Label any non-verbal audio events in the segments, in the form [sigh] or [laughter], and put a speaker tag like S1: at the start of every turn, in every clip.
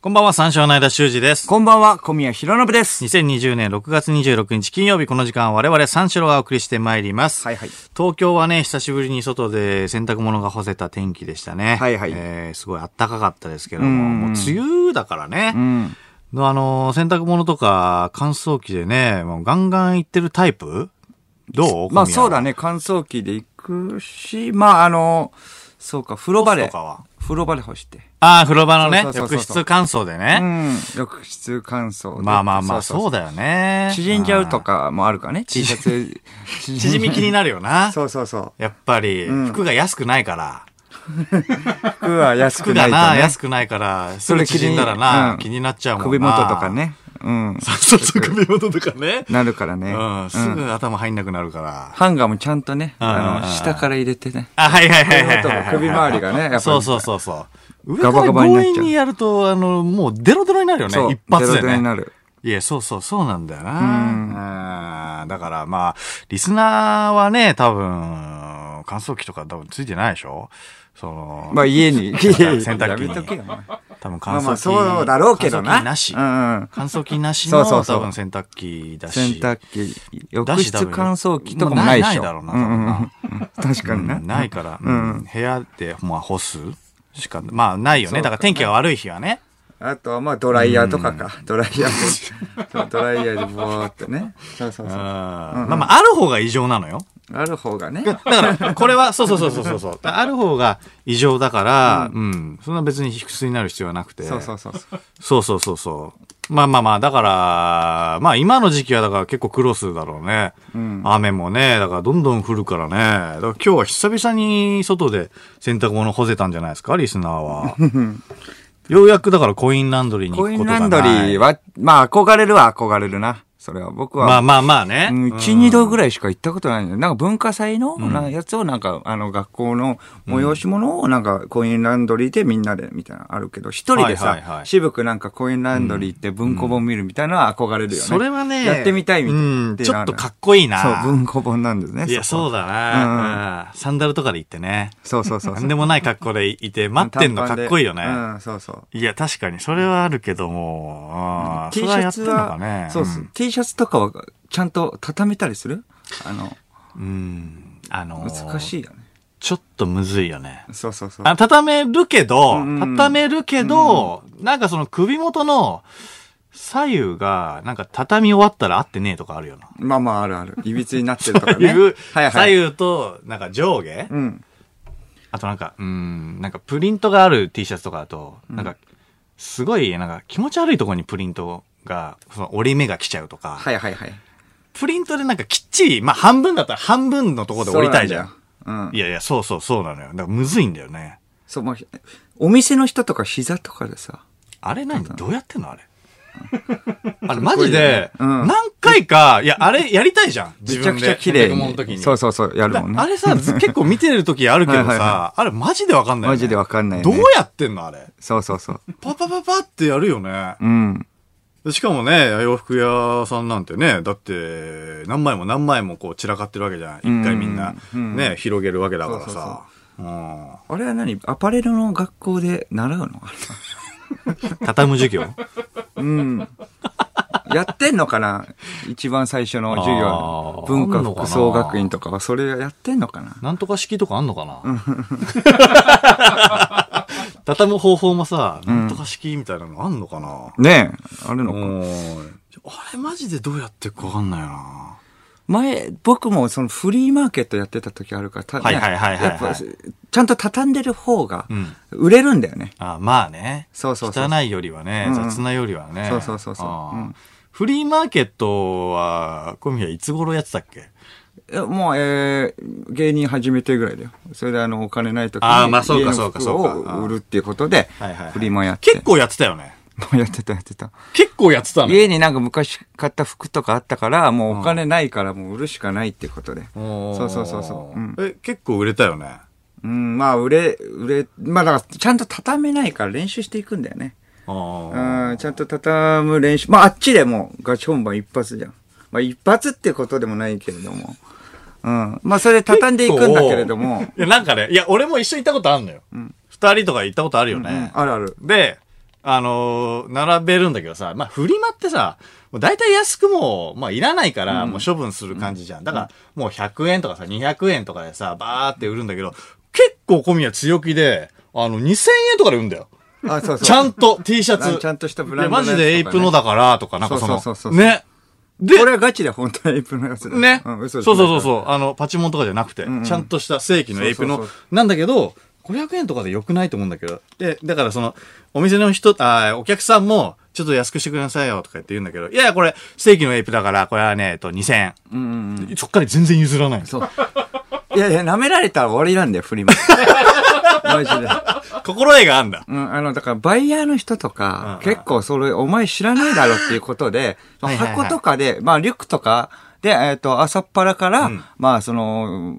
S1: こんばんは、三章の間修二です。
S2: こんばんは、小宮弘信です。
S1: 2020年6月26日金曜日この時間は我々三四郎がお送りしてまいります。
S2: はいはい
S1: 東京はね、久しぶりに外で洗濯物が干せた天気でしたね。
S2: はいはい
S1: えーすごい暖かかったですけど
S2: うん
S1: も、もう梅雨だからね。
S2: うん。
S1: のあの、洗濯物とか乾燥機でね、もうガンガンいってるタイプどう
S2: まあそうだ
S1: ね。
S2: ね、乾燥機で行くし、まああの、そうか、風呂場
S1: 干
S2: です
S1: とかは、
S2: 風呂場で干して。
S1: ああ、風呂場のね
S2: そう、そうそうそう
S1: 浴室乾燥で
S2: う
S1: ね。
S2: ん。浴室乾燥で。
S1: まあまあまあ、そう
S2: だ。
S1: だよね。
S2: 縮んじゃうと
S1: か。
S2: かもあるからね、T シャツ。
S1: [laughs] 縮み気になるよ [laughs] な。
S2: そうそうそう。
S1: やっぱり、
S2: ん
S1: 服が安くないから。
S2: 服は安
S1: [laughs] 服
S2: く
S1: が
S2: ないと
S1: な、
S2: ね。
S1: 安くないから、それ縮んだら
S2: う
S1: な、
S2: ん
S1: 気になっちゃうもんな。
S2: 首元とか。ね。う
S1: [laughs]
S2: ん。
S1: そうそう、首元とかね。
S2: なるからね。
S1: うん、すぐ頭入んなくなるから。
S2: ハンガーもちゃんとね、
S1: んうんうん
S2: あの、下から入れてね。
S1: あ、はいはいはいはいはい
S2: 首
S1: はい
S2: 元。も首周りがねやっぱり
S1: そうそうそうそう。上か
S2: ガバ
S1: ら
S2: ガバにな
S1: 強
S2: っちゃう
S1: 引にやると、あの、もうデロデロになるよ
S2: そ
S1: ね。
S2: う
S1: 一発で
S2: ゼロゼロに
S1: ね。
S2: なる。
S1: いや、そうそう、そうなんだよな。うんだからまあ、リスナーはね、多分、乾燥機とか多分ついてないでしょその、
S2: まあ [laughs] 家に。洗
S1: 洗濯機に
S2: やめとけよ。お前
S1: 多分乾燥
S2: まあ
S1: 機。
S2: まあそうだろうけど
S1: 乾燥
S2: な。
S1: 機なし
S2: う。んうん。
S1: 乾燥機なし
S2: そ
S1: の
S2: うそうそう
S1: 多分洗濯機だし。
S2: 洗濯機、
S1: だ
S2: 浴
S1: し
S2: 室乾燥機とかもないでしょ。
S1: もうないだろうな
S2: うんうんうん確かに
S1: う
S2: ね
S1: ん。ないから、うん部屋で、まあ、干すしか、まあ、ないよね。だから天気が悪い日はね。
S2: あとはまあドライヤーとかか。ドライ
S1: [laughs]
S2: ヤーでそうドライヤーでぼーっとね。そうそう
S1: う
S2: そ
S1: ん
S2: う。
S1: まあまあ、ある方が異常なのよ。
S2: ある方がね。
S1: だから、これは、そうそうそうそうそう
S2: [laughs]
S1: そう。ある方が異常だから、うん。そんな別に卑屈になる必要はなくて。
S2: そうそうそうそう。
S1: そうそうそうそう。まあまあまあ、だから、まあ今の時期はだから結構苦労するだろうね。雨もね、だからどんどん降るからね。だから今日は久々に外で洗濯物干せたんじゃないですか、リスナー
S2: [laughs]
S1: は。ようやくだからコインランドリーに行
S2: コ
S1: く
S2: イ
S1: こ
S2: ン
S1: とが
S2: ラ
S1: ない。
S2: ンドリーは、まあ憧れるは憧れるな。それは僕は。
S1: まあまあまあね。
S2: うん、1、2度ぐらいしか行ったことないんだよなんか文化祭のなやつをなんか、あの学校の催し物をなんかコインランドリーでみんなでみたいなのあるけど、一人でさ、
S1: はいはいはい
S2: 渋くなんかコインランドリー行って文庫本見るみたいなのは憧れるよね。
S1: それはね。
S2: やってみたいみたい
S1: う
S2: な。
S1: んちょっとか
S2: っ
S1: っこいい
S2: そう、
S1: な。
S2: 文庫本なんですね。
S1: いや、
S2: そこ
S1: そうだな、うんサンダルとかで行ってね。
S2: そうそうそうそ
S1: なん
S2: う。
S1: でもない格好でいて、待ってんのかっこいいよね。
S2: うん、そうそう。
S1: いや、確かに、それはあるけども、あー
S2: T
S1: そ
S2: シ
S1: れはや
S2: ャ
S1: って
S2: ツ
S1: んの
S2: は
S1: か、ね。
S2: そうっす、T シャツとかはちゃんと畳めたりするあの、
S1: うん。あのー
S2: 難しいよね。
S1: ちょっとむずいよね。
S2: そうそうそう。
S1: あ畳めるけど、
S2: うんうん
S1: 畳めるけど、なんかその首元の左右が、なんか畳み終わったら合ってねえとかあるよな。
S2: まあまああるある。いびつになってるとか
S1: [laughs]
S2: ね。
S1: いう
S2: はいはい。
S1: 左右と、なんか上下、
S2: うん。
S1: あとなんか、うん、なんかプリントがある T シャツとかだと、なんか、すごい、なんか気持ち悪いところにプリントが、その折り目が来ちゃうとか、
S2: はいはいはい。
S1: プリントでなんかきっちり、まあ半分だったら半分のところで折りたいじゃん。
S2: そうなんだよ。うん。
S1: いやいや、そうそうそうなのよ。だからむずいんだよね。
S2: そう、まあ、お店の人とか膝とかでさ。
S1: あれ何どうやってんのあれ。あれマジで、
S2: うん
S1: 何回か、いや、あれやりたいじゃん。自
S2: めちゃ
S1: 分
S2: く
S1: で。
S2: ちゃ綺麗
S1: 洗濯物の時
S2: に。
S1: に。
S2: そうそうそう、やるもんね。
S1: あれさ、ず結構見てる時あるけどさ、
S2: はいはいは
S1: あれマジでわかんないよね、
S2: マジでわかんないよ
S1: ど
S2: ね
S1: うやってんのあれ。
S2: そうそうそう。
S1: パパパパってやるよね。
S2: うん。
S1: しかもね、洋服屋さんなんてね、だって、何枚も何枚もこう散らかってるわけじゃん。一回みんな、
S2: うん
S1: ね、広げるわけだから
S2: そうそう
S1: さ。うん
S2: あれは何アパレルの学校で習うのあ
S1: 畳む授業 [laughs]
S2: れうん。やってんのかな一番最初の授業
S1: あ
S2: の
S1: ー
S2: 文
S1: あ
S2: 化
S1: んのかな
S2: 服装学院とかはそれやってんのかな
S1: なんとか式とかあんのかな [laughs] 畳む方法もさ、なんとか式みたいなのあんのかな、
S2: ねえ、あるの
S1: う
S2: か
S1: ん、あれマジでどうやってるかわかんないな。
S2: 前、僕もそのフリーマーケットやってた時あるから、た
S1: はいはいはいはいはい
S2: やっぱちゃんと畳んでる方が
S1: うん、
S2: 売れるんだよね。
S1: あまあね。
S2: そうそうそう
S1: 汚いよりはね、
S2: うんうん
S1: 雑なよりはね。
S2: そうそうそうそう
S1: あー
S2: うん
S1: フリーマーケットは、小宮いつ頃やってたっけ
S2: えもう、えー芸人始めてぐらいだよ。それであの、お金ない時に。
S1: あーまあそうか
S2: 家の服
S1: そうかそうか
S2: を売るっていうことで
S1: はいはいはい、
S2: フリマやって。
S1: 結構やってたよね。
S2: 構やってたやってた。
S1: 結構やってたの
S2: 家になんか昔買った服とかあったから、もうお金ないからもう売るしかないっていうことで。
S1: おー
S2: そうそうそうそううん
S1: え、結構売れたよね。
S2: うん、まあ売れ、売れ、まあだからちゃんと畳めないから練習していくんだよね。
S1: あー
S2: うん、ちゃんと畳む練習。まああっちでもうガチ本番一発じゃん。まあ一発ってことでもないけれども。うん。まあそれで畳んでいくんだけれども。
S1: いや、なんかね、いや、俺も一緒に行ったことあるのよ。二、人とか行ったことあるよね。
S2: うんあるある。
S1: で、あのー並べるんだけどさ、まあ、フリマってさ、もう大体安くもう、まあ、いらないから、もう処分する感じじゃん。だから、もう100円とかさ、200円とかでさ、バーって売るんだけど、結構小宮強気で、あの、2000円とかで売るんだよ。
S2: あ、そうそう。
S1: ちゃんと T シャ
S2: あ
S1: ツ。
S2: ちゃんとしたブランド
S1: いやマジでエイプのだから、とか、なんかその、
S2: そうそうそうそう
S1: ね。で、
S2: これはガチで本当にエイプのやつだ
S1: ね。
S2: うん
S1: そ
S2: 嘘
S1: う
S2: じ
S1: そ
S2: ゃ
S1: う
S2: ない
S1: そうそう。あの、パチモンとかじゃなくて、ちゃんとした正規のエイプ
S2: そ
S1: の
S2: うそう、
S1: なんだけど、500円とかで良くないと思うんだけど。で、だからその、お店の人、あーお客さんも、ちょっと安くしてくださいよとか言って言うんだけど、いやいや、これ、正規のエイプだから、これはね、えっと、2000円。そっから全然譲らない。 [laughs]
S2: そう。いやいや、舐められたら終わりなんだよ、フリマ。マジで。
S1: 心得があんだ。
S2: うん、あの、だから、バイヤーの人とか、結構それ、お前知らないだろっていうことで、
S1: [laughs] はいはいはい
S2: 箱とかで、まあ、リュックとかで、えっ、と、朝っぱらから、まあ、その、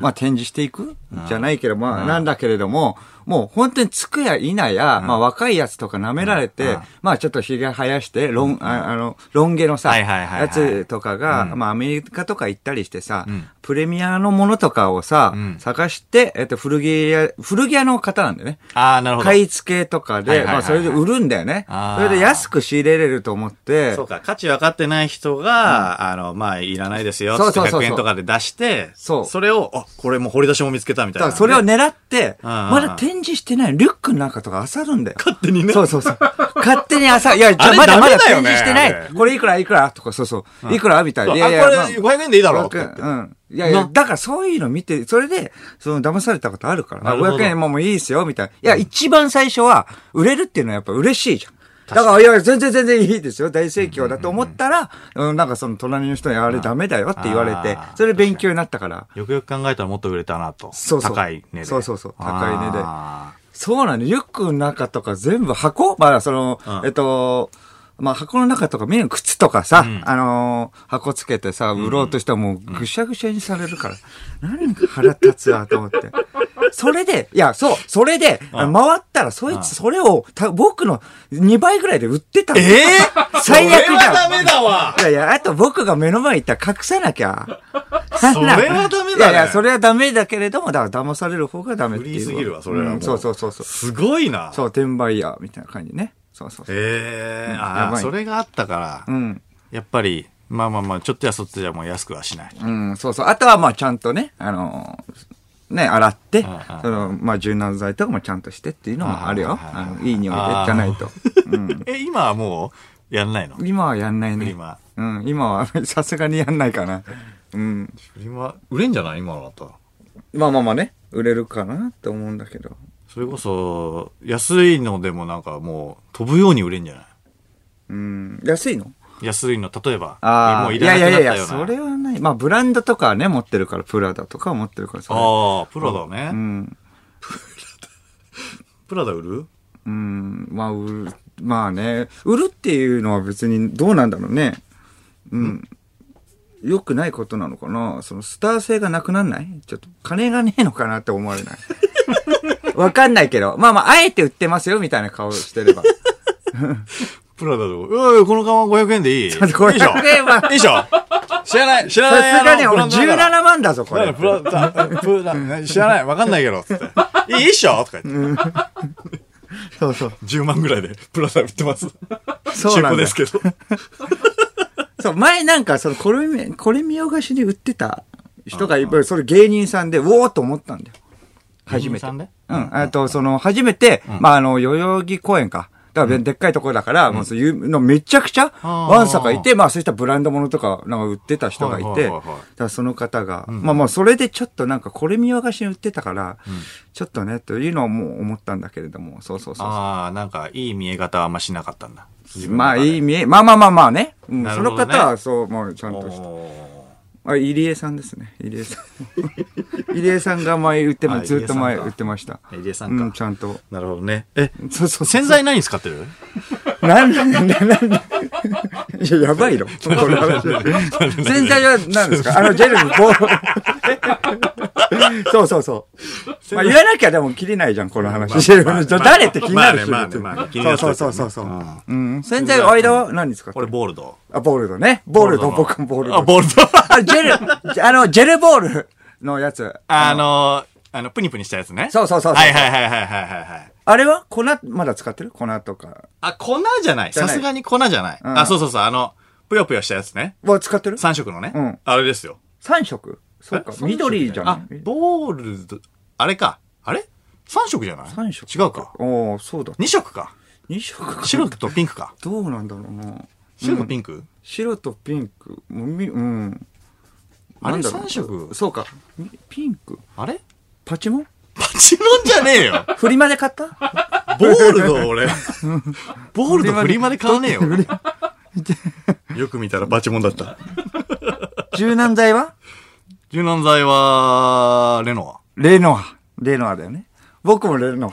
S2: まあ、展示していくじゃないけど、まあ、なんだけれども、もう本当につくやいなや、まあ、若いやつとか舐められて、まあ、ちょっとひげ生やして、ロン、ああの、ロン毛のさ、
S1: はいはいはいはい
S2: やつとかが、まあ、アメリカとか行ったりしてさ、プレミアのものとかをさ、探して、えっ、と、古着屋、古着屋の方なんだよね。
S1: ああ、なるほど。
S2: 買い付けとか
S1: はい
S2: で、
S1: はいはいはい
S2: まあそれで売るんだよね。
S1: あ
S2: そ
S1: ー
S2: れで安く仕入れれると思って
S1: そ、うか、価値分かってない人が、あの、まあ、いらないですよ、つ
S2: そう
S1: って
S2: そうそうそう
S1: 100円とかで出して、
S2: そう
S1: れを、あ、これもう掘り出しも見つけたみた
S2: だ
S1: い
S2: か
S1: な。
S2: らそれを狙って、
S1: うんうんうん
S2: まだ展示してないリュックなんかとか漁るんだよ。
S1: 勝手にね
S2: そうそうそう。勝手に漁る。いや、じゃ
S1: あ
S2: あ
S1: れ
S2: まだま
S1: ダメ
S2: だ
S1: だ
S2: 展
S1: よね
S2: 示して
S1: あ
S2: な
S1: れ
S2: い。これいくらいくらとか、そうそう。いくらみたい
S1: あ
S2: な。
S1: こ
S2: い
S1: れ
S2: やいや、まあ
S1: 500円でいいだろって言って
S2: うん。いやいや、だからそういうの見て、それで、その騙されたことあるから、
S1: な
S2: あ
S1: るほど
S2: 500円ももういいですよ、みたいな。いや、一番最初は、売れるっていうのはやっぱ嬉しいじゃん。だから、いや、全然全然いいですよ、大盛況だと思ったら、うん、なんかその隣の人に、あれダメだよって言われて
S1: あー、
S2: それ勉強になったから。
S1: よくよく考えたらもっと売れたなと。
S2: そうそう
S1: 高い値で。
S2: そうそうそう高い値で
S1: あ
S2: そうなんだ、リュックの中とか全部箱まあ、その、
S1: うん
S2: えっと、まあ、箱の中とか、目の靴とかさ、あのー箱つけてさ、売ろうとしてもうぐしゃぐしゃにされるから、なんか腹立つわ、と思って。それで、いや、そう、それで、あの回ったら、そいつ、それを、た僕の2倍ぐらいで売ってたの
S1: ーえー、
S2: 最悪
S1: それ
S2: じゃ
S1: は
S2: ん
S1: ダメだわ
S2: いやいや、あと僕が目の前にいたら隠さなきゃ。
S1: それはダメだね
S2: いやいや、それはダメだけれども、だから騙される方がダメっていう。
S1: フリーすぎるわそれはもう
S2: うんそうそうそうそう。
S1: すごいな。
S2: そう、転売屋みたいな感じね。そうそうそう。
S1: ええー、
S2: や
S1: ああ、
S2: ばい
S1: それがあったから、
S2: うん。
S1: やっぱり、まあまあまあ、ちょっとやそっとじゃもう安くはしない。
S2: うん、そうそう。あとは、まあ、ちゃんとね、あのーね、洗って
S1: んうん、
S2: その、まあ、柔軟剤とかもちゃんとしてっていうのもあるよ。
S1: うんうんうん
S2: あのいい匂いで、じゃないと。
S1: [laughs] え、今はもう、やんないのフ
S2: 今はやんないね。
S1: リマ。
S2: うん、今は、 [laughs] さすがにやんないかな。うん。
S1: フリマ、売れんじゃない今のだったら。
S2: まあまあまあね、売れるかなと思うんだけど。
S1: それこそ、安いのでもなんかもう、飛ぶように売れんじゃない
S2: うん、安いの
S1: 安いの、例えば、
S2: あ
S1: も
S2: あ、
S1: う
S2: い
S1: いら
S2: や
S1: ないくな
S2: や
S1: った
S2: いやい
S1: ような。
S2: や、それはない。まあ、ブランドとかはね、持ってるから、プラダとかは持ってるから、それ
S1: ああ、プラダね。
S2: うん。
S1: プラダ売る
S2: うん、まあ、売る、まあね、売るっていうのは別にどうなんだろうね。うん。良くないことなのかなそのスター性がなくなんないちょっと金がねえのかなって思わ [laughs] れないわかんないけど。まあまあ、あえて売ってますよみたいな顔して [laughs] れば。
S1: プラダで、うわこのカバン500円でい [laughs] い。
S2: だって500円は
S1: よいしょ。知らない、知ら
S2: さ
S1: ない。
S2: すがに
S1: あのブラン
S2: 俺
S1: ドだから
S2: 17万だぞ、これ。
S1: プラダ、プラダ、 [laughs] 知らない、わかんないけど、つって。いいいいっしょとか言って。
S2: そうそう。
S1: 10万ぐらいでプラダ売ってます。
S2: そうな
S1: 中古
S2: んだ
S1: で
S2: よ
S1: す。けど。
S2: そう、前なんか、その、これ見、これ見よがしに売ってた人がいっぱい、それ芸人さんで、うおーっと思ったんだよ。初
S1: 芸人
S2: めて。
S1: さんで
S2: うん。あと、その、初めて、まあ、あの、代々木公園か。だから、でっかいところだから、もうそういうのめちゃくちゃ、
S1: あー
S2: ワンサがいて、まあ、そうしたブランド物とか、なんか売ってた人がい
S1: はいは
S2: て、
S1: い
S2: だ
S1: はいはい
S2: からその方が、まあまあ、それでちょっとなんか、これ見よがしに売ってたから、ちょっとね、というのはもう思ったんだけれども、そうそうそうそう。
S1: ああ、なんか、いい見え方はあんましなかったんだ。
S2: まあ、いい
S1: い。
S2: 見え、まあまあまあまあね。うん
S1: なる
S2: そ
S1: ほど
S2: の
S1: ね
S2: 方は、そう、もうちゃん
S1: お
S2: として。
S1: ー
S2: あ、入江さんですね。入江さん。入江さんが前売って
S1: あ
S2: ま、ずっと前
S1: 入江さんか
S2: 売ってました。
S1: 入江さ
S2: うん
S1: か
S2: ん、ちゃんと。
S1: なるほどね。え、
S2: そうそうそう。
S1: 洗剤何使ってる
S2: なんで、なんで、なんで。いや、やば
S1: [laughs]
S2: いの。この話洗剤は何ですかあの、ジェル [laughs] にこう。そうそうそう。まあ、言わなきゃでも切れないじゃん、この話。ジェルの人誰って気になるし。
S1: まあねまあねまあね気になる人
S2: そうそうそうそう。うん。洗剤、間は何ですか
S1: これボールド。
S2: あ、ボールドね。ボールド、
S1: の
S2: 僕もボール
S1: あ、
S2: ド。
S1: ボールド。
S2: あ、ジェル、あの、ジェルボールのやつ。
S1: [laughs] あの、あの、プニプニしたやつね。
S2: そうそうそうそう
S1: はいはいはいはいはいはいはい。
S2: あれは粉、まだ使ってる粉とか。
S1: あ、粉じゃない。
S2: じゃ
S1: さ
S2: ない
S1: すがに粉じゃない。
S2: うん
S1: あ、そうそうそう。あの、ぷよぷよしたやつね。
S2: は使ってる
S1: 三色のね。
S2: うん
S1: あれですよ。
S2: 三色そうか
S1: え。
S2: 緑じゃな
S1: あ
S2: い、
S1: ボールド、あれか。あれ三色じゃない
S2: 三色
S1: 違うか。
S2: おおそうだ。
S1: 二色か。
S2: 二色か。
S1: 白とピンクか。
S2: どうなんだろうな。
S1: 白と
S2: ンク。
S1: ピンク、
S2: 白とピンク。みうん。
S1: あれ
S2: なんだろう
S1: 三色
S2: そうか。みピンク。
S1: あれ
S2: パチモン
S1: パチモンじゃねえよ
S2: フリマで買った
S1: ボールド
S2: [laughs]
S1: 俺。ボールドフリマで買わねえよ。 [laughs] よく見たらパチモンだった。
S2: 柔軟剤は
S1: 柔軟剤は、レノ
S2: レノア。レノアだよね。僕もレノ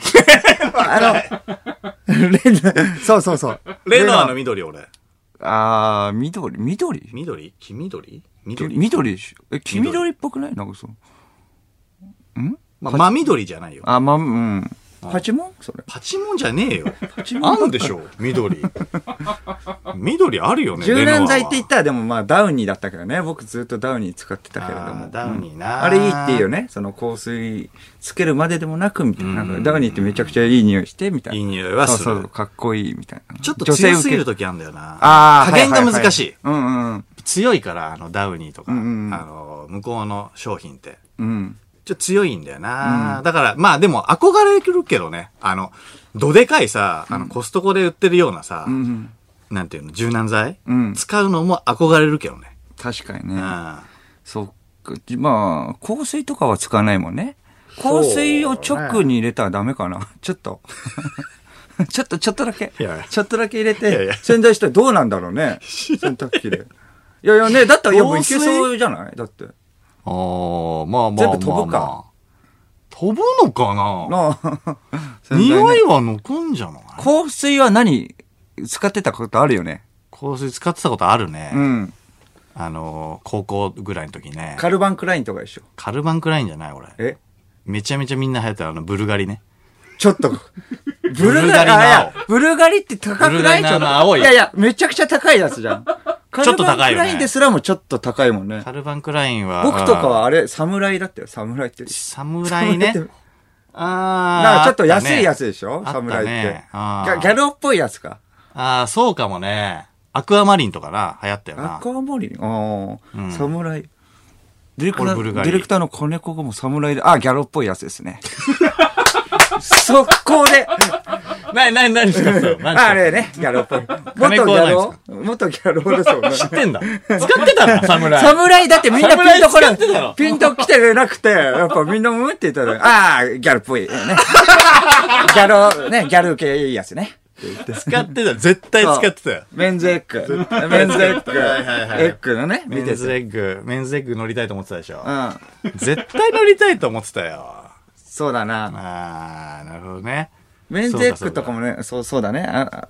S2: ア。あの、レノそうそうそう。
S1: ア。レノアの緑俺。
S2: あー、緑、緑
S1: 緑黄緑緑
S2: 緑でしょ。え、黄緑っぽくないなんかそう。
S1: まあ、真緑じゃないよ。
S2: あ、ま、うん。パチモンそれ。
S1: パチモンじゃねえよ。
S2: チモン
S1: あんでしょ
S2: [laughs]
S1: 緑。緑あるよね。
S2: 柔軟剤って言
S1: っ
S2: ったらでもまあダウニーだったけどね。僕ずっとダウニー使ってたけれども。
S1: ダウニー
S2: うん
S1: な。
S2: あれいいっていうよ。ね。その香水つけるまででもなくみたいな。
S1: うん
S2: ダウニーってめちゃくちゃいい匂いしてみたいな。
S1: いい匂いはする
S2: そうそう、かっこいいみたいな。
S1: ちょっと強すぎる
S2: と。
S1: 時あんだよな。
S2: ああ、
S1: 加減が
S2: ははは
S1: 難しい。
S2: うんうん。
S1: 強いから、あの、ダウニーとか、あ
S2: うんうんうん
S1: の、向こうの商品って。
S2: うん。
S1: ちょっと強いんだよな、だから、まあでも憧れるけどね。あの、どでかいさ、あの、コストコで売ってるようなさ、
S2: うん。
S1: なんていうの、柔軟剤、
S2: うん
S1: 使うのも憧れるけどね。
S2: 確かに
S1: う
S2: ね。
S1: ん。
S2: そうか。じまあ、香水とかは使わないもんね。
S1: そう
S2: 香
S1: ね
S2: 水を直に入れたらダメかな。ちょっと。 [laughs] ちょっと、ちょっとだけ
S1: いやいや。
S2: ちょっとだけ入れ
S1: いやい
S2: て
S1: や、
S2: 洗剤したらどうなんだろうね。洗濯機で。いやいやね、だったらやっぱい
S1: 香
S2: け
S1: 水
S2: そうじゃないだって。
S1: ああ、まあまあまあ、まあ。
S2: 全部飛ぶか
S1: 飛ぶのかな
S2: なあ。洗剤ね
S1: 匂いは残んじゃない
S2: 香水は何使ってたことあるよね。
S1: 香水使ってたことあるね。
S2: うん。
S1: あの、高校ぐらいの時ね。
S2: カルバンクラインとかでしょ。
S1: カルバンクラインじゃない俺。
S2: え
S1: めちゃめちゃみんな流行ってるあの、ブルガリね。
S2: ちょ
S1: [laughs]
S2: っと。ブル
S1: ルガ
S2: ガリ
S1: リの青
S2: あいやブルガリって高くない
S1: ブルガリのあの青い
S2: いやいや、めちゃくちゃ高いやつじゃ
S1: [laughs]
S2: ん。ちょ
S1: ょっと高いよね
S2: ラインですらもちょっと高いもんね
S1: カ。ルバンクラインは。
S2: 僕とか
S1: あー。
S2: はあれ、侍だったよ、侍って。
S1: 侍ね。ああ。
S2: なんかちょっと安いや
S1: つ。
S2: つでしょ、
S1: あったね
S2: 侍って。ギ
S1: あー
S2: ャギャロっぽいやつか。
S1: ああ、そうかもね。アクアマリンとかな、流行ったよな。
S2: 赤森ああ、
S1: うん
S2: 侍。ディレクタ
S1: 俺
S2: ー
S1: ブルガリ
S2: ディレクターの金子がもう侍で、あ、ギャロっぽいやつですね。速攻で、
S1: な、な、何使ってたの
S2: あれね、ギャロっぽい。
S1: 金
S2: 元
S1: 子
S2: ギ
S1: は
S2: ャ
S1: ないんです
S2: ロ元ギャロですよね。
S1: 知ってんだ。使ってたんだ、侍。
S2: 侍だってみんなピンとこ
S1: 侍使ってた
S2: な
S1: の
S2: い。ピンと来てなくて、やっぱみんなうんって言った
S1: [laughs]
S2: ら、ああ、ギャルっぽい。ね、ギャロ、ね、ギャル系いいやつね。
S1: 使ってた。絶対使ってたよ。
S2: メンズエッグ。メンズエッグ。
S1: はいはいはい
S2: エッグのね、
S1: メ
S2: 見
S1: ン
S2: て
S1: ズ
S2: て。
S1: エッグ、メンズエッグ乗りたいと思ってたでしょ
S2: う。ん。
S1: 絶対乗りたいと思ってたよ。
S2: そうだな。
S1: あー、なるほどね。
S2: メンズエッグとかもね、そうそうだね。あ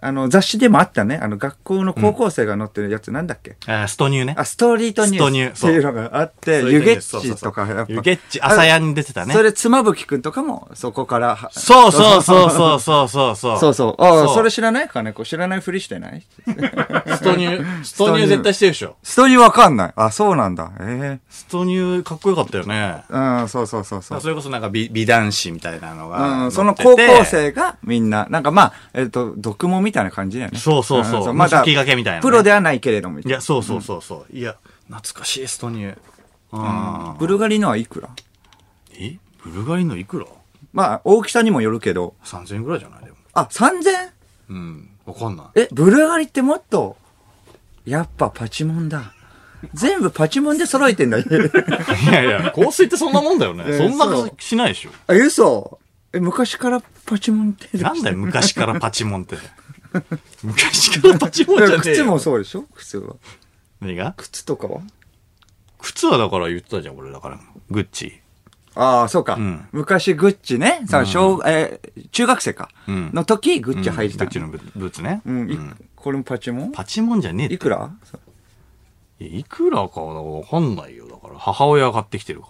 S2: あの、雑誌でもあったね。あの、学校の高校生が載ってるやつなんだっけ
S1: あーストニューね。
S2: あ、ストリートニュ
S1: ストニュー
S2: ースっ
S1: そ
S2: て
S1: う
S2: いうのがあって、
S1: そう
S2: 湯
S1: いう
S2: ゲ
S1: ニュース
S2: ッチとか、
S1: そうそうそう。。
S2: やっぱ
S1: 湯ゲッチ、朝やんに出てたね
S2: そ。れ、妻夫木くんとかも、そこからは、
S1: そうそうそうそうそうそうそう。
S2: そうそう。ああ、
S1: そう
S2: それ知らない金子知らないふりしてない
S1: ストニュー、ストニュー絶対してるでしょ。
S2: 人にわかんない。あ、そうなんだ。え
S1: ストニューかっこよかったよね
S2: え。うん、そうそうそうそ。
S1: そうれこそなんか美美男子みたいなのが乗って
S2: うん、
S1: て。
S2: その高校生がみんな、なんかまあ、えっ、と、毒もみたいな感じだよね。
S1: そうそうそうん
S2: まだ、
S1: 先駆けみたいなね
S2: プロではないけれども、みた
S1: い
S2: いな
S1: や、そうそうそうそう。いや、懐かしい、ストニュー。あ
S2: ブルガリのはいくら
S1: ーえブルガリのいくら
S2: まあ、大きさにもよるけど。
S1: ?3000 円ぐらいじゃないでも。
S2: あ、3000?
S1: うん。わかんない。
S2: え、ブルガリってもっと、やっぱパチモンだ。全部パチモンで揃えてんだ。 [laughs]
S1: いやいや、香水ってそんなもんだよね。
S2: え
S1: そんな
S2: そう
S1: しないでしょ。
S2: あ、嘘。え、昔からパチモンって。
S1: なんだよ、昔からパチモン
S2: [laughs]
S1: って。昔からパチモンじゃねえよ。
S2: 靴もそうでしょ靴は。
S1: 何が
S2: 靴とかは
S1: 靴はだから言ってたじゃん、俺。だから、グッチ。
S2: ああ、そうか。
S1: ん
S2: 昔、グッチね。さあ、小、えー中学生か。
S1: うん
S2: の時、グッチ履いてた。
S1: グッチのブブーツね。
S2: うん、いこれもパチモン
S1: パチモンじゃねえ
S2: い
S1: って。
S2: くらそう
S1: いくらかわかんないよ。だから、母親が買ってきてるか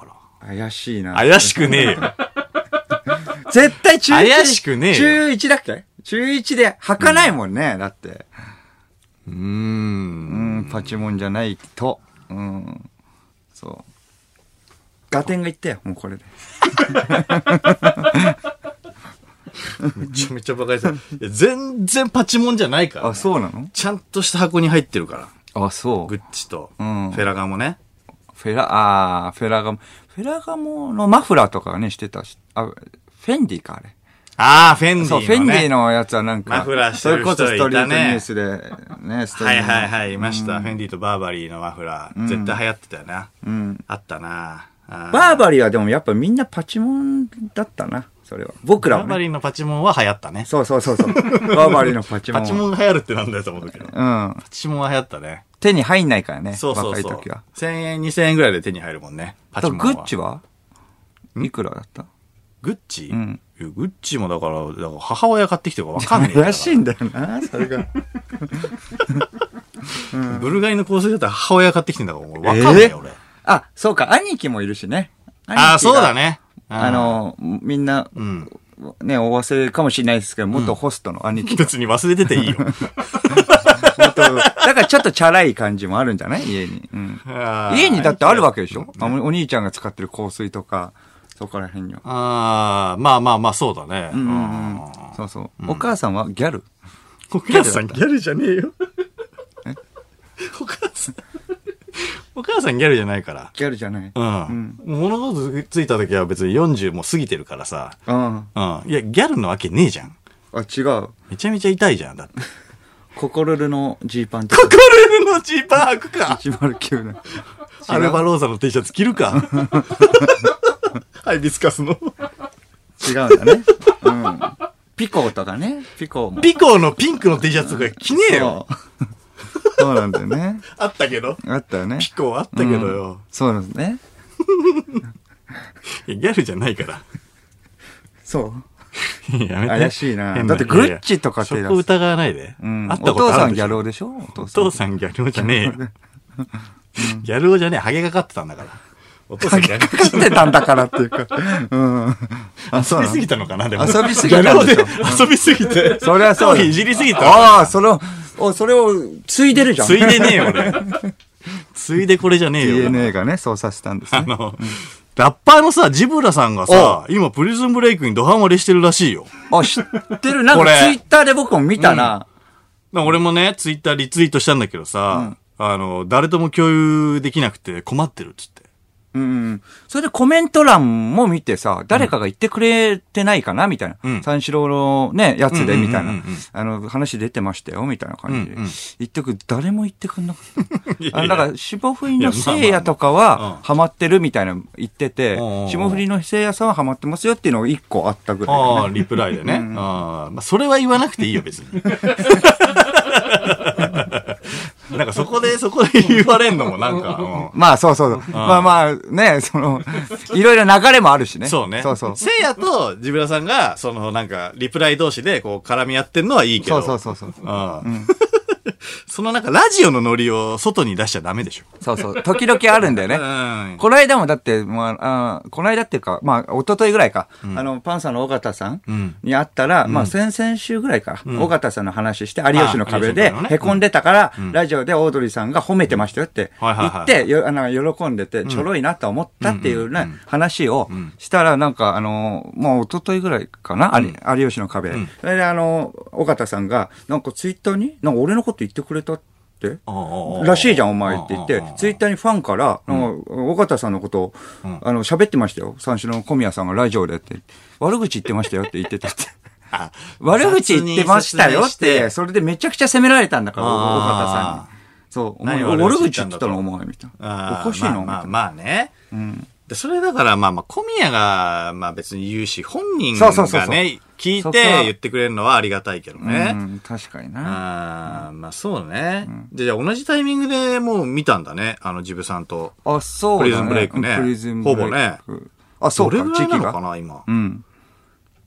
S1: ら。
S2: 怪しいな。
S1: 怪しくねえ
S2: [laughs]
S1: よ。
S2: 絶対中1。
S1: 怪しくねえよ
S2: 中1だっけ中1で履かないもんね。だって。
S1: うー。
S2: うんん、パチモンじゃないと。うん。そう。ガテンが言ったよ、もうこれで。
S1: めちゃめちゃバカにした。いや全然パチモンじゃないから、
S2: あ、そうなの
S1: ちゃんとした箱に入ってるから。
S2: あ、そ
S1: グッチと、フ
S2: うん
S1: ェラガもね。
S2: フェラ、あーフェラガモ。フェラガモのマフラーとかね、してたし、あ、フェンディか、あれ。
S1: ああ、フェンディ
S2: そう、
S1: の、ね。
S2: フェンディのやつはなんか、
S1: マフラーしてる人
S2: それこそストリー
S1: い
S2: ト
S1: た
S2: ニ
S1: ね
S2: ュースで、ね、ストリ
S1: [laughs] はい
S2: ート
S1: はいはい、いました。フェンディとバーバリーのマフラー。絶対流行ってたよな。あったな。バ
S2: バーバリーはでもやっぱみんなパチモンだったな、それは。僕ら
S1: バ
S2: は、
S1: ーバ
S2: ね。
S1: リーのパチモンは流行ったね。
S2: そうそう
S1: [laughs]
S2: そうそう。バーバリーのパチモ
S1: パ
S2: ンは。
S1: チモンが流行るってなんだよと思うけど。パ
S2: うん。
S1: チモンは流行ったね。
S2: 手に入んないからね。
S1: そうそうそう。
S2: 若い時は。
S1: 1000円、2000円ぐらいで手に入るもんね。パ
S2: あ
S1: チ
S2: と
S1: モン
S2: グ
S1: は。
S2: ッチはいくらだった
S1: グッチ、
S2: ん
S1: いやグッチもだから、だから母親買ってきてるからわかんないんだから
S2: 怪しいんだよな、それ
S1: [laughs]
S2: が。
S1: ブルガリの香水だったら母親買ってきてんだから、俺わかんないよ、俺
S2: えー。あ、そうか、兄貴もいるしね。
S1: ああ、
S2: 兄貴が
S1: そうだ。ね。
S2: あの、みんな、
S1: ん [laughs]
S2: ね、お忘れかもしれないですけど、元ホストの兄貴
S1: うん、。別に忘れてて
S2: [laughs]
S1: いいよ。
S2: 元だからちょっとチャラい感じもあるんじゃない家に。うん家にだってあるわけでしょあおお兄ちゃんが使ってる香水とか、そこら辺には。
S1: ああ、まあまあまあ、そうだね。
S2: うんうんうんそうそう。お母さんはギャル
S1: お母さんギャルじゃねえよ。お母さん、お母さんギャルじゃないから。
S2: ギャルじゃない。
S1: うん。物事ついた時は別に40も過ぎてるからさ。
S2: うん。あ、
S1: うん。いや、ギャルのわけねえじゃん。
S2: 違う。
S1: めちゃめちゃ痛いじゃん。だって。
S2: ココルルのジーパンと
S1: コ
S2: か。
S1: コルルのジーパークか。
S2: 109の。
S1: [laughs] アルバローザの T シャツ着るか。ハイビスカスの。
S2: 違うんだね。うん。ピコーとかね。ピコーも。
S1: ピコーのピンクの T シャツとか着ねえよ。
S2: そう。そうなんだよね。
S1: あったけど。
S2: あったよね。
S1: ピコーあったけどよ。
S2: そうなんですね。
S1: いやギャルじゃないから。
S2: そう。
S1: [laughs] やめて。
S2: 怪しいな
S1: 変
S2: だってグッチとかって
S1: いやいやそこ疑わないで。
S2: うん。
S1: 会った
S2: お
S1: こと
S2: 父
S1: あ
S2: さ
S1: るで
S2: んギ
S1: しょ
S2: ャル男でしょお父
S1: お
S2: さん。
S1: 父さんギャル男じゃねえよ。ギャル男じゃねえ。ハゲがかってたんだから。お父さんギャル
S2: 勝ってたんだからっていうか。うん。あ、そう
S1: 遊び
S2: なの
S1: すぎたのかなでも。
S2: 遊びすぎたんでし
S1: ギ
S2: ょ
S1: ャル男で遊びすぎて。
S2: そりゃそ
S1: 頭
S2: うだ
S1: 皮いじりすぎた。
S2: ああ、それを、お、それを、ついでるじゃん。
S1: ついでねえよ、俺。ついでこれじゃねえよ。
S2: DNA がね、そうさせたんです
S1: あ
S2: ね。
S1: の、ラッパーのさ、ジブラさんがさ、今プリズンブレイクにドハマりしてるらしいよ。
S2: あ、知ってる。なん
S1: こ
S2: か
S1: れ
S2: ツイッターで僕も見た
S1: だ
S2: な。
S1: から俺もね、ツイッターリツイートしたんだけどさ、あの、誰とも共有できなくて困ってるっつって。
S2: うん。それでコメント欄も見てさ、誰かが言ってくれてないかなみたいな。
S1: うん
S2: 三四郎のね、やつで、みたい
S1: うんうんう
S2: な
S1: んうん。
S2: あの、話出てましたよ、みたいな感じで。
S1: うんうん
S2: 言ってくる、誰も言ってくんなかった。
S1: [laughs] いや
S2: あ
S1: いや
S2: だから、霜降りの
S1: いやまあまあ
S2: 聖夜とか
S1: うん
S2: は、ハマってるみたいなの言ってて
S1: うんうんうん、
S2: 霜降りの聖夜さんはハマってますよっていうのが一個あったぐらいだね。
S1: ああ、リプライでね。ああまあ、それは言わなくていいよ、別
S2: [laughs]
S1: に。なんかそこで、そこで言われんのもなんか、う
S2: まあそうそうそう。まあまあね、
S1: [laughs]
S2: その、いろいろ流れもあるしね。
S1: んそうね。
S2: そうそう。
S1: せいやとジブラさんが、そのなんか、リプライ同士でこう絡み合ってんのはいいけ
S2: そ
S1: ど。
S2: うそうそうそう。
S1: うん [laughs] そのなんか、ラジオのノリを外に出しちゃダメでしょ。
S2: そうそう。時々あるんだよ
S1: う
S2: ね。
S1: ん。
S2: この間もだって、まあ、あーこの間っていうか、まあ、一昨日ぐらいか、あの、パンサーの尾形さん
S1: うん
S2: に会ったら、まあ、先々週ぐらいか、尾形さんの話して、有吉の壁
S1: あ有吉
S2: で
S1: の壁のね、
S2: へこんでたから、ラジオでオードリーさんが褒めてましたよって
S1: うんはいはい
S2: 言
S1: はい
S2: って、よあの喜んでて、ちょろいなと思ったっていうね、話をしたら、なんか、あの、もう一昨日ぐらいかな、有有吉の壁。それで、あの、尾形さんが、なんかツイッターに、なんか俺のこと言ってくれたって、らしいじゃん、お前って言って、ツイッターにファンから、なんか、尾形さんのことを、あの、喋ってましたよ。三四郎の小宮さんがラジオでって、悪口言ってましたよって言ってたって。
S1: [laughs] あ
S2: 悪口言ってましたよっ
S1: 雑に説明
S2: て、
S1: して
S2: それでめちゃくちゃ責められたんだから、尾
S1: あー
S2: 形さんに。そう、お前、
S1: 何悪
S2: 悪
S1: 口言っ
S2: 口
S1: た
S2: 言
S1: ん
S2: っ
S1: だと
S2: てたの、お前、みたいな
S1: あ。ー
S2: おかしいな、
S1: まあまあ
S2: お前
S1: まあね。でそれだからまあまあ、小宮が、まあ別に言うし、本人
S2: そ
S1: が
S2: うそうそうそう
S1: ね、聞い
S2: そ
S1: て
S2: こは
S1: 言ってくれるのはありがたいけど
S2: う
S1: ね。
S2: ん、確かにな。
S1: あーまあそうね。でじゃあ同じタイミングでもう見たんだね、あのジブさんと。
S2: あ、そうだ
S1: プリズンブレイクね
S2: うんプリズンブレイク
S1: ほぼね。
S2: あ、そうか、
S1: どれぐら
S2: 時
S1: いな
S2: 期
S1: のか
S2: が。
S1: な、今
S2: う。ん。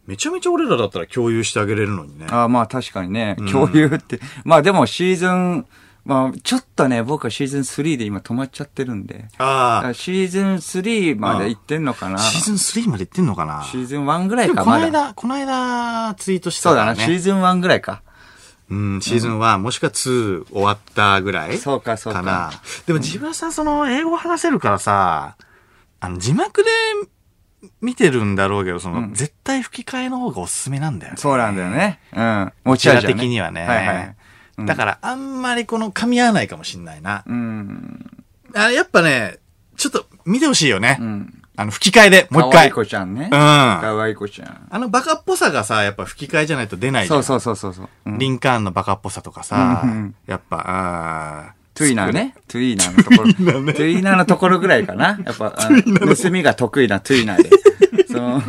S1: めちゃめちゃ俺らだったら共有してあげれるのにね。
S2: あーまあ確かにね、共有って。まあでもシーズン、まあちょっとね、僕はシーズン3で今止まっちゃってるんで。だか
S1: あ
S2: らシーズン3まで行ってんのかな
S1: あ、シーズン3まで行ってんのかな。
S2: シーズン1ぐらい
S1: でも
S2: か、
S1: この
S2: まだ。
S1: 間、この間ツイートして
S2: そ
S1: た
S2: う
S1: か
S2: だ
S1: ら
S2: な、シー
S1: ね。
S2: ズン1ぐらいか。
S1: うん、シーズン1、もしくは2終わったぐらい
S2: そうか、そう
S1: か
S2: か。
S1: な。でも自分はさ、その、英語話せるからさ、あの、字幕で見てるんだろうけど、その、絶対吹き替えの方がおすすめなんだよね。
S2: そうなんだよね。うん。持
S1: こ
S2: ち
S1: ちら
S2: 味はね
S1: 的にはね。
S2: はいはい。うん
S1: だから、あんまりこの、噛み合わないかもしんないな。
S2: うん。
S1: あやっぱね、ちょっと、見てほしいよね。
S2: うん。
S1: あの、吹き替えで、もう一
S2: かわい
S1: 回。
S2: い子ちゃんね。
S1: うん。あ
S2: かわいい子ちゃん。
S1: の、バカっぽさがさ、やっぱ吹き替えじゃないと出ないじゃ
S2: そ
S1: ん
S2: うそうそうそうそう。うん
S1: リンカーンのバカっぽさとかさ
S2: うんうん、
S1: やっぱ、あ
S2: トゥイナーね。トゥイナーのところ。トゥイナーのところぐらいかな。やっぱ、あの盗みが得意なトゥイナーで。その、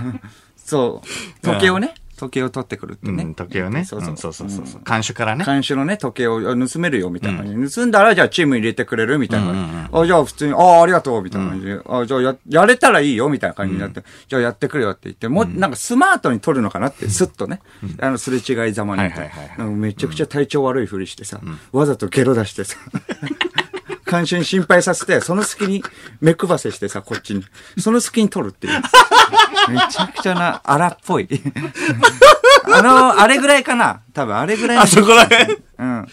S2: そう、時計をね、時計を取ってくるって
S1: ー
S2: ね。
S1: うん、時計をね。
S2: そうそう
S1: うんそうそうそうそう。監守からね。
S2: 監視のね、時計をあ盗めるよ、みたいな感じで盗んだら、じゃあチームに入れてくれるみたいな感じで。あ、じゃあ普通に、ああ、ありがとう、みたいな感じで。あじゃあや、やれたらいいよ、みたいな感じになって。じゃあやってくれよって言って、もう、なんかスマートに取るのかなって、スッとね。あの、すれ違いざまに
S1: はいはいはいは。い
S2: なんかめちゃくちゃ体調悪いふりしてさ、わざとゲロ出して [laughs] さ。監視に心配させて、その隙に目配せしてさ、こっちに。その隙に取るって [laughs] いう。めちゃくちゃな、荒っぽい。あの、あれぐらいかな多分、あれぐらいの
S1: あそこら辺
S2: うん。
S1: あ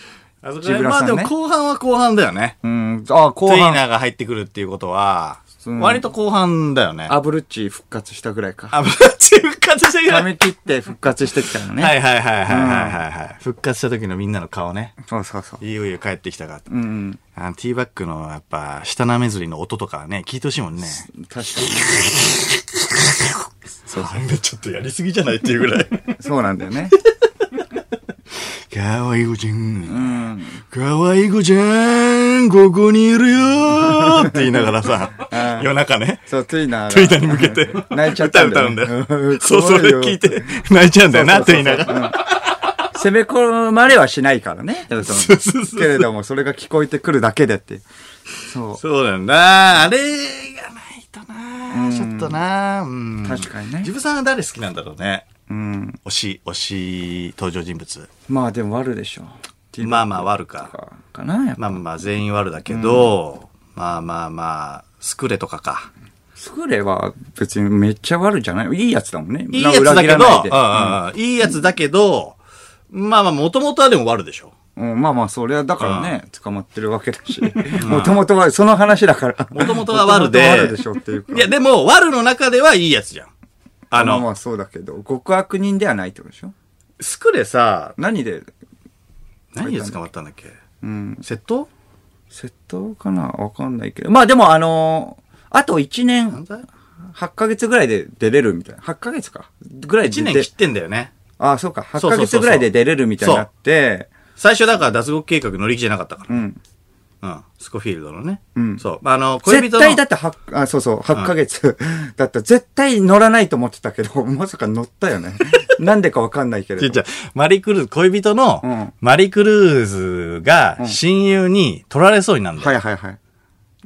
S1: そこ
S2: ジ
S1: ら辺
S2: ブラ
S1: ま
S2: さ
S1: あ
S2: ん
S1: で
S2: ね
S1: も後半は後半だよね。
S2: うん。あ、
S1: ト
S2: 後
S1: ゥイ
S2: 半、
S1: ナーが入ってくるっていうことは、
S2: うん
S1: 割と後半だよね。
S2: アブルッチ復活したぐらいか。
S1: あ、ブラッチ復活したけど。は
S2: 噛
S1: い
S2: み切って復活してきたのね。
S1: はいはいはいはいはいはい。復活した時のみんなの顔ね。
S2: そうそうそう。
S1: いよいよ帰ってきたかと。
S2: うん。
S1: あのティーバッグのやっぱ、下なめずりの音とかね、聞いてほしいもんね。
S2: 確かに。
S1: あんなちょっとやりすぎじゃないっていうぐら [laughs] い。
S2: そうなんだ
S1: [laughs]
S2: よね。
S1: かわいい子ちゃ。
S2: うんん。
S1: かわいい子ちゃん、ここにいるよーって言いながらさ、夜中ね。
S2: そう、トゥイナーが。
S1: トゥイナーに向けて
S2: 泣いちゃったんだ
S1: 歌
S2: よ
S1: 歌うんだ
S2: ね、
S1: よ。そう、それ聞いて泣いちゃうんだよな、トゥイナーが。
S2: が。うん攻め込まれはしないか
S1: [laughs]
S2: らね。でもその
S1: そうそうそう
S2: けれども、それが聞こえてくるだけでって。そ
S1: そうなんだ。あれがないと
S2: う
S1: なんちょっとなうん
S2: う。確かにね
S1: ジ。ブさんは誰好きなんだろうね。
S2: うん。
S1: 推し、推し登場人物。
S2: まあでも、悪でしょ。
S1: まあまあ、ワル
S2: あ
S1: か。
S2: かな、やっぱ。
S1: まあまあまあ、全員ワルだけど、まあまあまあ、スクレとかか。
S2: スクレは別にめっちゃ悪じゃない。いいやつだもんね。
S1: いいやつだけ
S2: 裏切ら
S1: ど、
S2: ないで
S1: うんうんいいやつだけど、まあまあ、もともとはでもワルでしょ。
S2: うん、まあまあ、それはだからね、捕まってるわけだし。もともとは、その話だから。
S1: もともとは悪で。
S2: 元々は悪でしょっていうか。
S1: いや、でも、悪の中ではいいやつじゃん。あ
S2: まあま
S1: の、
S2: あそうだけど、極悪人ではないってことでしょ
S1: スクレさ、
S2: 何で、
S1: 何で捕まったんだっけ
S2: うん、
S1: 窃盗
S2: 窃盗かなわかんないけど。まあでもあのーあと1
S1: 犯
S2: 年、
S1: 罪
S2: 8ヶ月ぐらいで出れるみたいな。8ヶ月かぐらいで
S1: ?1 年
S2: 出
S1: 切ってんだよね。
S2: ああ、そうか。
S1: そ
S2: 8
S1: うそ
S2: ヶ
S1: うそうそ
S2: 月
S1: う
S2: ぐらいで出れるみたいになって、
S1: 最初だから脱獄計画乗り気じゃなかったか
S2: うん。
S1: ら。うん。スコフィールドのね。
S2: うん
S1: そう。あの、恋
S2: 絶
S1: 人の。
S2: 対だってはあ、そうそう、8ヶ月 [laughs] だった。絶対乗らないと思ってたけど、 [laughs] まさか乗った
S1: [laughs]
S2: よね。なんでかわかんないけれ
S1: ち
S2: ど。
S1: っちゃいマリークルーズ、恋人
S2: う
S1: の
S2: ん、
S1: マリークルーズが親友に取られそうになるんだよ。
S2: はいはいはい。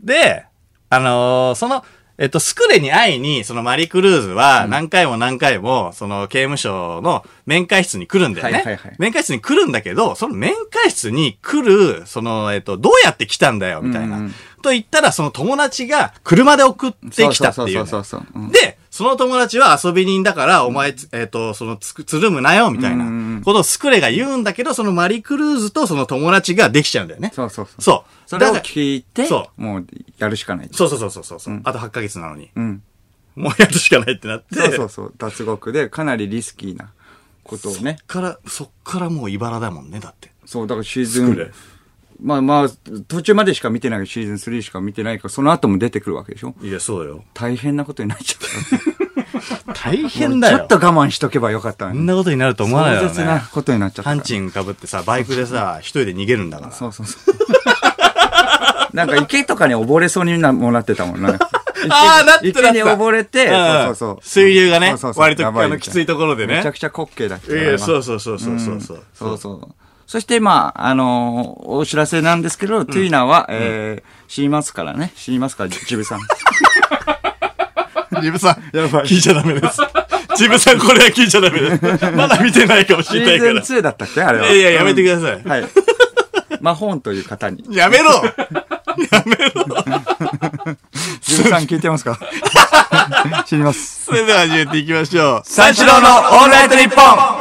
S1: で、あのーその、えっと、スクレに会いに、そのマリークルーズは何回も何回も、その刑務所の面会室に来るんだよね。
S2: はいはいはい
S1: 面会室に来るんだけど、その面会室に来る、その、えっと、どうやって来たんだよ、みたいな。
S2: うんうん
S1: と言ったら、その友達が車で送ってきたっていう
S2: そ
S1: の
S2: う
S1: よ
S2: そうそうそう。うん
S1: で、その友達は遊び人だから、お前、えっ、と、そのつく、つるむなよ、みたい
S2: うんうんう
S1: なんことをスクレが言うんだけど、そのマリークルーズとその友達ができちゃうんだよね。
S2: そうそうそう。
S1: そう。
S2: それを
S1: だから
S2: 聞いて
S1: そ、
S2: もうやるしかない。
S1: そうそうそうそうそう。うあと8ヶ月なのに。
S2: うん。
S1: もうやるしかないってなって。
S2: そうそうそう。脱獄でかなりリスキーなことをね。
S1: から、そっからもう茨だもんね、だって。
S2: そう、だからシーズン、まあまあ、途中までしか見てないけど、シーズン3しか見てないから、その後も出てくるわけでしょ
S1: いや、そうよ。
S2: 大変なことになっちゃ
S1: 大
S2: う。
S1: 変だ
S2: ちょ
S1: よ
S2: っ。と我慢しとけばよかったの
S1: あ
S2: に
S1: んなことになると思わないよ
S2: 壮絶な
S1: ね。
S2: ことになっちゃったか
S1: ハ
S2: ら。
S1: ンチング被ってさ、バイクでさ、一人で逃げるんだから。
S2: そうそうそう。なんか池とかに溺れそうになもらってたもんな。
S1: [laughs] あーなってた
S2: 池に溺れて、
S1: うん
S2: そうそうそう。
S1: 水流がね
S2: そうそうそう
S1: 割と
S2: やば
S1: あのきついところでね
S2: めちゃくちゃ滑稽だった
S1: い
S2: から。
S1: や、そうそうそうそうそうそう。
S2: そうそう。そして、まあ、あのーお知らせなんですけど、トゥイナは、えー死にますからね。死にますから、ジ
S1: [laughs]
S2: ブさん。
S1: ジブさん、やばい。聞いちゃダメです。ジブさん、これは聞いちゃダメ [laughs] です。まだ見てないかもし
S2: シ
S1: れないか
S2: ー
S1: ら。
S2: ズン2だったっけあれは。
S1: いやいや、やめてください。
S2: うんはい。マホーンという方に。
S1: やめろ
S2: ジブさん聞いてま
S1: [laughs]
S2: すか [laughs] 死にます。
S1: それ [laughs] では始めていきましょう。
S2: 三四郎のオールナイトニッポン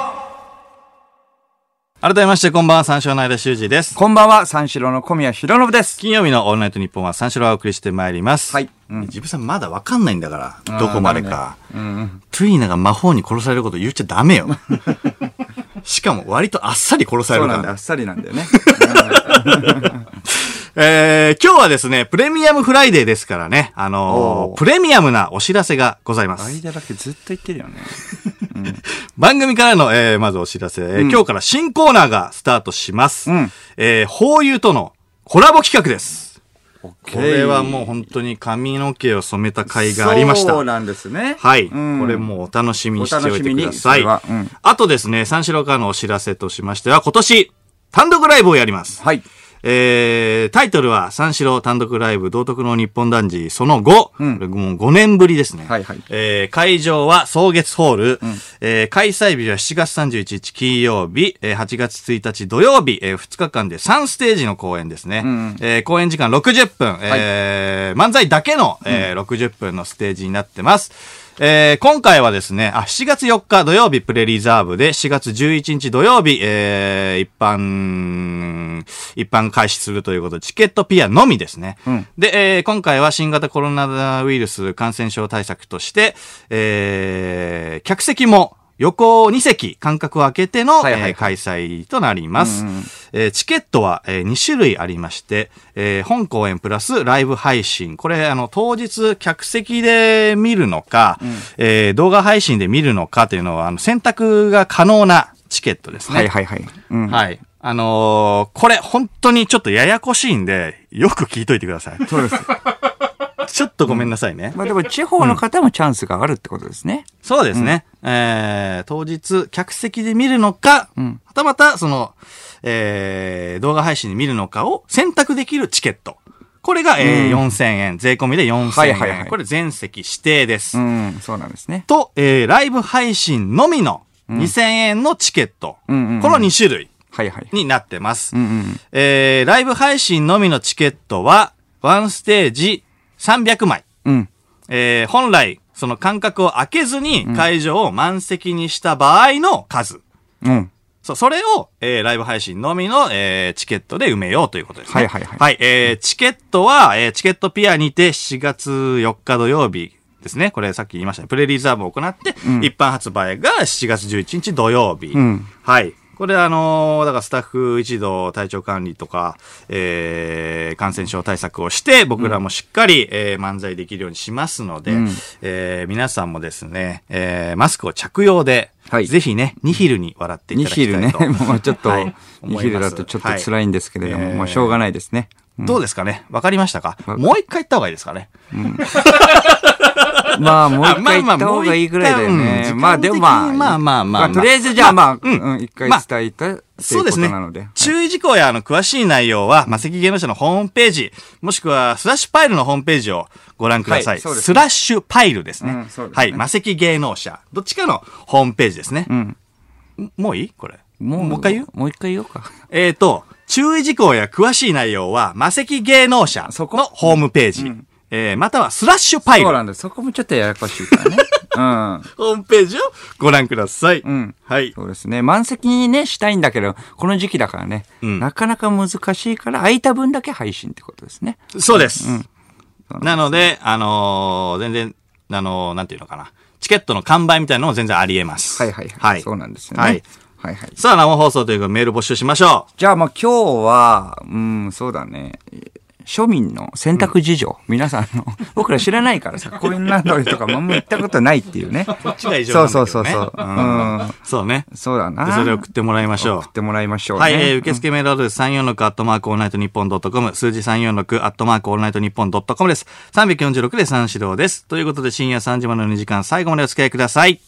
S1: 改めまして、こんばんは、三四郎の間修二です。
S2: こんばんは、三四郎の小宮浩信です。
S1: 金曜日のオールナイト日本は三四郎をお送りしてまいります。
S2: はいうん
S1: 自分さんまだわかんないんだから、どこまでか。
S2: うん。
S1: トゥイーナが魔法に殺されること言っちゃダメ
S2: [laughs]
S1: よ。しかも割とあっさり殺され
S2: そ
S1: る
S2: うな
S1: か
S2: んだ、あ
S1: ら。
S2: っさりなんだ
S1: [laughs]
S2: よね。
S1: えー、今日はですね、プレミアムフライデーですからね、あの
S2: お
S1: ー
S2: ー
S1: プレミアムなお知らせがございます。
S2: 間だけずっと言ってるよね。
S1: 番組からの、えー、まずお知らせ、えー今日から新コーナーがスタートします。
S2: うん
S1: えー、ホーユーとのコラボ企画です。 [laughs] これはもう
S2: う、
S1: 本当に髪の毛を染めた回がありました。
S2: そうなんですね。
S1: はい、
S2: うん
S1: これもうお楽しみにしておいてくだ
S2: お楽
S1: さ
S2: しみ
S1: い。
S2: にそれはうん
S1: あとですね、三四郎からのお知らせとしましては、今年、単独ライブをやります。
S2: はい。
S1: えー、タイトルは、三四郎単独ライブ、道徳の日本男児、その後、
S2: うん
S1: これもう5年ぶりですね。
S2: はいはい
S1: えー、会場は、草月ホール、えー、開催日は7月31日金曜日、えー、8月1日土曜日、えー、2日間で3ステージの公演ですね。
S2: うん
S1: えー、公演時間60分、えー、漫才だけの、えー、60分のステージになってます。えー、今回はですね、あ、7月4日土曜日プレリザーブで、4月11日土曜日、えー、一般、一般開始するということで、チケットピアのみですね。
S2: うん
S1: で、えー今回は新型コロナウイルス感染症対策として、えー、客席も横2席間隔を空けての、
S2: はいはいはい
S1: えー開催となります。
S2: うんうん
S1: えーチケットは、え2種類ありまして、えー本公演プラスライブ配信。これ、あの、当日客席で見るのか、えー動画配信で見るのかというのは、あの、選択が可能なチケットですね。
S2: はいはいはい。うん
S1: はい。あのーこれ本当にちょっとややこしいんで、よく聞いといてください。 [laughs]
S2: そうです。
S1: ちょっとごめんなさいね。
S2: まあでも地方の方もチャンスがあるってことですね。
S1: そうですね。えー、当日、客席で見るのか、
S2: ん
S1: はたまた、その、えー、動画配信で見るのかを選択できるチケット。これが、えー
S2: うん
S1: 4000円。税込みで4000円。
S2: はいはいはい
S1: これ全席指定です。
S2: うん、そうなんですね。
S1: と、えー、ライブ配信のみの2000円のチケット。
S2: うんうんうん
S1: この2種類
S2: はいはい。
S1: になってます。
S2: うんうん。
S1: えー、ライブ配信のみのチケットは、ワンステージ300枚。
S2: うん。
S1: えー本来、その間隔を空けずに会場を満席にした場合の数。
S2: うん。
S1: そう、それを、えーライブ配信のみの、えーチケットで埋めようということですね。
S2: はいはいはい
S1: えーチケットは、えーチケットピアにて7月4日土曜日ですね。これさっき言いましたね。プレリザーブを行って、一般発売が7月11日土曜日。
S2: ん
S1: はい。これあのーだからスタッフ一同体調管理とか、えー感染症対策をして、僕らもしっかり、えー漫才できるようにしますので、
S2: うん
S1: えー皆さんもですね、えーマスクを着用で、
S2: はい
S1: ぜひね、ニヒルに笑って
S2: ニヒルね。 [laughs] まあちょっと
S1: [laughs] はい、
S2: ニヒルだとちょっと辛いんですけれど
S1: は
S2: も、
S1: い
S2: まあしょうがないですね。
S1: どうですかねわかりましたか
S2: わ
S1: もう一回行った方がいいですかね
S2: まあもう一
S1: まあ
S2: 回
S1: ま
S2: 行
S1: あ
S2: った方がいいぐらいだよ
S1: もう一
S2: ね
S1: 回。うん
S2: まあでもまあ、
S1: 時間的にまあまあまあまあ
S2: とりあえずじゃあまあ、
S1: まあうん
S2: うん一回伝えたっていう
S1: そう
S2: こ
S1: です
S2: と
S1: ね
S2: なので。。
S1: 注意事項やあの詳しい内容は、マセキ芸能社のホームページ、もしくはスラッシュパイルのホームページをご覧くださ。
S2: はいいそうです
S1: ス
S2: ね
S1: ラッシュパイルですね。
S2: うんそうですね
S1: はい。マセキ芸能社。どっちかのホームページですね。
S2: ん
S1: んもういいこれ。もう一回言う
S2: もう一回言おうか。
S1: えーと、注意事項や詳しい内容は、マセキ芸能社
S2: そこ
S1: のホームページ、えーまたはスラッシュパイル
S2: そうなんだ。そこもちょっとややこしいからね。
S1: [laughs]
S2: うん。
S1: ホームページをご覧ください。
S2: ん
S1: はい。
S2: そうですね。満席にね、したいんだけど、この時期だからね、
S1: ん
S2: なかなか難しいから、空いた分だけ配信ってことですね。
S1: そうです。
S2: うん
S1: なので、あのー全然、あのーなんていうのかな。チケットの完売みたいなのも全然あり得ます。
S2: はいはい
S1: はい。
S2: そうなんですよね。
S1: はい。
S2: はいはい。
S1: さあ、生放送というかメール募集しましょ
S2: じゃあまあ今日は、うん、そうだね。庶民の選択事情、皆さんの、 [laughs] 僕ら知らな
S1: [laughs]
S2: いからさ、コインランドリーとかもあんま行ったことないっていうね。
S1: ちが異常なん
S2: そ
S1: だけどね
S2: うそうそうそう。うん。
S1: う。そうね。
S2: そうだ
S1: で
S2: な。
S1: それを送ってもらいましょう
S2: 送っ。てもらいましょうね。
S1: はい、えー、受付メールアドレス346アットマークオールナイトニッポンドットコム、数字346アットマークオールナイトニッポンドットコムです。346で三四郎です。ということで深夜3時までの2時間、最後までお付き合いください。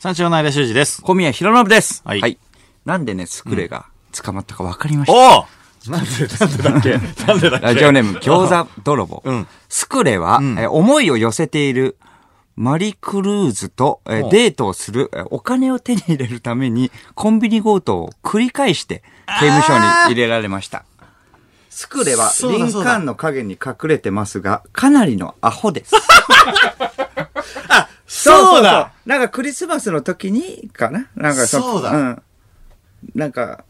S1: 三四郎の間修二です。
S2: 小宮弘信です。
S1: はい
S2: なんでね、スクレが捕まったか分かりました。
S1: おお [laughs] なんで、なんでだっけなんでだっけ
S2: ラジオネーム、餃子泥棒。
S1: うん
S2: スクレは、えー思いを寄せているマリクルーズと、えー
S1: お
S2: デートをする、えーお金を手に入れるために、コンビニ強盗を繰り返して、刑務所に入れられました。スクレは、
S1: そうだ
S2: 林
S1: そうだ
S2: 間の影に隠れてますが、かなりのアホ
S1: [laughs]
S2: です。
S1: そうだ
S2: なんかクリスマスの時に、かななんかの
S1: そうだ
S2: うん。なんか、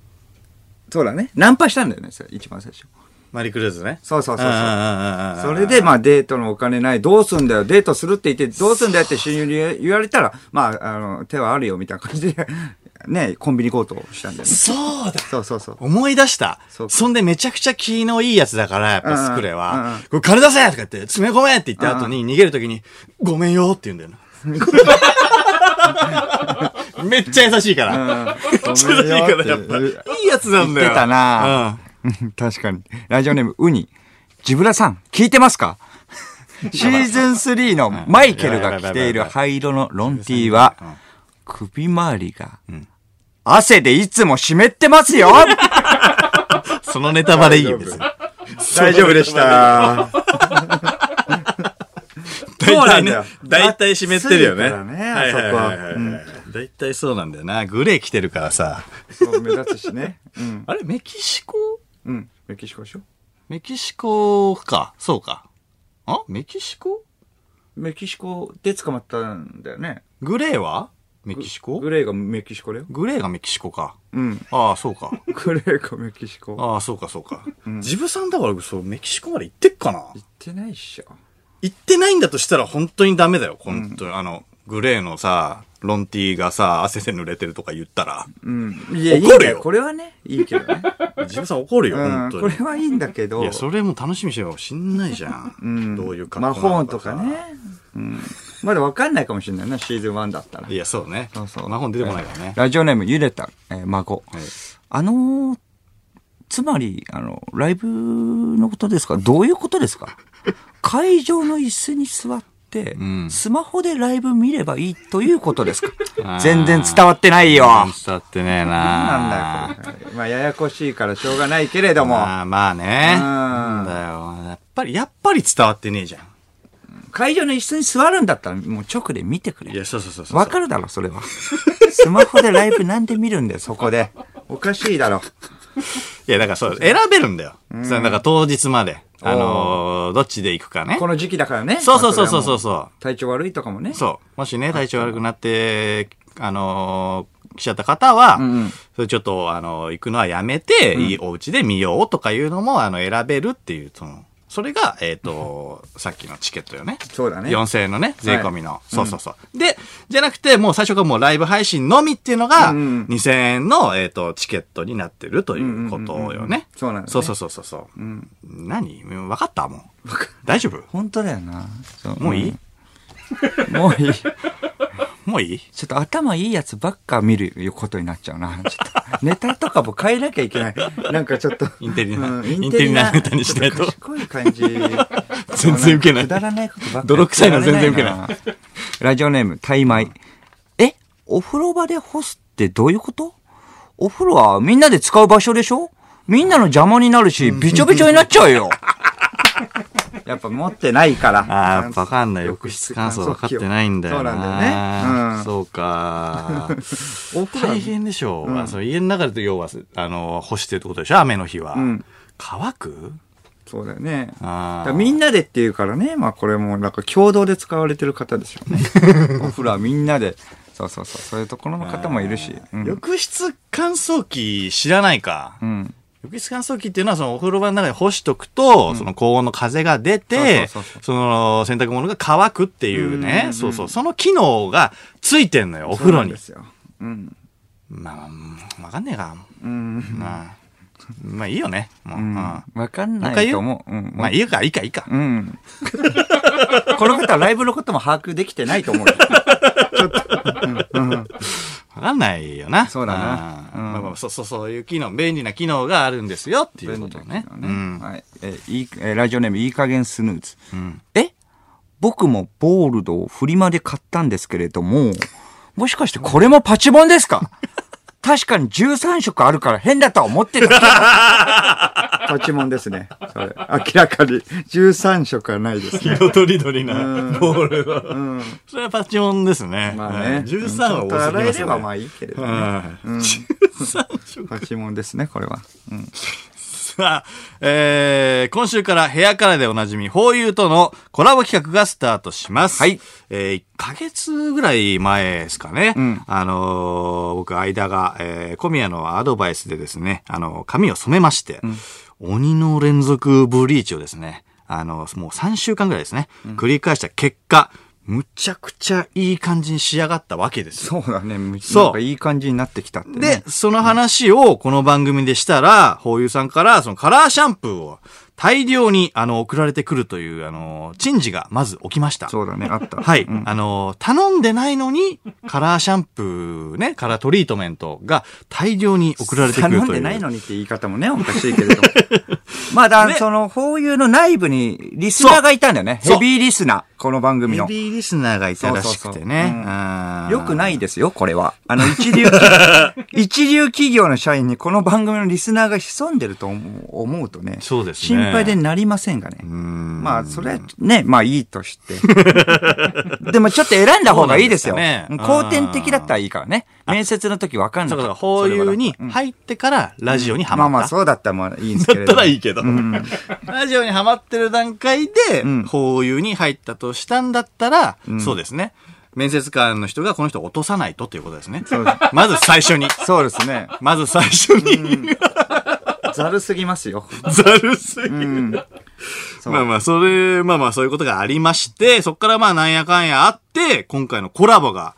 S2: そうだね。ナンパしたんだよね、それ一番最初。
S1: マリークルーズね。
S2: そうそうそうそうん
S1: んんうんうん
S2: それで、まあ、デートのお金ない、どうすんだよ、デートするって言って、どうすんだよって親友に言われたら、まあ、あの、手はあるよ、みたいな感じで、 [laughs] ね、コンビニ行動したんだよね。
S1: そうだ
S2: そうそうそう。
S1: 思い出した。
S2: そう
S1: そ
S2: か
S1: んでめちゃくちゃ気のいいやつだから、やっぱスクレ
S2: うんうんう
S1: は
S2: ん。
S1: これ金出せとか言って、詰め込めって言った後に逃げるときに、ごめんよって言うん
S2: [laughs]
S1: だよな。めっちゃ優しいから。めっちゃ優しいから、やっぱ。いいやつなんだよ。
S2: 言ってたなうん確かに。ラジオネーム、ウニ。ジブラさん、聞いてます [laughs] かシーズン3のマイケルが着ている灰色のロン T は、首周りが、汗でいつも湿ってますよ
S1: うんそのネタバレいいよ、別に。
S2: 大丈夫でした。そうなんだよ
S1: 大体湿ってるよね。
S2: 暑いからね
S1: はいはいはいはい
S2: あそこはう
S1: 大体そうなんだよな。グレー着てるからさ。
S2: [laughs] そう目立つしね。うん。
S1: あれ、メキシコ
S2: うん。メキシコでしょ
S1: メキシコか。そうか。あメキシコ
S2: メキシコで捕まったんだよね。
S1: グレーはメキシコ
S2: グレーがメキシコだよ。
S1: グレーがメキシコか。
S2: うん。
S1: ああ、そうか。
S2: グレーがメキシコ。行
S1: ああ、そうか、そうか。ジブさんだから、そう、メキシコまで行ってっかな
S2: ってないっしょ。
S1: 行ってないんだとしたら本当にダメだよ。本当に、あの、グレーのさ、ロンティがさ、汗で濡れてるとか言ったら。
S2: うん。いや、いいん
S1: 怒るよ
S2: だよ。これはね、いいけどね。
S1: ジブさん怒るよ、
S2: うん。
S1: 本当
S2: こ
S1: に
S2: れ。はいいんだけど。
S1: いや、それも楽しみにしよう。しんないじゃん。
S2: ん
S1: どういう
S2: 魔
S1: 格好な
S2: 法
S1: の
S2: とか
S1: さ
S2: ね。。うん。まだわかんないかもしれないな、シーズン1だったら
S1: い。や、そうね。
S2: そうそう
S1: 魔法出てこないからね。
S2: ラジオネーム、ゆでた、えー孫。
S1: はい
S2: あのーつまり、あの、ライブのことですかどういうことですか会場の椅子に座って、
S1: ん
S2: スマホでライブ見ればいいということです [laughs]
S1: あ
S2: か
S1: ー
S2: 全然伝わってないよ。
S1: 伝わってねえな
S2: なんだよ、これ。まあ、ややこしいからしょうがないけれども、
S1: まあまあね。
S2: うん
S1: なんだよ。やっぱり、やっぱり伝わってねえじゃん。
S2: 会場の椅子に座るんだったら、もう直で見てくれ
S1: い。や、そうそうそうそう。
S2: わかるだろ、それは。 [laughs] スマホでライブなんで見るんだよ、そこで。おかしいだろ。
S1: いや、だからそう、選べるんだよ。それだから当日まで。あのーどっちで行くかね
S2: こ。の時期だからね。
S1: そうそうそうそうそう
S2: まあれはも
S1: そう
S2: 体調悪いとかもね。
S1: う。そう。もしね、体調悪くなって、あのー来ちゃった方は、
S2: うん
S1: それちょっと、あのー行くのはやめて、いいお家で見ようとかいうのも、あの、選べるっていう、その、それが、えっ、
S2: [laughs]
S1: と、さっきのチケットよね。
S2: そうだね。
S1: 4000円のね、税込みの。そうそうそう。で、じゃなくて、もう最初からもうライブ配信のみっていうのが、
S2: うんうん
S1: 2000円の、えっ、と、チケットになってるということ
S2: うんうんう
S1: よ
S2: んうん
S1: ね。
S2: そうなんだね
S1: そうそうそうそうそう。
S2: ん
S1: 何分かったもう。大丈夫
S2: 本当だよな。そ
S1: もういい、
S2: うんもういい。ちょ
S1: もう
S2: [laughs]
S1: いい
S2: っと頭いいやつばっか見ることになっちゃうな。ちょっとネタとかも変えなきゃいけない。なんかちょっと。
S1: インテリな
S2: うん
S1: インテリなネタにしないと
S2: ちょっ賢い感じ。
S1: [laughs] 全然ウケない
S2: くだらないことばっか。
S1: 泥臭いの全然ウケない
S2: ラジオネーム、タイマイ。え、お風呂場で干すってどういうことお風呂はみんなで使う場所でしょみんなの邪魔になるし、びちょびちょになっちゃうよ。やっぱ持ってないから。
S1: [laughs] ああ、わかんない。浴室乾燥分かってないんだよな。
S2: そうなんだよねうん
S1: そう
S2: [laughs]
S1: か。
S2: お風呂は
S1: 大変でしょう。あその家の中で要は、あの、干してるってことでしょ雨の日は。
S2: ん
S1: 乾く
S2: そうだよね。だ
S1: ああ
S2: からみんなでっていうからね、まあこれもなんか共同で使われてる方です [laughs] よね。お風呂はみんなで。そうそうそう、そういうところの方もいるし。うん。
S1: 浴室乾燥機知らないか。
S2: うん。
S1: 浴室乾燥機っていうのは、そのお風呂場の中で干しとくと、その高温の風が出て、
S2: そ
S1: そう
S2: そうそう
S1: の洗濯物が乾くっていうね、
S2: うんうん
S1: そうそう、その機能がついてんのよ、お風
S2: そうな
S1: 呂
S2: ん
S1: に
S2: で。すよ。うん。
S1: まあうん、わかんねえか。
S2: うん。
S1: まあ、まあいいよね。もう、
S2: う
S1: うんん
S2: わかんないと思う。うん。
S1: まあいいか、いいか、いいか。
S2: [laughs] うん。この方はライブのことも把握できてないと思うよ。
S1: わかんないよな。
S2: そうだな
S1: あー
S2: うん
S1: まあまあ、そうそう、そういう機能、便利な機能があるんですよっていうことをね。うん。
S2: はい。えー、いい、えーラジオネーム、いい加減スヌーズ。
S1: うん
S2: え僕もボールドをフリマで買ったんですけれども、もしかしてこれもパチモンです [laughs] か確かに13色あるから変だとは思ってる。 [laughs] パチモンですね。それ。明らかに13色はないですね。
S1: 色とりどりなボールの。
S2: うん。
S1: それはパチモンですね。うん13は多すぎますよね。
S2: いいけれ
S1: うん
S2: パチモンですね、これは。うん。
S1: [laughs] さあ、えー、今週から部屋からでおなじみ、ホーユーとのコラボ企画がスタートします。
S2: はい。
S1: えー、1ヶ月ぐらい前ですかね。あのー僕、間が、えー、小宮のアドバイスでですね、あの、髪を染めまして、鬼の連続ブリーチをですね、あの、もう3週間ぐらいですね、繰り返した結果、むちゃくちゃいい感じに仕上がったわけですよ
S2: そうだね。む
S1: そう
S2: なんかいい感じになってきたって、ね。
S1: で、その話をこの番組でしたら、ホーユーさんから、そのカラーシャンプーを大量に、あの、送られてくるという、あの、珍事がまず起きました。
S2: そうだね、あった。 [laughs]
S1: はい。あの、頼んでないのに、カラーシャンプーね、カラートリートメントが大量に送られてくるという。
S2: 頼んでないのにって言い方もね、おかしいけれ
S1: [laughs]
S2: ども。まあだ、
S1: ね
S2: その、ホーユーの内部にリスナーがいたんだよね。
S1: そう
S2: ヘビーリスナー、この番組
S1: ヘ
S2: の。
S1: ビーリスナーがいたらしくてね。
S2: そうそうそううん
S1: あー
S2: よくないですよ、これは。あの、一 [laughs] 流企業、一流企業の社員にこの番組のリスナーが潜んでると思う思うとね。
S1: そうですね
S2: 心配でなりませんがね。
S1: うん
S2: まあ、それはね、まあいい
S1: [laughs]
S2: として。でもちょっと選んだ方がいいですよ。
S1: そうなんですよね
S2: 後天的だったらいいからね。面接の時わかんな
S1: そうか
S2: い。
S1: そうか、ホーユーに
S2: それは
S1: 入ってからラジオにハ
S2: ま
S1: マ
S2: あ
S1: った。
S2: まあ、そうだったらまあいいんですけ
S1: だ
S2: れ
S1: った
S2: ども。
S1: らいいけど。ラジオにハマってる段階で、
S2: ん
S1: こういうに入ったとしたんだったら、そうですね。面接官の人がこの人を落とさないとということですね。
S2: うです
S1: まず最初に。
S2: そうですね。
S1: まず最初に、
S2: ざるすぎますよ。
S1: ざるすぎる。
S2: そう
S1: まあまあ、それ、まあまあ、そういうことがありまして、そこからまあ、なんやかんやあって、今回のコラボが、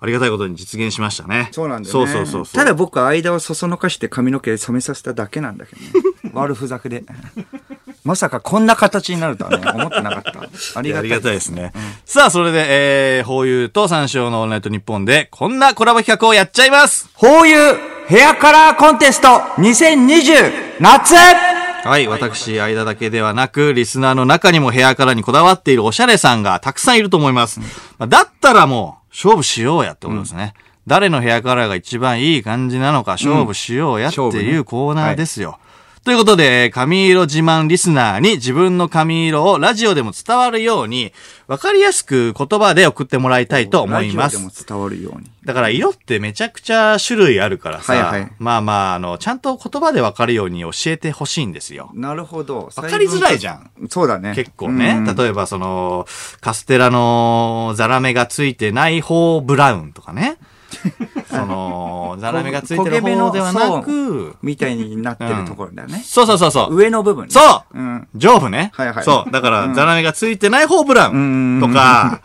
S1: ありがたいことに実現しましたね。
S2: そうなんだよ
S1: そう
S2: ね。
S1: そうそうそう。
S2: ただ僕は間をそそのかして髪の毛染めさせただけなんだ
S1: [laughs]
S2: けどね。悪ふざけで。まさかこんな形になるとはね、思ってなかった。あ
S1: あ
S2: り
S1: り
S2: がたい。
S1: がたいですね。さあ、それで、えー、ホーユーと三章のオールナイト日本で、こんなコラボ企画をやっちゃいます
S2: ホーユーヘアカラーコンテスト2020夏
S1: はい、私、間だけではなく、リスナーの中にもヘアカラーにこだわっているおしゃれさんがたくさんいると思います。まあだったらもう、勝負しようやってことですね。誰のヘアカラーが一番いい感じなのか勝負しようやって
S2: 勝負
S1: い
S2: ね
S1: うコーナーですよ。ということで、髪色自慢リスナーに自分の髪色をラジオでも伝わるように、わかりやすく言葉で送ってもらいたいと思います
S2: ラジ。オでも伝わるように。
S1: だから色ってめちゃくちゃ種類あるからさ、
S2: はいはい
S1: まあまあ、あの、ちゃんと言葉でわかるように教えてほしいんですよ。
S2: なるほど。わ
S1: わかりづらいじゃん。
S2: そうだね。
S1: 結構ね。
S2: うん
S1: 例えばその、カステラのザラメがついてない方ブラウンとか
S2: [laughs]
S1: ね。その、ザラメがついてる方ではなく、
S2: みたいになってるところだよね。
S1: そうそうそうそう。
S2: 上の部分ね。
S1: そう、
S2: うん
S1: 上部ね。
S2: はいはい
S1: そう。だから、ザラメがついてない方ブラウンとか、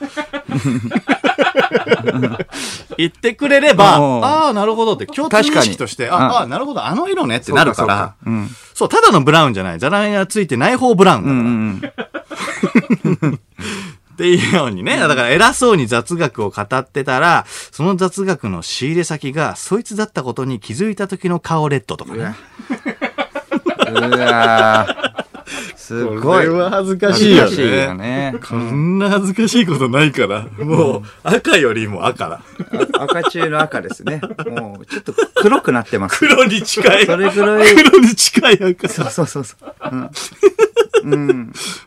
S1: 言ってくれれば、
S2: うん
S1: ああ、なるほどって、共通
S2: 確
S1: 認
S2: かに
S1: 識として、
S2: うん
S1: ああ、なるほど、あの色ねってなるから、
S2: そうかそうかうん
S1: そう、ただのブラウンじゃない。ザラメがついてない方ブラウンだから。っていうようにね、だから偉そうに雑学を語ってたら、その雑学の仕入れ先がそいつだったことに気づいた時の顔レッドとか
S2: う
S1: ね
S2: わ。うわすごい。
S1: これは恥ずかし
S2: 恥
S1: い
S2: ず
S1: よ
S2: か
S1: ね
S2: しいよね。
S1: こんな恥ずかしいことないから。もう、赤よりも赤だ。
S2: あ赤中の赤ですね。もう、ちょっと黒くなってます。
S1: 黒に近い。
S2: それ
S1: 黒
S2: ぐらい。
S1: に近い赤
S2: そうそうそうそう。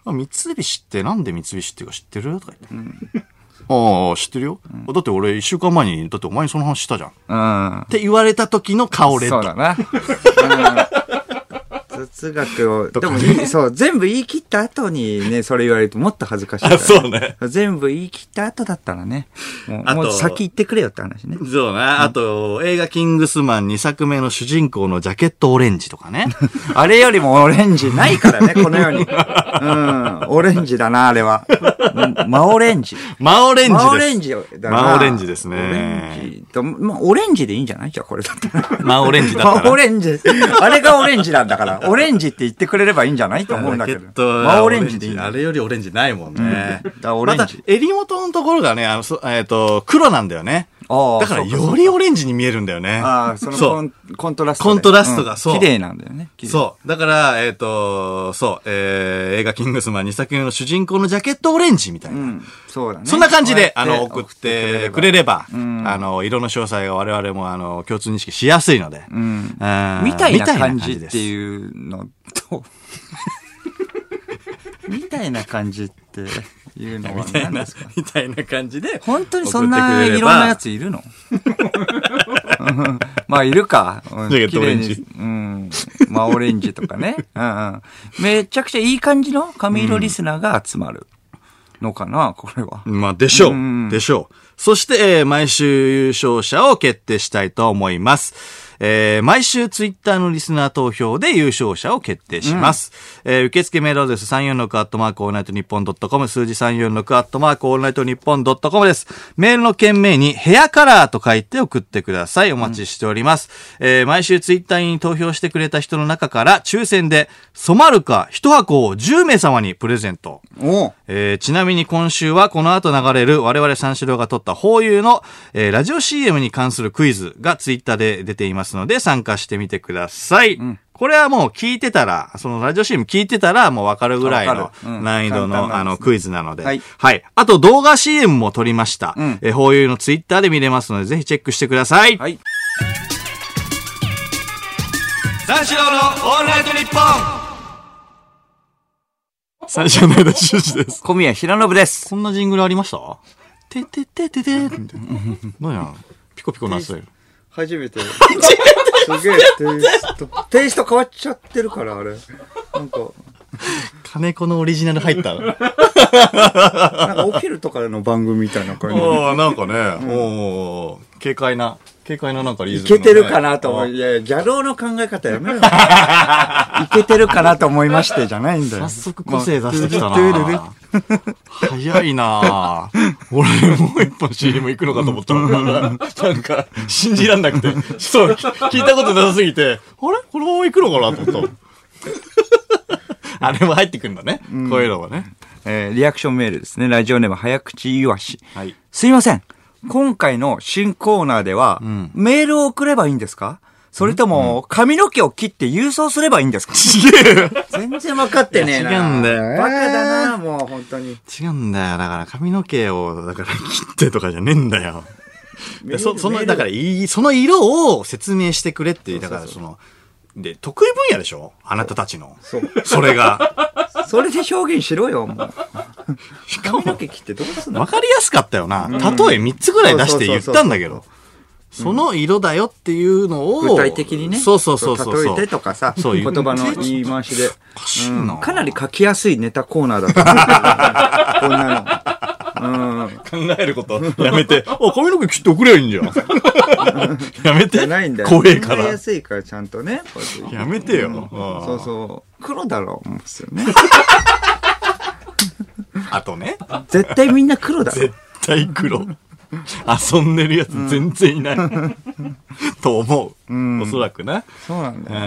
S1: あ三菱ってなんで三菱っていうか知ってるとか言って。ああ、知ってるよ。だって俺一週間前に、だってお前にその話したじゃん。っ
S2: うん。
S1: て言われた時の顔レッ
S2: そう
S1: ド。
S2: だな。うん哲学を、でもいい、そう、全部言い切った後にね、それ言われるともっと恥ずかしいから、
S1: あ、そうね。
S2: 全部言い切った後だったらね。も
S1: あ
S2: う
S1: と
S2: もう先行ってくれよって話ね。
S1: そうな。あと、映画キングスマン2作目の主人公のジャケットオレンジとか
S2: [laughs]
S1: ね。
S2: あれよりもオレンジないか
S1: [laughs]
S2: らね、この世に。うん。オレンジだな、あれは。うん真オレンジ。
S1: マオレンジです。
S2: 真オレンジだな。
S1: 真オレンジですね
S2: オレンジと。まあ、オレンジでいいんじゃないじゃあ、これだったら。
S1: マオレンジだったら。
S2: 真オレンジ。あれがオレンジなんだから。オレンジって言ってくれればいいんじゃないと [laughs] 思うんだけ
S1: ジャケ
S2: ど
S1: ッ。ト
S2: 真オレンジでいいんだ
S1: あれよりオレンジないもんね。
S2: からオレンジ
S1: また、襟元のところがね、あの、そえっ、と、黒なんだよね。
S2: ああ
S1: だから、
S2: そうか
S1: よりオレンジに見えるんだよね。
S2: ああ、そのコンコントラストで。
S1: コントラストが
S2: ん
S1: そう
S2: 綺麗なんだよね。綺麗
S1: そう。だから、えっ、と、そう、えー、映画キングスマン2作目の主人公のジャケットオレンジみたいな。
S2: うん。そうだね。
S1: そんな感じで、
S2: そ
S1: あ
S2: うや
S1: の、送ってくれれば、あの、色の詳細が我々も、あの、共通認識しやすいので。うん
S2: みたいな感じって
S1: う。
S2: いうのと、みたいな感じって、いうの
S1: み
S2: は
S1: たい
S2: 何
S1: な
S2: ですか、
S1: [laughs] みたいな感じで。
S2: 本当にそんないろんなやついるのうん [laughs] まあいるか。うん
S1: ジャケット
S2: 綺
S1: オレ
S2: 麗に
S1: ンジ
S2: うん。まあオレンジとかね。うんうん。めちゃくちゃいい感じの髪色リスナーが集まるのかな、これは。
S1: まあ、でしょ
S2: うん
S1: う。でしょう。そして、えー毎週優勝者を決定したいと思います。えー毎週ツイッターのリスナー投票で優勝者を決定します。えー受付メールアドレス346アットマークオールナイトニッポンドットコム、数字346アットマークオールナイトニッポンドットコムです。メールの件名にヘアカラーと書いて送ってください。お待ちしております。えー毎週ツイッターに投票してくれた人の中から抽選で染まるか1箱を10名様にプレゼント。
S2: お
S1: えーちなみに今週はこの後流れる我々三四郎が撮った法友の、えーラジオ CM に関するクイズがツイッターで出ていますので参加してみてください。これはもう聞いてたら、そのラジオ CM 聞いてたらもうわかるぐらい
S2: わ
S1: の
S2: かるうん
S1: 難易度
S2: 簡
S1: の、
S2: 単なんですね
S1: あのクイズなので。
S2: はい
S1: あと動画 CM も撮りました。
S2: ん
S1: えー法友のツイッターで見れますのでぜひチェックしてください。
S2: はい。
S1: 三四郎のオールナイトニッポン三四郎の間修士です。
S2: 小宮平信です。
S1: こんなジングルありましたてててててて。何やピコピコなってたよ。
S2: 初めて。すげえテイスト。テイスト変わっちゃってるから、あれ。なんか、
S1: 金子のオリジナル入った。あ
S2: なんか起きるとかの番組みたいな感じ。
S1: あ、なんかね、おー軽快な、軽快ななんかリズ
S2: い
S1: ム、
S2: けてるかなと思い、いやいや、ギャローの考え方や [laughs] めろよ。いけてるかなと思いましてじゃないんだよ。
S1: 早速個性出してきた
S2: まあトゥルルル
S1: な。早いな俺もう一本 CM 行くのかと思ったのなんか、信じらんなくて。そう、聞いたことなさすぎて、あれこのまま行くのかなと思った。あれも入ってくるんだね。こういうのはね。
S2: えーリアクションメールですね。ラジオネーム早口いわし。
S1: はい。
S2: すいません。今回の新コーナーでは、
S1: ん
S2: メールを送ればいいんですかそれとも、髪の毛を切って郵送すればいいんですか
S1: ちげえ
S2: 全然分かってねえな。
S1: いや違うんだよね
S2: バカだな、もう本当に。
S1: 違うんだよ。だから髪の毛を、だから切ってとかじゃねえんだ
S2: [laughs]
S1: よ。でそその、だからいい、その色を説明してくれって、だからその、で、得意分野でしょあなたたちの。
S2: そう。
S1: それが。
S2: それで表現しろよ、もう。髪の毛切ってどうすんの
S1: わかりやすかったよな。例え3つぐらい出して言ったんだけど。その色だよっていうのを。
S2: 具体的にね。
S1: そうそうそうそう。
S2: 例えてとかさ、
S1: そう
S2: 言
S1: 言う
S2: 葉の言い回しで。
S1: おかしいな。
S2: かなり書きやすいネタコーナーだった。こんなの。うん。
S1: 考えることやめて。お、髪の毛切って送りゃいいんじ
S2: [laughs]
S1: ゃん。やめ
S2: じ
S1: て。
S2: ゃないんだよ。
S1: 怖えか
S2: 考え
S1: ら
S2: や。すいからちゃんとね。こうやって
S1: やめてよ。
S2: そうそう。黒だろう思うんですよね。
S1: あとね。
S2: 絶対みんな黒だろ
S1: 絶。対黒。遊んでるやつ全然いない。と思う。おそらくな。
S2: そうなん
S1: うん
S2: だよ。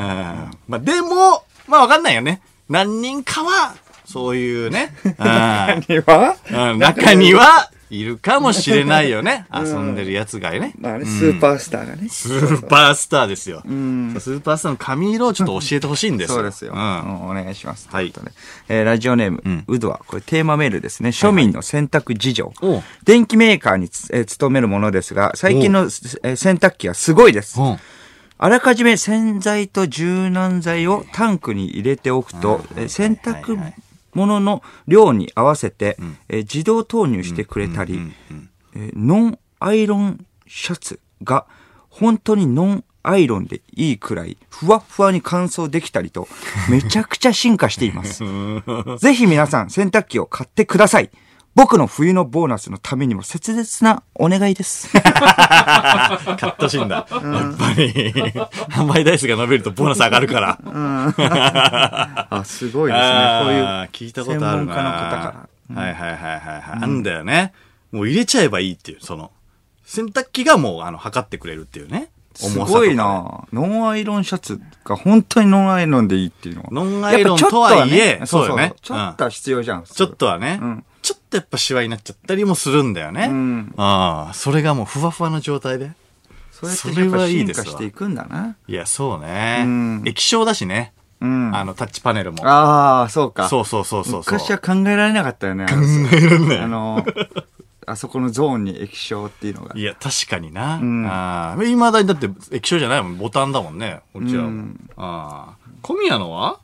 S1: まあでも、まあわかんないよね。何人かは、そういうね。うん
S2: 何は [laughs]
S1: うん中には、いるかもしれないよね。遊んでるやつがね。
S2: まあね、スーパースターがね。
S1: スーパースターですよ。ス
S2: ん
S1: ーパースターの髪色をちょっと教えてほしいんですよ。
S2: そうですよ。う
S1: うん
S2: んお願いします。
S1: はい
S2: とうことでえーラジオネーム、ウドは、これテーマメールですね。庶民の洗濯事情。
S1: おう
S2: 電気メーカーにつ、えー勤めるものですが、最近の、えー洗濯機はすごいです。
S1: うん
S2: あらかじめ洗剤と柔軟剤をタンクに入れておくと、えー洗濯物の量に合わせて、えー自動投入してくれたり、えーノンアイロンシャツが本当にノンアイロンでいいくらいふわっふわに乾燥できたり [laughs] と、めちゃくちゃ進化しています。 [laughs] ぜひ皆さん洗濯機を買ってください。僕の冬のボーナスのためにも切実なお願いです。
S1: 買ってほしいんだ。やっぱり、販売台数が伸びるとボーナス上がるから。
S2: あ、すごい
S1: あー聞いたことあるな。
S2: 専門家の方から
S1: はいはいはいはいはい。あんだよね。もう入れちゃえばいいっていう、その、洗濯機がもう、あの、測ってくれるっていうね。重
S2: す
S1: さとか
S2: ごい。なノンアイロンシャツが本当にノンアイロンでいいっていうのは。
S1: ノンアイロンとはいえ
S2: やっぱちょっ
S1: そう
S2: とはね
S1: だよね
S2: ちょっとは必要じゃん。
S1: ちょっとはね、
S2: ん
S1: ちょっとやっぱシワになっちゃったりもするんだよね。
S2: ん
S1: ああ、それがもうふわふわの状態で。
S2: それってやっ
S1: それ
S2: ぱ進化
S1: はいいですわ
S2: していくんだな。
S1: いや、そうね。
S2: うん
S1: 液晶だしね。
S2: うん。
S1: あ
S2: あ
S1: の、タッチパネルも。
S2: あー、そうか。
S1: そうそうそうそうそう。
S2: 昔は考えられなかったよね。考えられない。あの、あそこのゾーンに液晶っていうのが。
S1: いや、確かにな。
S2: ん
S1: ああ、いまだにだって液晶じゃないもん、ボタンだもんね。こちらも。
S2: うん
S1: ああ。小宮のは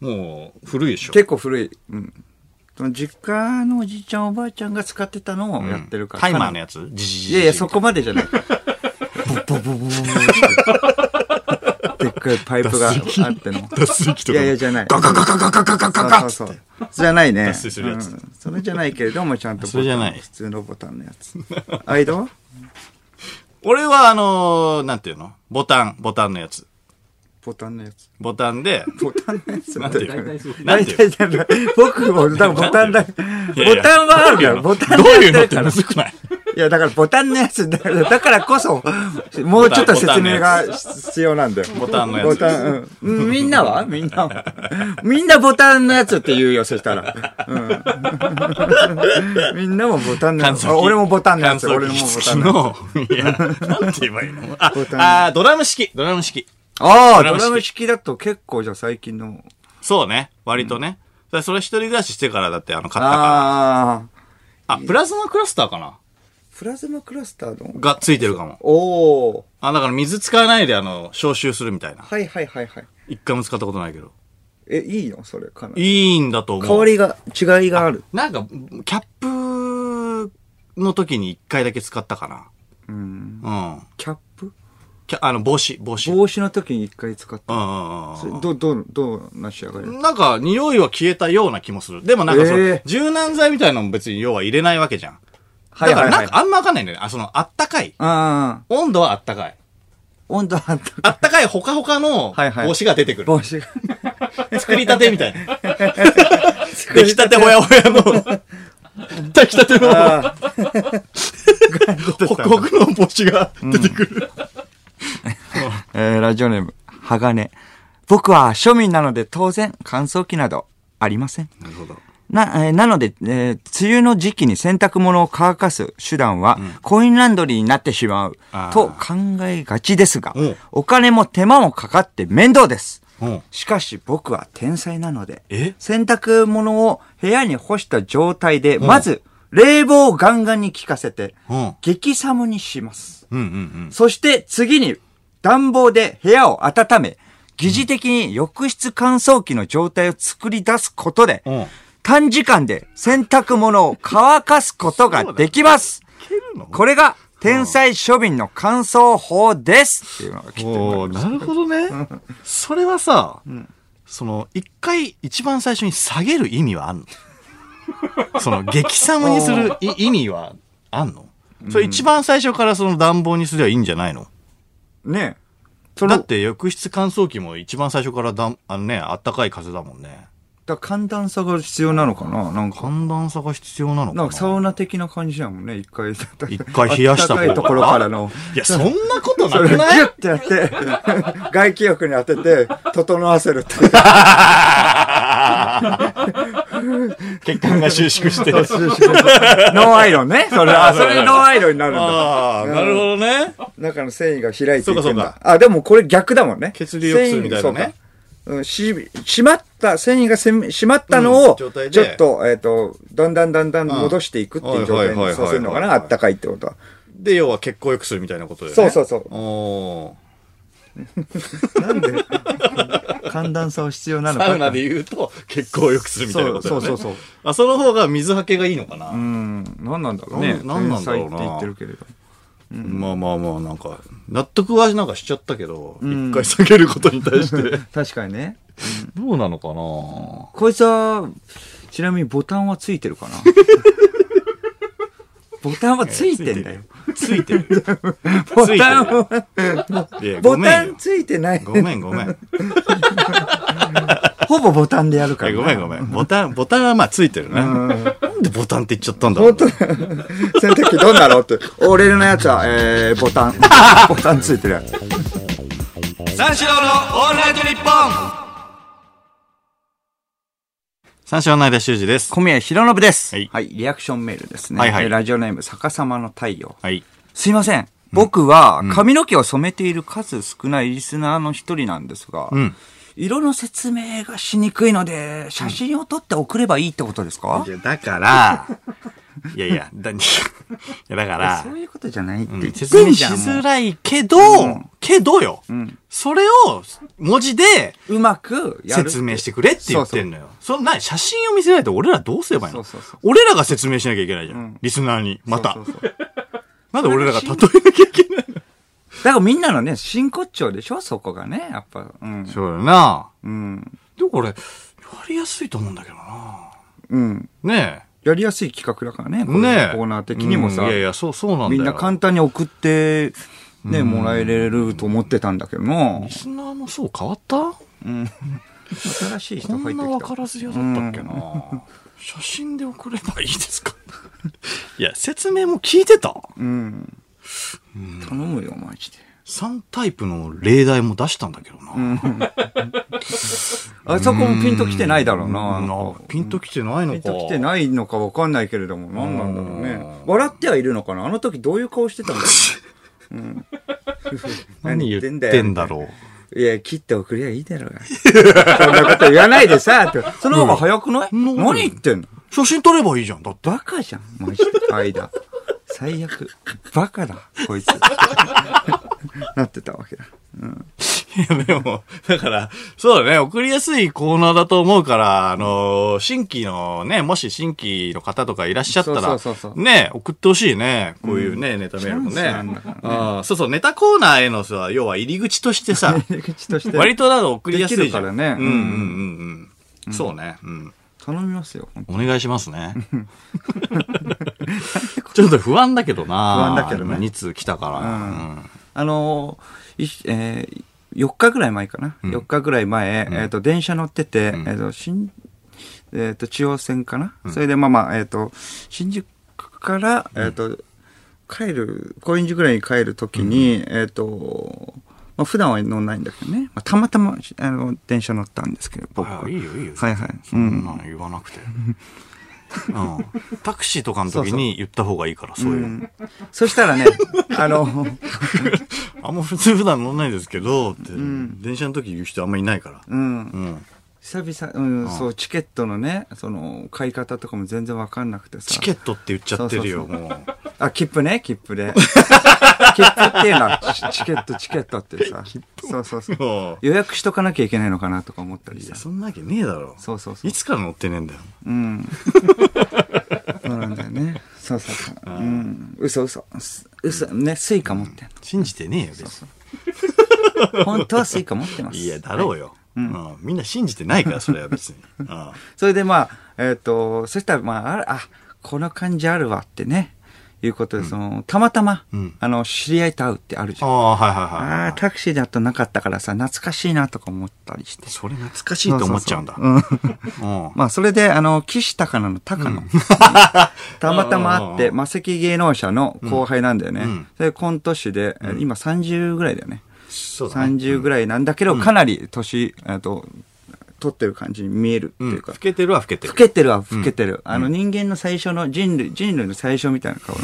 S1: もう、古いでしょ。
S2: 結構古い。うん。その実家のおじいちゃんおばあちゃんが使ってたのをやってるから。
S1: タイマーの
S2: や
S1: やつじじじ
S2: いやいや、そこまでじゃない。ブブブブブブってでっかいパイプがあっての。
S1: 脱水機と
S2: い
S1: か。
S2: やいや、じゃない。
S1: ガガガガガガガガガガ
S2: そうそうそう。じゃないね。
S1: 水するやつ
S2: うんそれじゃないけれども、ちゃんとボタン。
S1: それじゃない
S2: 普通のボタンのやつ。間は
S1: 俺はあのー、なんていうのボタン、ボタンのやつ。
S2: ボタンのやつ。
S1: ボタンで、
S2: ボタンのやつ。
S1: なんてい
S2: 大体
S1: う
S2: そう
S1: なん
S2: 大
S1: ていう
S2: 体じゃない。僕も、だからボタンだ。ボ
S1: いやいや
S2: タンはあるから、ボタン
S1: どう
S2: のやつ
S1: いうのってむずくない
S2: いや、だからボタンのやつだから、だからこそ、もうちょっと説明が必要なんだよ。
S1: ボタンのやつ
S2: ボタン、うんうん。みんな
S1: [laughs]
S2: はみんなは。みんなボタンのやつって言うよ、そしたら。うん。 [laughs] みんなもボタンのや
S1: 乾
S2: つ。
S1: 燥機
S2: 俺もボタンのやつ。
S1: 乾燥機
S2: 俺もボタン
S1: [laughs]
S2: のやつ。
S1: 付きの、いや、なんて言えばいいのあ
S2: ボタ、ン
S1: あードラム式、ドラム式。
S2: ああ、
S1: ドラ
S2: ド
S1: ム式
S2: ラム式だと結構じゃあ最近の。
S1: そうね、割とね。だからそれ一人暮らししてからだって、あの、買ったから。
S2: ああ。
S1: あ、プラズマクラスターかな
S2: プラズマクラスターの
S1: がついてるかも。
S2: おお。
S1: あ、だから水使わないで、あの、消臭するみたいな。
S2: はいはいはいはい。
S1: 一回も使ったことないけど。
S2: え、いいのそれかなり。
S1: いいんだと思う。
S2: 香りが、違いがある。
S1: なんか、キャップの時に一回だけ使ったかな。
S2: うん。
S1: うん。
S2: キャップ
S1: キャあの、帽子、帽子。うん
S2: 帽子の時に一回使った。
S1: うん
S2: そ
S1: うん
S2: れど、ど、どうな仕上がり
S1: うん。なんか、匂いは消えたような気もする。でもなんかその、
S2: えー
S1: 柔軟剤みたいなのも別に要は入れないわけじゃん。
S2: はいはいはい
S1: だからなんかあんまわかんないんだよね。あ、その、あったかい。
S2: ああ、
S1: 温度はあったかい。
S2: 温度あった。
S1: あったかいほかほかの
S2: はいはい
S1: 帽子が出てくる。
S2: [laughs] 帽子が。
S1: 作りたてみたい
S2: [laughs]
S1: な。出来たてほやほやの、出来たての
S2: ああ
S1: ホクホクの帽子が出てくる。
S2: [laughs] えーラジオネーム、鋼。僕は庶民なので当然乾燥機などありません。
S1: なるほど。
S2: な、えーなので、えー梅雨の時期に洗濯物を乾かす手段は、コインランドリーになってしまう
S1: あー、
S2: と考えがちですが
S1: うん、
S2: お金も手間もかかって面倒です。
S1: うん。
S2: しかし僕は天才なので
S1: え、
S2: 洗濯物を部屋に干した状態で、まず冷房をガンガンに効かせて、
S1: うん。
S2: 激寒にします。
S1: うんうんうん。
S2: そして次に暖房で部屋を温め、疑似的に浴室乾燥機の状態を作り出すことで、
S1: うん。
S2: 短時間で洗濯物を乾かすことができます。これが天才庶民の乾燥法です。っていうのが来て
S1: お
S2: ま
S1: おなるほどね。それはさ、その、一回、一番最初に下げる意味はあんのその、激寒にするい意味はあんのそれ一番最初からその暖房にすればいいんじゃないの
S2: すねえ。そ
S1: だ
S2: の
S1: っ、て浴室乾燥機も一番最初からだんあのね、あったかい風だもんね。
S2: だ寒暖差が必要なのかななんか。
S1: 寒暖差が必要なのかな
S2: なんかサウナ的な感じだもんね、一回。
S1: 一回冷やした方
S2: 暖
S1: が
S2: かいところからの。
S1: いや、そんなことな
S2: それ
S1: く
S2: をギュ
S1: ない
S2: ッてやって、外気浴に当てて、整わせるっていう。
S1: [laughs] 血管が収縮
S2: [laughs]
S1: して。
S2: ノンアイロンね。 [laughs] それ、あ、それノンアイロンになるんだ。
S1: ああ、なるほどね。
S2: 中の繊維が開いて
S1: そ
S2: いく
S1: うんかそうか
S2: だ。あ、でもこれ逆だもんね。
S1: 血流良くするみたいなね
S2: 繊維そうかうんし、締まった、繊維がせ締まったの
S1: うん
S2: を、ちょ
S1: 状態
S2: っ
S1: で
S2: と、えっと、だんだんだんだん戻していくっていう状態
S1: うんはいはいはいはい
S2: に、そうするのかなあったかいってことは。
S1: で、要は血行良くするみたいなことで、ね。
S2: そうそうそう
S1: お
S2: なんで、寒暖差は必要な
S1: ー
S2: の
S1: サ
S2: か
S1: ウナで言うと、血行良くするみたいなことだよね。
S2: そうそうそうそう
S1: あ、その方が水はけがいいのかな。
S2: うん、何なんだろうね。
S1: なんなんだろうな
S2: 天才って言ってるけれど。
S1: まあまあまあ、なんか、納得はなんかしちゃったけど、一、回下げることに対
S2: [laughs]
S1: して。 [laughs]
S2: 確かにね。
S1: どうなのかな
S2: こいつは、ちなみにボタンはついてるか
S1: [laughs]
S2: なボタンはついてんだよ。
S1: ついてる。つ
S2: ボ
S1: いてる
S2: タンは、
S1: いやご
S2: ボ
S1: め
S2: タ
S1: んよ
S2: ンついてない。
S1: ごめんごめ
S2: [laughs]
S1: ん。
S2: ほぼボタンでやるか
S1: え
S2: らな。
S1: ごめんごめん。ボタン、ボタンはまあついてるね。 [laughs] なんでボタンって言っちゃったんだろう
S2: 本。当だ洗濯機どうなろうって。俺のやつは、えー、ボ
S1: [laughs]
S2: タン。ボタンついてるやつ。
S1: 三四郎のオールナイトニッポン三四郎の間修二です。
S2: 小宮弘信です。
S1: はい
S2: リアクションメールですね。
S1: はいはい
S2: えーラジオネーム、逆さまの太陽。
S1: はい。
S2: すいません。僕は髪の毛を染めている数少ないリスナーの一人なんですが、
S1: ん
S2: 色の説明がしにくいので、写真を撮って送ればいいってことですか、
S1: いやだから、いやいや、 [laughs] だ、いやだから、
S2: そういうことじゃないって
S1: う
S2: 言
S1: ん
S2: って
S1: 説
S2: ん
S1: 明
S2: じ
S1: し
S2: ゃん。
S1: づ
S2: も
S1: らいけど、
S2: うん
S1: けどよ、
S2: ううん
S1: それを文字で
S2: うまくやる。
S1: 説明してくれって言ってんのよ。そんな、写真を見せられて俺らどうすればいい
S2: そう
S1: の
S2: そうそう。
S1: 俺らが説明しなきゃいけないじゃん。
S2: うん
S1: リスナーに。また。
S2: そうそうそう
S1: なん
S2: だか
S1: で俺らが例えなきゃいけないの
S2: らみんなのね、真骨頂でしょそこがね、やっぱ。うん。
S1: そうだよな。
S2: うん。
S1: でもこれ、やりやすいと思うんだけどな。
S2: うん。
S1: ね
S2: やりやすい企画だからね。
S1: え。
S2: こういう
S1: ねえ。
S2: コーナー的にもさ
S1: うんい、やいや、そう、そうなんだよ。
S2: みんな簡単に送って、ね、もらえれると思ってたんだけどな
S1: リ。スナーもそう変わった
S2: うん。新しい人
S1: こ
S2: 入って
S1: ん
S2: き
S1: な
S2: た。
S1: 分からず屋だったっけな。写真で送ればいいですか [laughs] いや、説明も聞いてた。
S2: うん。頼むよ、マジで。
S1: 3タイプの例題も出したんだけどな。
S2: あそこもピンときてないだろうな。
S1: なピンときてないのか。
S2: ピンときてないのか分かんないけれども、何なんだろうね
S1: う。ん
S2: 笑ってはいるのかなあの時どういう顔してたの
S1: 何言ってんだろう。
S2: う。いや、切って送りゃいいだろうが。そんなこと言わないでさ、ってその方が早くない、
S1: うん
S2: 何言ってんの
S1: 写真撮ればいいじゃん。だって。
S2: バカじゃん、マジで。間。最悪。バカだ、こいつ。 [laughs] なってたわけだ。
S1: いや、でも、だから、そうだね、送りやすいコーナーだと思うから、あのー新規のね、もし新規の方とかいらっしゃったら、
S2: そうそうそうそう
S1: ね、送ってほしいね。こういうね、ネタメールも
S2: チ
S1: ね。
S2: ャンスなんだからね
S1: あーそうそう、ネタコーナーへのさ、要は入り口としてさ、
S2: 入り口として。
S1: 割とだと送りやすいじゃん。
S2: できるからね
S1: うんうんうんうん。そうね。うん。
S2: 頼みますよ、本
S1: お願いします
S2: [laughs]
S1: ね。ちょっと不安だけどな。
S2: 不安だけどね
S1: 2通来たから。
S2: うん
S1: うん
S2: あのーいえー4日ぐらい前かな、
S1: ん
S2: 4日ぐらい前、えー、と電車乗ってて、
S1: ん
S2: えーと新えー、と中央線かな、それでまあまあ、えー、と新宿から、えーと帰る高円寺ぐらいに帰るときに、えーとまあ、普段は乗んないんだけどね、まあ、たまたまあの電車乗ったんですけど僕は。
S1: あいいよいいよ。
S2: はいはい
S1: そんなの言わなくて。うん。タクシーとかの時に言った方がいいから、そういうう。
S2: んそし
S1: [laughs]
S2: たらね、あの、
S1: あんま普通普段乗んないですけど、って、電車の時言う人あんまいないから。
S2: うん
S1: う、ん。
S2: 久々、うん、そう、チケットのね、その、買い方とかも全然わかんなくてさ。
S1: チケットって言っちゃってるよ、
S2: そうそ
S1: も
S2: う
S1: う。
S2: あ、切符ね、切
S1: [laughs]
S2: 符で。切符っていうのは、チチケット、チケットっ
S1: [laughs]
S2: てさ。そうそうそう。
S1: もう
S2: 予約しとかなきゃいけないのかなとか思ったり
S1: い
S2: さ
S1: や、。そんなわけねえだろ。
S2: そうそうそう
S1: い。つから乗ってねえんだよ。
S2: うん。そうなんだよね。そうそうそう。うん。嘘嘘。す嘘。ね、スイカ持ってん
S1: 信じてねえよ、別に。
S2: の。本当はスイカ持ってます。
S1: いや、だろうよ。うん。みんな信じてないから、それは別に。
S2: [laughs]
S1: うん。
S2: それでまあ、えっ、と、そしたらまあ、あらあ、この感じあるわってね。いうことで、その、たまたま、
S1: うん
S2: あの、知り合いと会うってあるじゃん
S1: あ。あ、はいはいはい。
S2: ああ、タクシーだとなかったからさ、懐かしいなとか思ったりして。
S1: それ懐かしいと思っちゃうんだ。
S2: そうそうそううん
S1: うん
S2: まあ、それで、あの、岸高野の高野。 [laughs] たまたま会って、
S1: うん
S2: 魔石芸能者の後輩なんだよね。
S1: うん
S2: それでコント師で、えー今30ぐらいだよね。
S1: そうだね。
S2: 30ぐらいなんだけど、かなり年、えっと、取ってる感じに見えるって
S1: う
S2: い
S1: ん。
S2: うか
S1: 老、けてるは老けて
S2: 老
S1: る。
S2: けてるは老けてる。あの人間の最初の人類、人類の最初みたいな顔の、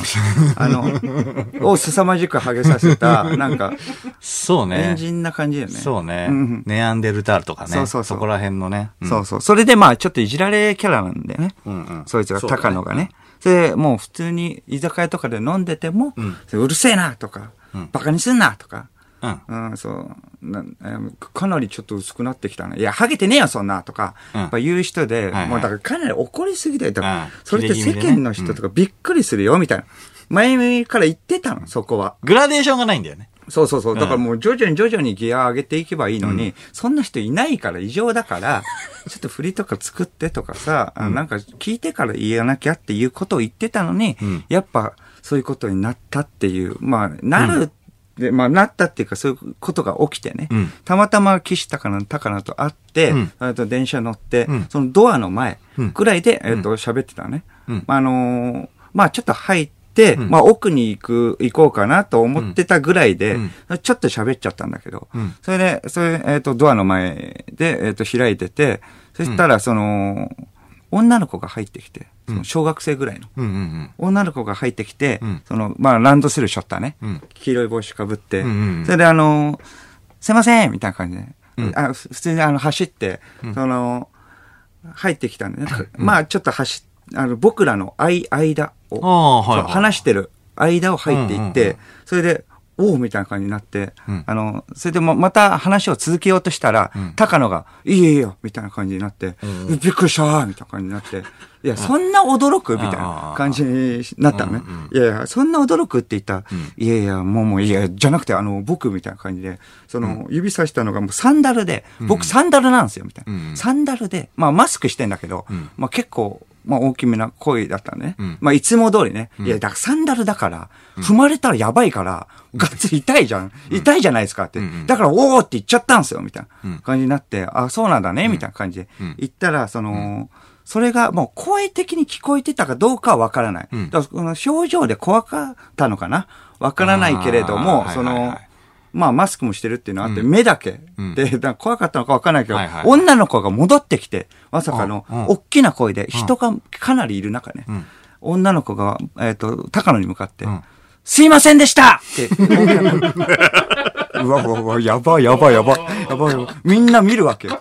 S2: あ
S1: [laughs]
S2: の、を凄まじく剥げさせた、なんか、
S1: そうね。
S2: 変人な感じだよね。
S1: そうね、
S2: うん
S1: ネアンデルタールとかね。
S2: そうそうそ
S1: そ
S2: う
S1: こら辺のね。うん
S2: そうそう。それでまあちょっといじられキャラなんだよね。
S1: うんうん
S2: そいつが、
S1: そうだね
S2: 高野がね。それでもう普通に居酒屋とかで飲んでても、
S1: ん
S2: それうるせえなとか、
S1: ん
S2: バカにすんなとか、
S1: うん。
S2: うん、そうなんえーかなりちょっと薄くなってきたな。いや、ハゲてねえよ、そんなとか、
S1: うん
S2: やっぱ言う人で、
S1: はい
S2: もうだからかなり怒りすぎてだから
S1: うん
S2: それって世
S1: 切れ気味でね
S2: 間の人とかびっくりするよ、みたいな。前々から言ってたの、そこは。
S1: グラデーションがないんだよね。
S2: そうそうそう。だからもう徐々に徐々にギア上げていけばいいのに、そんな人いな
S1: [laughs]
S2: いから異常だから、ちょっと振りとか作ってとかさ、あなんか聞いてから言えなきゃっていうことを言ってたのに、
S1: うん
S2: やっぱそういうことになったっていう、まあ、なる、でまあ、なったっていうか、そういうことが起きてね。
S1: うん
S2: たまたま岸高野、高野と会って、
S1: うん
S2: あと電車乗って、
S1: うん
S2: そのドアの前ぐらいで、えっ、と、喋ってたね。
S1: うん
S2: あのーまあちょっと入って、
S1: ん
S2: まあ奥に行く、行こうかなと思ってたぐらいで、
S1: うん
S2: ちょっと喋っちゃったんだけど、
S1: うん
S2: それで、それ、えっ、と、ドアの前で、えっ、と、開いてて、そしたら、その、女の子が入ってきて、その小学生ぐらいの。
S1: うんうん
S2: 女の子が入ってきて、
S1: うん
S2: その、まあ、ランドセルしょったね。
S1: うん
S2: 黄色い帽子かぶって、
S1: うんうんうん
S2: それで、あの、すいませんみたいな感じで、
S1: うん
S2: あふ普通にあの走って、その、入ってきたんで、ね、まあ、ちょっと走っあの僕らの間、こう、
S1: ああはいはい
S2: そう話してる間を入っていって、
S1: うんうんう
S2: それで、おおみたいな感じになって、
S1: うん
S2: あの、それでもまた話を続けようとしたら、高野が、いいよいいよ、みたいな感じになって、びっくりしたーみたいな感じになって、いや、そんな驚くみたいな感じになったのね。いやいや、そんな驚くって言ったら、いやいや、もうもう、いや、じゃなくて、あの、僕みたいな感じで、その、指さしたのがもうサンダルで、僕サンダルなんですよ、みたい
S1: うんうん
S2: な。サンダルで、まあマスクしてんだけど、まあ結構、まあ大きめな声だったね。
S1: ん
S2: まあいつも通りね。いや、だからサンダルだから、踏まれたらやばいから、ガッツリ痛いじゃん。痛いじゃないですかって。
S1: うんうん
S2: だから、おーって言っちゃったんですよ、みたい
S1: うん
S2: な感じになって、あ、そうなんだね、みたいな感じで
S1: うん。
S2: 言ったら、その、それがもう声的に聞こえてたかどうかはわからない。
S1: うん
S2: だからこの表情で怖かったのかなわからないけれど
S1: あ
S2: も、
S1: ー
S2: そ
S1: はいはい
S2: の
S1: はい、
S2: まあマスクもしてるっていうのはあって、
S1: うん
S2: 目だけ
S1: うん
S2: で、だから怖かったのかわからないけど
S1: はいはい、はい
S2: 女の子が戻ってきて、まさかの
S1: うんうん
S2: 大きな声で人がかなりいる中ね
S1: ん、
S2: 女の子が、えっと、高野に向かって
S1: ん、
S2: すいませんでしたって大きな声で [laughs] うわうわうわ、やばいやばいやばい。やばいやばい。みんな見るわけよ。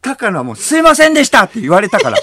S2: 高野はもうすいませんでしたって言われたから。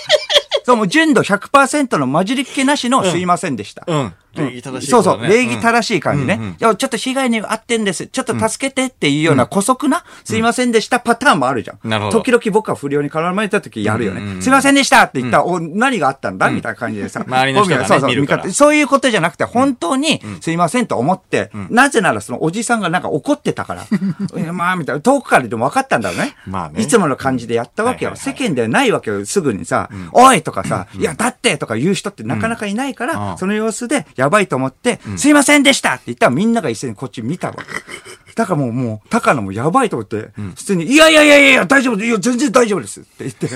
S2: そう、もう純度100%の混じりっ気なしのすいませんでした。
S1: うん。
S2: うん
S1: 礼儀正しい
S2: そ
S1: こ
S2: う
S1: と
S2: そ
S1: だね、
S2: う、礼儀正しい感じ
S1: うんうん
S2: ね。いやちょっと被害に遭ってんです。ちょっと助けてっていうような古速な、すいませんでしたパターンもあるじゃん。
S1: なるほど
S2: 時々僕は不良に絡まれた時やるよ
S1: うんうんう
S2: ね。
S1: ん
S2: すいませんでしたって言ったら、お、何があったんだみたいな感じでさ。
S1: [laughs] 周りの人がね
S2: そうそう、
S1: 見るから
S2: 味方そういうことじゃなくて、本当にすいませんと思って、なぜならそのおじさんがなんか怒って
S1: [laughs]
S2: たから。いやまあ、みたいな。遠くからでも分かったんだろうね。
S1: まあね
S2: いつもの感じでやったわけ
S1: は
S2: よ。
S1: いはいは
S2: 世
S1: い
S2: 間ではないわけよ。すぐにさ、おいとかさ、いや、だってとか言う人ってなかなかいないから、
S1: うんああ
S2: その様子で、やばいと思って、すいませんでしたって言ったらみんなが一斉にこっち見たわ
S1: [laughs]
S2: け。だからもう、もう、高野もやばいと思って、普通に、いやいやいやいや、大丈夫です。いや、全然大丈夫です。って言
S1: [laughs]
S2: って、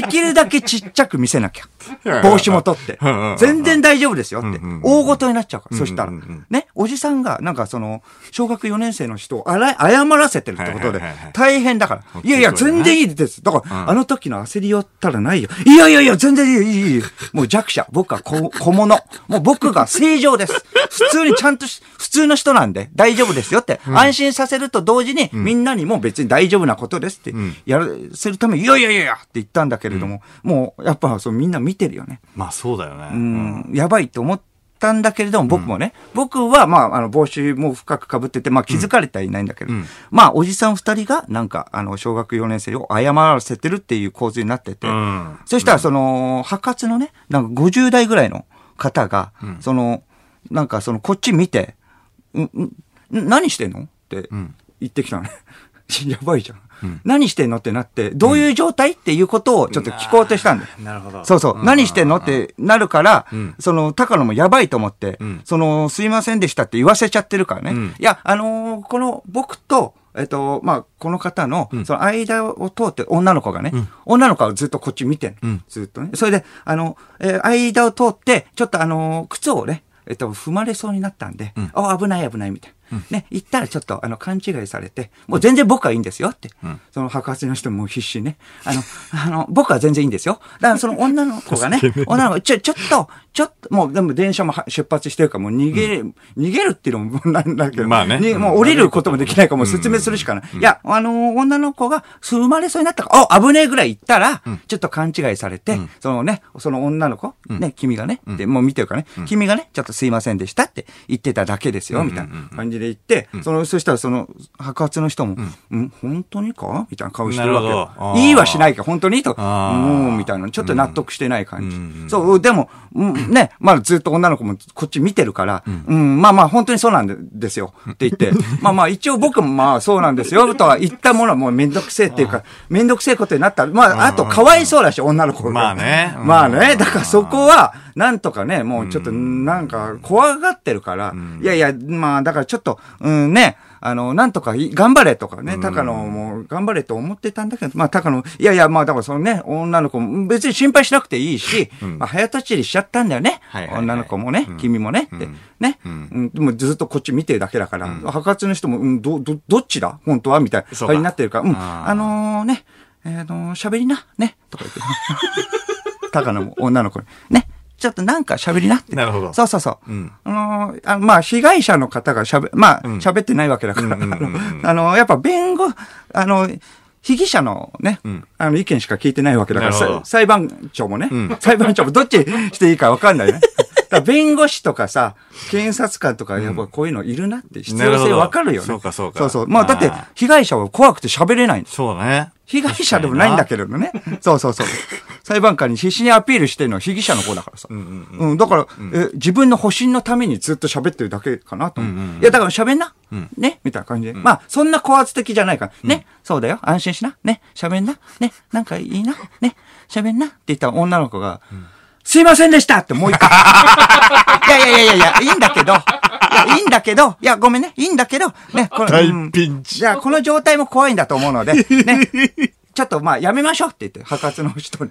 S2: できるだけちっちゃく見せなき
S1: いやいや
S2: ゃ。帽子も取って
S1: うんうんうん。
S2: 全然大丈夫ですよって
S1: うんうんうん。
S2: 大ごとになっちゃうから、そしたら
S1: うんうんうん。
S2: ね、おじさんが、なんかその、小学4年生の人をあら謝らせてるってことで
S1: はいはいはいはい、
S2: 大変だから。いやいや、
S1: 大きい声でね
S2: 全然いいです。だか
S1: うん
S2: ら、あの時の焦りよったらないよ。いやいやいや、全然いいよ、いいよいいよ。もう弱者。僕は小 [laughs] 小物。もう僕が正常です。普通にちゃんとし、普通の人なんで大丈夫ですよって。安心させると同時に、みんなにも別に大丈夫なことですって、やらせるために、いやいやいやいやって言ったんだけれども、もう、やっぱそうみんな見てるよね。
S1: まあそうだよね。
S2: うん、やばいと思ったんだけれども、僕もね、僕は、まあ、あの、帽子も深く被ってて、まあ、気づかれてはいないんだけど、
S1: ん
S2: まあ、おじさん二人が、なんか、あの、小学4年生を謝らせてるっていう構図になってて、
S1: うん
S2: そしたら、その、派閥のね、なんか50代ぐらいの方が、その、なんか、その、こっち見て、んん何してんのって言ってきたのね。 [laughs] やばいじゃん。何してんのってなって、どういう状態っていうことをちょっと聞こうとしたんだよ。
S1: なるほど
S2: そうそう。何してんのってなるから
S1: ん、
S2: その、高野もやばいと思って
S1: ん、
S2: その、すいませんでしたって言わせちゃってるから
S1: うん
S2: ね。いや、あのー、この、僕と、えっと、まあ、この方の、その間を通って、女の子がね、女の子はずっとこっち見てん
S1: ん
S2: の。ずっとね。それで、あの、えー間を通って、ちょっとあのー、靴をね、えっと、踏まれそうになったんで、あ、危ない危ないみたいな。ね、行ったらちょっと、あの、勘違いされて、もう全然僕はいいんですよって。その白髪の人も必死にね。あの、あの、僕は全然いいんですよ。だからその女の子
S1: [laughs]
S2: がね、女の子、ちょ、ちょっと、ちょっと、もう、でも電車もは出発してるから、もう逃げる、逃げるっていうのもなんだけど、
S1: まあね
S2: にもう降りることもできないから、もう説明するしかない。いや、あのー女の子が生まれそうになったから、あ、危ねえぐらい行ったら、ちょっと勘違いされて、そのね、その女の子、ね、君がね、で、もう見てるからね、君がね、ちょっとすいませんでしたって言ってただけですよ、みたいな感じで言って、その、そしたらその、白髪の人も、うん、本当にかみたいな顔してるわけ
S1: なる
S2: よ
S1: ほどあ。ー
S2: いいはしないか、本当にと、
S1: あー
S2: もう、みたいな、ちょっと納得してない感じ。
S1: うんうん
S2: そう、でも、うんね、まあずっと女の子もこっち見てるから、うん、まあまあ本当にそうなんでですよって言
S1: [laughs]
S2: って、まあまあ一応僕もまあそうなんですよとは言ったものはもうめんどくせえっていうか、めんどくせえことになった。まああとかわいそうだし、女の子が。
S1: まあねうん
S2: まあね、だからそこは、なんとかね、もうちょっとなんか怖がってるから、いやいや、まあだからちょっと、うんね、あの、なんとかい頑張れとかね、高野も頑張れと思ってたんだけど、まあ高野、いやいや、まあだからそのね、女の子も別に心配しなくていいし、まあ早とちりしちゃったんだよね、
S1: はいはいはい
S2: 女の子もね、君もね、って、ね、うん、でもずっとこっち見てるだけだから、白髪の人も、うん、ど、ど、どっちだ本当はみたいな
S1: そう
S2: 感
S1: か
S2: じになってるから、うん、
S1: あ
S2: あ
S1: ー
S2: のね、えーの喋りな、ね、とか言って。高野も女の子に。ね。ちょっとなんか喋りなって。
S1: なるほど
S2: そうそうそう。
S1: うん
S2: あのーあまあ、被害者の [laughs] 方が喋、まあ、喋ってないわけだから、
S1: うんうんうんうん
S2: あの、あのやっぱ弁護、あの、被疑者のね、
S1: ん
S2: あの意見しか聞いてないわけだから
S1: なるほ
S2: さ
S1: ど、
S2: 裁判長もね、
S1: ん
S2: 裁判長もどっちしていいかわかんない
S1: [laughs]
S2: ね。だから弁護士とかさ、検察官とか、やっぱこういうのいるなって必要性わかるよね。
S1: なるほどそうかそうか
S2: そうそう。まあだって
S1: ああ、
S2: 被害者は怖くて喋れないんです。
S1: そうね。
S2: 被害者でもないんだけれどね。そうそうそう。裁判官に必死にアピールしてるのは被疑者の方だからさ。うんだから、え、自分の保身のためにずっと喋ってるだけかなと思う。いや、だから喋んな、ねみたいな感じで。まあ、そんな高圧的じゃないから。ね、そうだよ。安心しな。ね喋んな。ねなんかいいな。ね喋んな。って言った女の子が、すいませんでしたってもう一回。 [laughs] いやいやいやいやいや、いいんだけど。いや、いいんだけど。いや、ごめんね。いいんだけど。ね、この、
S1: 大ピンチ
S2: じゃあ、この状態も怖いんだと思う [laughs] ので、ね。ちょっとまあ、やめましょうって言って、破活の人に。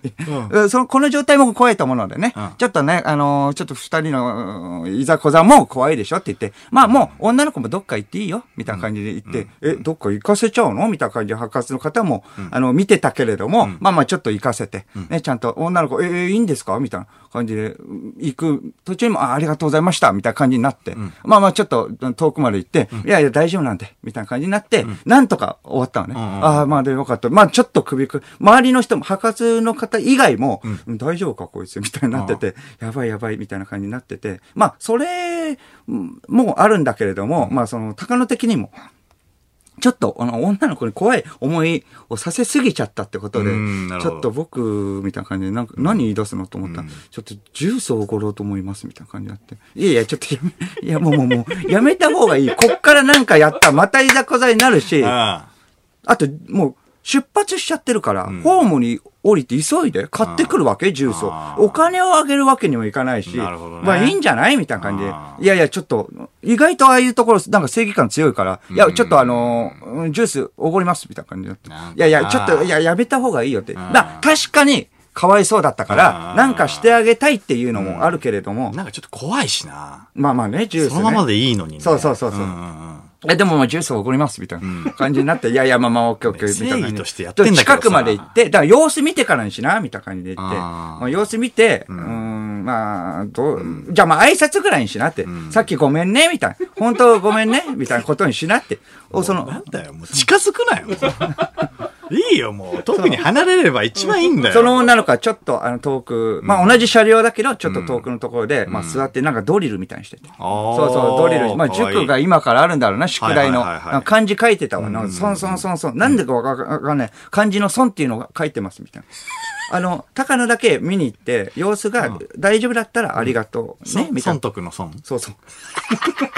S2: うんその、この状態も怖いと思うのでね。ちょっとね、あのーちょっと二人の、うんいざこざも怖いでしょって言って、まあもう、女の子もどっか行っていいよ、みたいな感じで言って、え、どっか行かせちゃうのみたいな感じで、破活の方も、あの、見てたけれども、まあまあ、ちょっと行かせて、ね、ちゃんと女の子、えーいいんですかみたいな感じで、うん行く、途中にも、あありがとうございました、みたいな感じになって、まあまあ、ちょっと遠くまで行って、いやいや、大丈夫なんで、みたいな感じになって、なんとか終わったのね。ああ、まあでよかった。まあちょっと首く、周りの人も、派閥の方以外も、うん大丈夫か、こいつ、みたいになってて、やばいやばい、みたいな感じになってて、まあ、それうんもあるんだけれども、まあ、その、高野的にも、ちょっと、あの、女の子に怖い思いをさせすぎちゃったってことで
S1: うんな、る
S2: ち
S1: ほど
S2: ょっと僕、みたいな感じで、なんか、何言い出すのと思ったら、ちょっと、ジュースをおごろうと思います、みたいな感じになって。いやいや、ちょっとやめ、いや、もうもうもう、やめた方がいい。こっからなんかやったら、またいざこざになるし、
S1: あ
S2: あと、もう、出発しちゃってるから、ホームに降りて急いで買ってくるわけ、ジュー
S1: あ
S2: スを。お金をあげるわけにもいかないし、
S1: なるほどね
S2: まあいいんじゃないみたいな感じ
S1: あ
S2: で。いやいや、ちょっと、意外とああいうところ、なんか正義感強いから、いや、ちょっとあのーうんジュースおごります、みたいな感じに
S1: な
S2: なんっ
S1: か
S2: て。いやいや、ちょっと、いや、やめた方がいいよって。
S1: ん
S2: まあ、確かに、かわいそうだったか
S1: あ
S2: ら、
S1: ー
S2: なんかしてあげたいっていうのもあるけれども、
S1: なんかちょっと怖いしな。
S2: まあまあね、ジュース、ね。
S1: そのままでいいのにね。
S2: そうそうそうそうん
S1: んうん
S2: え、でもまあジュースをおごります、みたいな感じになって、いやいや、まあまあ、オッケーオッケー、みたいな感じで。
S1: 正義としてやってんだけどさ
S2: 近くまで行って、だから様子見てからにしな、みたいな感じで言って、
S1: あー
S2: まあ、様子見て、うーん、まあ、どう、じゃあまあ挨拶ぐらいにしなって、さっきごめんね、みたいな。本当ごめんね、 [laughs] みたいなことにしなって。お、その
S1: な、んだよ、もう近づくな
S2: [laughs]
S1: よ。いいよ、もう。遠くに離れれば一番いいんだよ。
S2: その女の子はちょっとあの遠く、まあ同じ車両だけど、ちょっと遠くのところで、まあ座ってなんかドリルみたいにしてて。そうそう、ドリル。まあ、塾が
S1: いい。
S2: 今からあるんだろうな、宿題の。
S1: はいはいはいはい
S2: 漢字書いてたわな。そんそんそんそん。なんでかわかわかんない。漢字のそんっていうのが書いてます、みたいな。あの、高野だけ見に行って、様子が大丈夫だったらありがとう。ね、みたい
S1: 損
S2: な。
S1: 得の損。
S2: そうそう。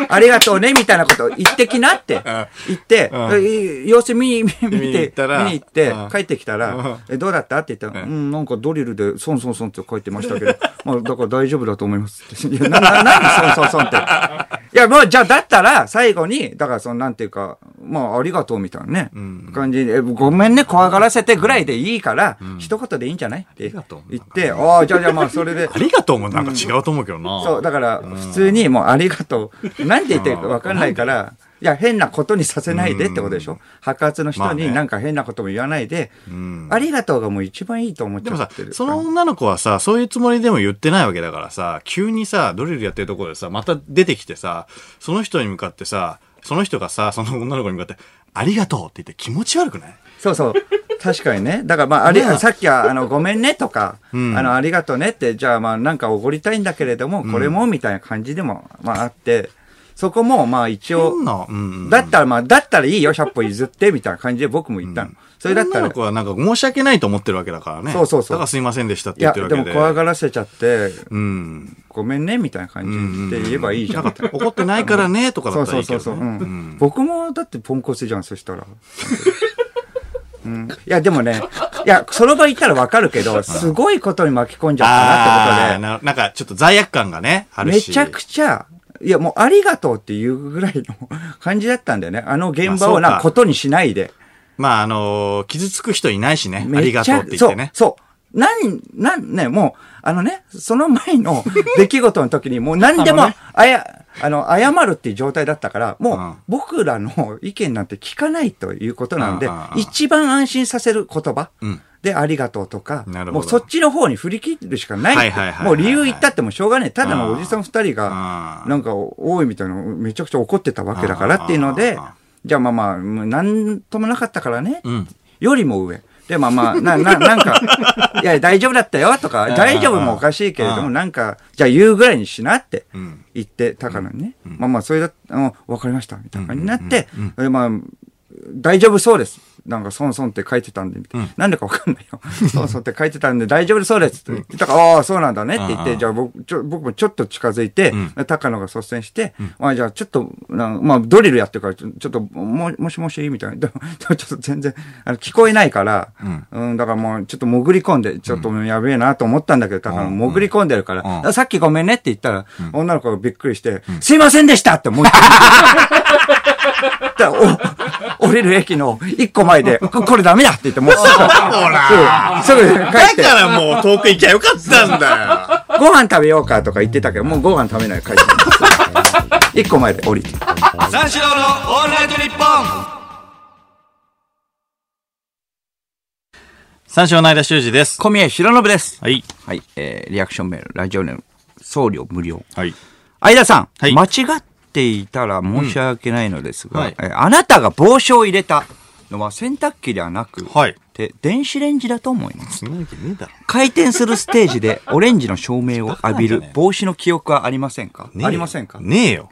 S2: ありがとうね、みたいなこと言ってき
S1: [laughs]
S2: なって言って、
S1: う
S2: え様子見に、見見て、見
S1: 見に行ったら
S2: に行って
S1: うん、
S2: 帰ってきたら、えどうだったって言ったら、うん、なんかドリルで、ソンソンソンって書いてましたけど、 [laughs] まあ、だから大丈夫だと思いますって。 [laughs] いや、な、な、なんでソンソンソンって。
S1: [laughs]
S2: いや、もう、じゃあ、だったら、最後に、だから、その、なんていうか、まあ、ありがとうみたいなね、感じで、えごめんね、怖がらせてぐらいでいいから、一言でいいんじゃないって
S1: がとう
S2: 言って、ああ、じゃあ、じゃあ、まあ、それで
S1: あ、りがとうもなんか違うと思うけどな。
S2: そう、だから、普通にもうありがと
S1: [laughs]
S2: う。なんて言ってるか分かんないから、いや、変なことにさせないでってことでしょ白髪の
S1: ま
S2: 人
S1: あね
S2: になんか変なことも言わないで、
S1: ん
S2: ありがとうがもう一番いいと思っち
S1: で
S2: ゃ
S1: も
S2: っ
S1: さ
S2: て、る。
S1: その女の子はさ、そういうつもりでも言ってないわけだからさ、急にさ、ドリルやってるところでさ、また出てきてさ、その人に向かってさ、その人がさ、その女の子に向かって、ありがとうって言って気持ち悪くない
S2: そうそう。確かにね。だからまあ、あり、
S1: まあ
S2: さっきは、あの、ごめんねとか、あの、ありがとうねって、じゃあまあ、なんかおごりたいんだけれども、これも、みたいな感じでも、まあ、あって、そこも、まあ、一応、
S1: 変な、うんうん。
S2: だったらまあ、だったらいいよ、100歩譲って、みたいな感じで僕も言ったの。それだった
S1: 女
S2: ら
S1: の、子はなんか申し訳ないと思ってるわけだからね。
S2: そうそうそう
S1: だからすいませんでしたって
S2: い
S1: 言
S2: や、
S1: って
S2: で
S1: るわけで。
S2: も怖がらせちゃって、
S1: うん。
S2: ごめんね、みたいな感じで言えばいいじゃん。
S1: なんか怒ってないからね、とかだ
S2: そう
S1: ったら
S2: そ
S1: いういけ
S2: そ
S1: ど、
S2: う
S1: ね。
S2: そう、う
S1: うん
S2: ん。僕もだってポンコツじゃん、そしたら。うん、いや、でもね、いや、その場行ったらわかるけど、すごいことに巻き込んじゃ
S1: あー
S2: ったなってこ
S1: ななんかちょっと罪悪感がね、あ
S2: とで、
S1: る
S2: め
S1: し。
S2: ちゃくちゃ、いや、もうありがとうっていうぐらいの感じだったんだよね。あの現場を
S1: まあそう
S2: な
S1: か
S2: ことにしないで。
S1: まあ、あのー傷つく人いないしね。あ
S2: め
S1: り
S2: ちゃ
S1: がとうって言ってね。
S2: そう、そう。なん、なんね、もう、あのね、その前
S1: [laughs]
S2: の出来事の時に、もう何でも
S1: あのね、
S2: あや、あの、謝るっていう状態だったから、も
S1: うん
S2: う僕らの意見なんて聞かないということなんで
S1: うんうんう、ん
S2: 一番安心させる言葉
S1: うん
S2: でありがとうとか、
S1: なるほ
S2: も
S1: ど
S2: うそっちの方に振り切るしかないって。
S1: はいはいはいはい
S2: もう理由言ったってもしょうがない。ただのおじさん二人が
S1: う、ん
S2: なんか多いみたいな、めちゃくちゃ怒ってたわけだからっていうの
S1: うん
S2: で
S1: うんうんうん、
S2: じゃあまあまあ、もうなんともなかったからね、
S1: うん。
S2: よりも上。で、まあまあ、な、
S1: [laughs]
S2: な、なんか、いや、大丈夫だったよとか、
S1: ん
S2: 大丈夫もおかしいけれど
S1: う
S2: も、
S1: ん
S2: なんか、じゃあ言うぐらいにしなって
S1: うん
S2: 言ってたからね。まあまあ、それだ、あの、わかりました、みたいな感じになって、えまあ、大丈夫そうです。なんか、そんそんって書いてたんで、みたいな。なんでかわかんない
S1: [laughs]
S2: よ。そんそんって書いてたんで、大丈夫そうですって言ってたから、ああ、そうなんだねって言っ
S1: うんう
S2: て、
S1: ん
S2: じゃあ僕、ちょ、僕もちょっと近づいて、高野が率先して、まあじゃあちょっと、なんまあドリルやってるから、ちょちょっと、も、もしもしみたいな。でもでもちょっと全然、あの、聞こえないから、うん、だからもうちょっと潜り込んで、ちょっとやべえなと思ったんだけど、高野潜り込んでるから、
S1: うん
S2: あさっきごめんねって言ったら、女の子がびっくりして、すいませんでしたってもう一回 [laughs] 言って。だからお降りる駅の一個前で、ここれダメだって言って、もうすぐ、すぐすぐ帰
S1: だ
S2: って、
S1: からもう遠く行きゃよかったんだよ。
S2: ご飯食べようかとか言ってたけど、もうご飯食べない帰って。一個前で降りて。
S1: 三四郎のオールナイトニッポン三四郎の間修二です。
S2: 小宮弘信です。
S1: はい。
S2: はい、えー、リアクションメール、ラジオネーム、送料無料。
S1: はい。
S2: 相田さん、
S1: はい
S2: 間違っていたら申し訳ないのですが、
S1: うんはい
S2: えーあなたが帽子を入れたのは洗濯機ではなく、
S1: はい
S2: で電子レンジだと思います。
S1: そんなわけねえだろ。
S2: 回転するステージでオレンジの照明を浴びる帽子の記憶はありませんか、
S1: ねえよ
S2: ありませんか
S1: ねえよ。